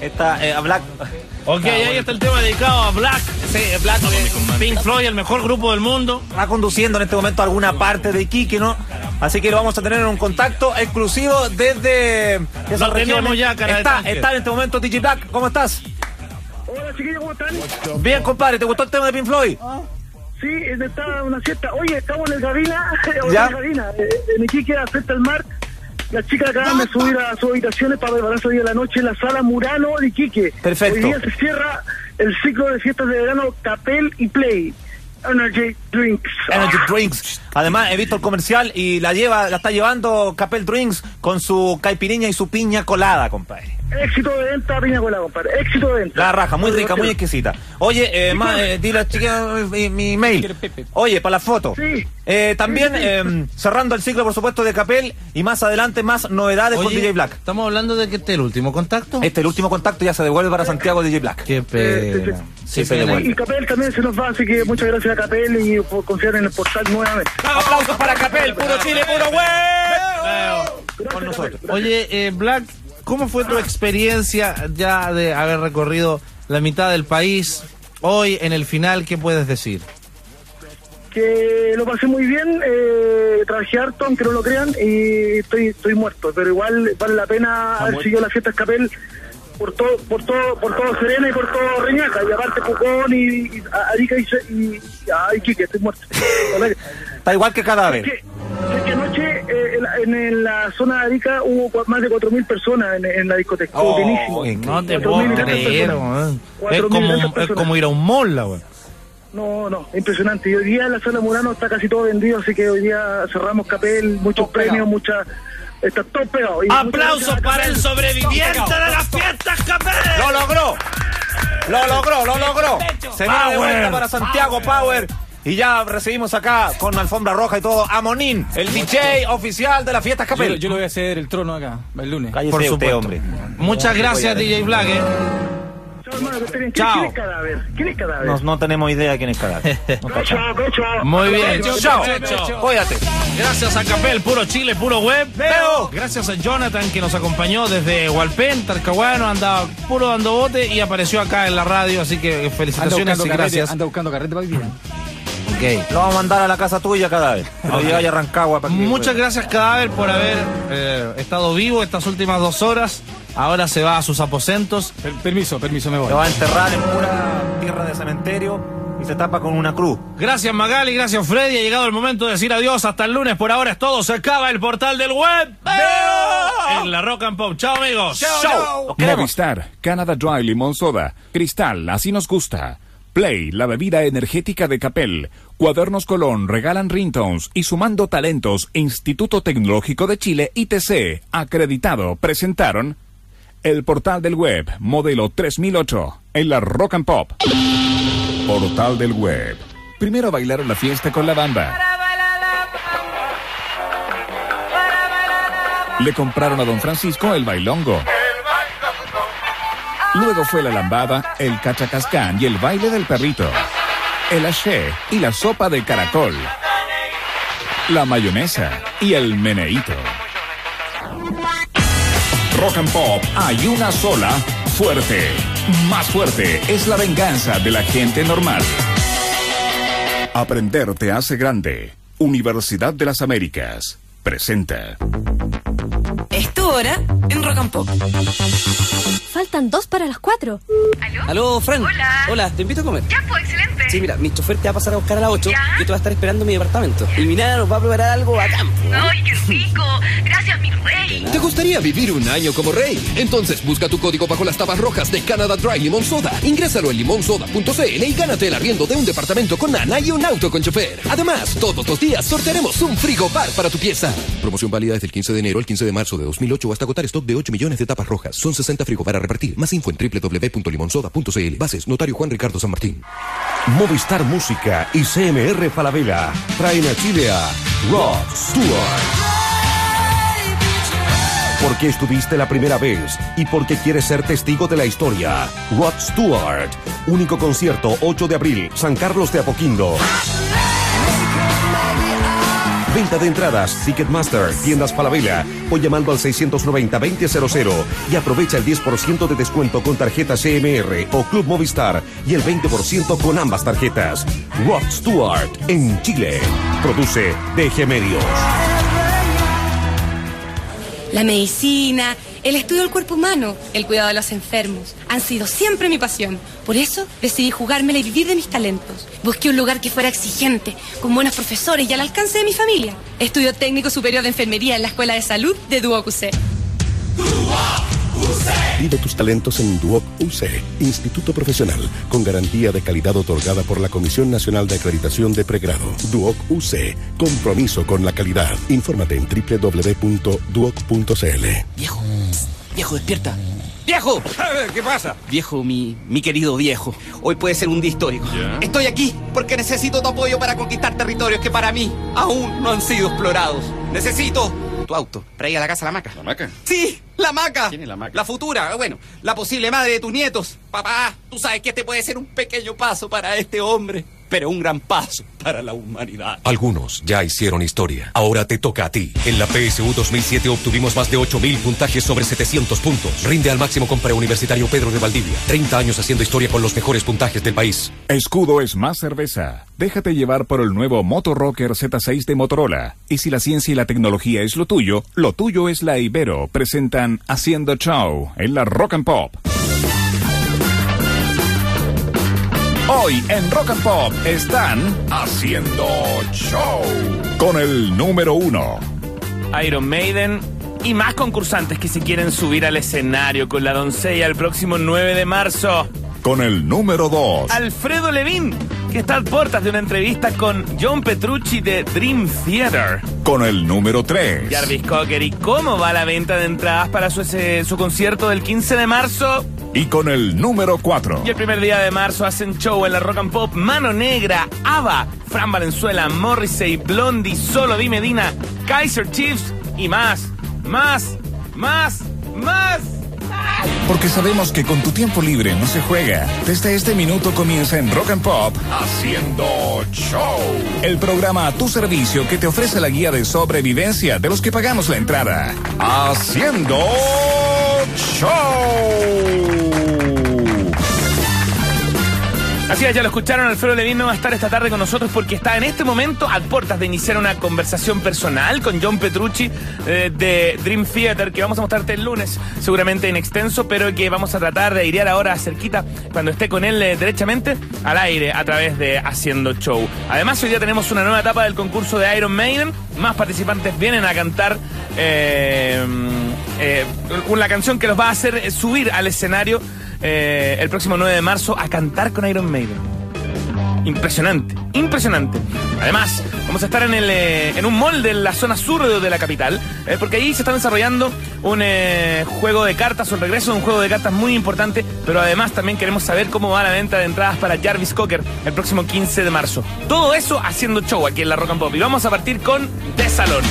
Speaker 2: Esta, eh, a Black.
Speaker 22: Ok, ahí está el tema dedicado a Black. Sí, eh, Black de Pink Floyd, el mejor grupo del mundo.
Speaker 2: Va conduciendo en este momento a alguna parte de Iquique, ¿no? Así que lo vamos a tener en un contacto exclusivo desde esas
Speaker 22: Lo tenemos
Speaker 2: regiones.
Speaker 22: ya, cara de
Speaker 2: Está,
Speaker 22: tanque.
Speaker 2: está en este momento DJ Black. ¿Cómo estás?
Speaker 4: Hola chiquillos, ¿cómo están?
Speaker 2: Bien, compadre. ¿Te gustó el tema de Pink Floyd?
Speaker 4: Sí, es de esta- una fiesta. Oye, estamos en el Gavina, en
Speaker 2: Ya.
Speaker 4: el Gavina, eh, en Iquique, frente al mar. Las chicas acaban de subir a sus habitaciones para prepararse hoy día de la noche en la sala Murano de Iquique.
Speaker 2: Perfecto.
Speaker 4: Hoy día se cierra el ciclo de fiestas de verano Capel y Play. Energy Drinks.
Speaker 2: Energy Drinks. Además, he visto el comercial y la lleva, la está llevando Capel Drinks con su caipirinha y su piña colada, compadre.
Speaker 4: Éxito de venta, piña colada, compadre. Éxito de venta.
Speaker 2: La raja, muy rica, muy exquisita. Oye, eh, ma- eh, dile a las chicas mi, mi mail. Oye, para la foto. Eh, también eh, cerrando el ciclo, por supuesto, de Capel y más adelante más novedades con
Speaker 3: Oye,
Speaker 2: DJ Black.
Speaker 3: Estamos hablando de que este es el último contacto.
Speaker 2: Este el último contacto ya se devuelve para Santiago DJ Black.
Speaker 3: Qué pena.
Speaker 2: Eh, Sí, se
Speaker 4: Y
Speaker 2: devuelve.
Speaker 4: Capel también se nos va, así que muchas gracias a Capel y por confiar en el portal nuevamente.
Speaker 2: Aplausos para Capel, puro Chile, puro
Speaker 3: Con nosotros. Oye, eh, Black, ¿cómo fue tu experiencia ya de haber recorrido la mitad del país? Hoy, en el final, ¿qué puedes decir?
Speaker 4: que lo pasé muy bien, eh, trabajé harto, aunque no lo crean, y estoy, estoy muerto, pero igual vale la pena haber seguido la fiesta Escapel por todo, por todo, por todo Serena y por todo Reñaca, y aparte Pucón y, y a- Arica y, se- y, y a Iquique, estoy muerto.
Speaker 2: Está igual que cadáver.
Speaker 4: Sé que anoche eh, en, la- en el- la zona de Arica hubo cua- más de 4.000 personas en, en la discoteca,
Speaker 23: Oh,
Speaker 4: estuvo
Speaker 2: Oh,
Speaker 4: buenísimo.
Speaker 3: no te
Speaker 4: 4.000
Speaker 3: puedo
Speaker 4: y tantas
Speaker 3: creer,
Speaker 4: personas.
Speaker 3: weón. Es
Speaker 4: Cuatro mil
Speaker 3: como,
Speaker 4: y tantas
Speaker 3: es como ir a un mall, la weón.
Speaker 4: No, no, impresionante. Y hoy día la sala Murano está casi todo vendido, así que hoy día cerramos Capel, muchos premios, muchas... Está todo pegado. Y muchas
Speaker 22: Aplausos
Speaker 4: gracias a
Speaker 22: para
Speaker 4: Capel.
Speaker 22: el sobreviviente de las fiestas, Capel.
Speaker 2: ¡Lo logró! ¡Lo logró, lo logró! Se viene de vuelta
Speaker 22: Power.
Speaker 2: para Santiago Power. Y ya recibimos acá con alfombra roja y todo a Monín, el DJ oficial de la fiesta
Speaker 23: Yo,
Speaker 2: Capel.
Speaker 23: yo le voy a ceder el trono acá, el lunes.
Speaker 2: Cállese
Speaker 23: Por
Speaker 2: usted,
Speaker 23: supuesto.
Speaker 2: hombre.
Speaker 3: Muchas gracias, DJ Black. eh.
Speaker 4: Chao, hermano, que estén bien.
Speaker 2: Chao.
Speaker 4: ¿Quién es cadáver? ¿Quién es cadáver?
Speaker 2: No, no tenemos idea de quién es cadáver.
Speaker 4: Chao, chao.
Speaker 2: Muy bien. Chao. Cuídate.
Speaker 22: Gracias a Capel, puro Chile, puro web. Veo. Gracias a Jonathan que nos acompañó desde Hualpén, Tarcahuano, andaba puro dando bote y apareció acá en la radio, así que
Speaker 23: Anda
Speaker 22: felicitaciones
Speaker 23: buscando
Speaker 22: y
Speaker 23: carrete,
Speaker 22: gracias.
Speaker 23: anda buscando carrete para vivir. ¿eh?
Speaker 2: Lo vamos a mandar a la casa tuya cadáver. Lo
Speaker 22: Ok.
Speaker 2: lleva a Rancagua para que-
Speaker 22: Muchas gracias, Cadáver, por haber eh, estado vivo estas últimas dos horas. Ahora se va a sus aposentos.
Speaker 23: permiso, permiso, me voy.
Speaker 2: Lo va a enterrar en pura tierra de cementerio y se tapa con una cruz.
Speaker 22: Gracias, Magali, gracias, Freddy. Ha llegado el momento de decir adiós. Hasta el lunes. Por ahora es todo. Se acaba el portal del web. En la Rock and Pop. Chao, amigos. Chao.
Speaker 19: Movistar, Canada Dry Limón Soda, Cristal, así nos gusta. Play, la bebida energética de Capel. Cuadernos Colón regalan ringtones y sumando talentos, Instituto Tecnológico de Chile, ITC, acreditado, presentaron el portal del web, modelo 3008, en la Rock and Pop. Portal del web. Primero bailaron la fiesta con la banda. Le compraron a don Francisco el bailongo. Luego fue la lambada, el cachacascán y el baile del perrito. El haché y la sopa de caracol. La mayonesa y el meneíto. Rock and Pop hay una sola, fuerte. Más fuerte es la venganza de la gente normal. Aprender te hace grande. Universidad de las Américas presenta.
Speaker 6: Es tu hora en Rock and Pop.
Speaker 15: Faltan dos para las cuatro.
Speaker 13: Aló, Fran. Hola. te invito a comer. Ya, pues, excelente. Sí, mira, mi chofer te va a pasar a buscar a las 8. Yo te va a estar esperando en mi departamento. Y mi nana nos va a preparar algo acá.
Speaker 1: ¡Ay, qué rico! Gracias, mi rey.
Speaker 5: ¿Te gustaría vivir un año como rey? Entonces busca tu código bajo las tabas rojas de Canada Dry Limon Soda. Ingrésalo en limonsoda.cl y gánate el arriendo de un departamento con nana y un auto con chofer. Además, todos los días sortearemos un frigobar para tu pieza. Promoción válida desde el 15 de enero al 15 de marzo de 2008 hasta agotar stock de 8 millones de tapas rojas. Son 60 frigobar a repartir. Más info en www.limonsoda.cl. Bases, notario Juan Ricardo San Martín.
Speaker 16: Movistar Música y CMR Falabella traen a Chile a Rock Stewart. Porque estuviste la primera vez y porque quieres ser testigo de la historia. Rod Stewart. Único concierto 8 de abril, San Carlos de Apoquindo. Venta de entradas, Ticketmaster, tiendas Falabella o llamando al 690-2000 y aprovecha el 10% de descuento con tarjeta CMR o Club Movistar y el 20% con ambas tarjetas. Rock Stewart en Chile. Produce DG Medios.
Speaker 12: La medicina, el estudio del cuerpo humano, el cuidado de los enfermos, han sido siempre mi pasión. Por eso decidí jugármela y vivir de mis talentos. Busqué un lugar que fuera exigente, con buenos profesores y al alcance de mi familia. Estudio técnico superior de enfermería en la Escuela de Salud de Duocuse.
Speaker 21: Vive tus talentos en Duoc UC, Instituto Profesional, con garantía de calidad otorgada por la Comisión Nacional de Acreditación de Pregrado. Duoc UC, compromiso con la calidad. Infórmate en www.duoc.cl.
Speaker 15: Viejo, viejo, despierta. ¡Viejo! ¿Qué pasa? Viejo, mi, mi querido viejo. Hoy puede ser un día histórico. Estoy aquí porque necesito tu apoyo para conquistar territorios que para mí aún no han sido explorados. Necesito tu auto para ir a la casa La Maca. ¿La Maca? Sí, La Maca. ¿Quién es La Maca? La futura, bueno, la posible madre de tus nietos. Papá, tú sabes que este puede ser un pequeño paso para este hombre, pero un gran paso para la humanidad.
Speaker 38: Algunos ya hicieron historia. Ahora te toca a ti. En la PSU 2007 obtuvimos más de 8.000 puntajes sobre 700 puntos. Rinde al máximo con preuniversitario Pedro de Valdivia. 30 años haciendo historia con los mejores puntajes del país.
Speaker 19: Escudo es más cerveza. Déjate llevar por el nuevo Moto Rocker Z6 de Motorola. Y si la ciencia y la tecnología es lo tuyo, lo tuyo es la Ibero. Presentan Haciendo Chau en la Rock and Pop. Hoy en Rock and Pop están haciendo show con el número uno.
Speaker 30: Iron Maiden y más concursantes que se quieren subir al escenario con la doncella el próximo 9 de marzo.
Speaker 19: Con el número dos.
Speaker 30: Alfredo Levin, que está a puertas de una entrevista con John Petrucci de Dream Theater.
Speaker 19: Con el número tres.
Speaker 30: Jarvis Cocker, ¿y cómo va la venta de entradas para su, ese- su concierto del 15 de marzo?
Speaker 19: Y con el número cuatro.
Speaker 30: Y el primer día de marzo hacen show en la Rock and Pop Mano Negra, ABBA, Fran Valenzuela, Morrissey, Blondie, Solo Di Medina, Kaiser Chiefs y más, más, más, más.
Speaker 19: Porque sabemos que con tu tiempo libre no se juega. Desde este minuto comienza en Rock and Pop Haciendo Show. El programa a tu servicio que te ofrece la guía de sobrevivencia de los que pagamos la entrada. Haciendo Show.
Speaker 30: Así es, ya lo escucharon, Alfredo Levin no va a estar esta tarde con nosotros porque está en este momento a puertas de iniciar una conversación personal con John Petrucci eh, de Dream Theater que vamos a mostrarte el lunes, seguramente en extenso, pero que vamos a tratar de airear ahora cerquita cuando esté con él eh, derechamente al aire a través de Haciendo Show. Además, hoy día tenemos una nueva etapa del concurso de Iron Maiden, más participantes vienen a cantar eh, eh, la canción que los va a hacer eh, subir al escenario eh, el próximo 9 de marzo a cantar con Iron Maiden. Impresionante, impresionante. Además, vamos a estar en, el, eh, en un mall de la zona sur de, de la capital, eh, porque ahí se está desarrollando un eh, juego de cartas, un regreso de un juego de cartas muy importante, pero además también queremos saber cómo va la venta de entradas para Jarvis Cocker el próximo 15 de marzo. Todo eso haciendo show aquí en la Rock and Pop. Y vamos a partir con The Salón.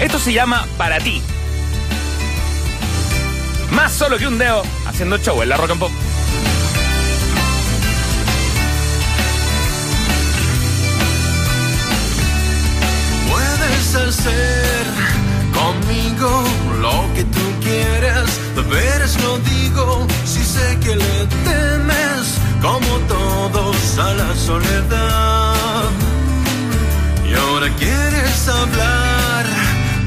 Speaker 30: Esto se llama Para ti. Más solo que un dedo haciendo show en la Rock and Pop.
Speaker 39: Puedes hacer conmigo lo que tú quieras. De veras no digo si sé que le temes, como todos a la soledad. Y ahora quieres hablar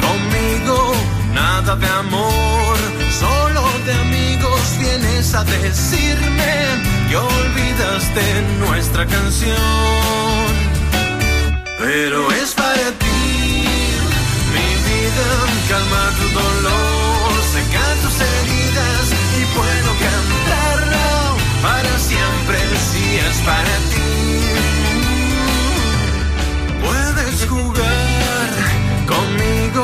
Speaker 39: conmigo, nada de amor, solo de amigos vienes a decirme que olvidaste nuestra canción. Pero es para ti, mi vida, calma tu dolor, seca tus heridas y puedo cantarlo para siempre si es para ti. Puedes jugar conmigo,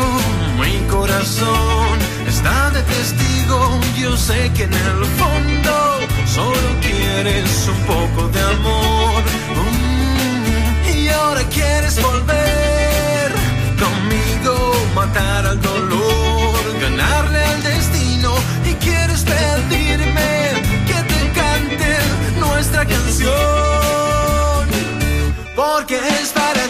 Speaker 39: mi corazón está de testigo, yo sé que en el fondo solo quieres un poco de amor. Mm, Y ahora quieres volver conmigo, matar al dolor, ganarle al destino. Y quieres pedirme que te cante nuestra canción, porque es para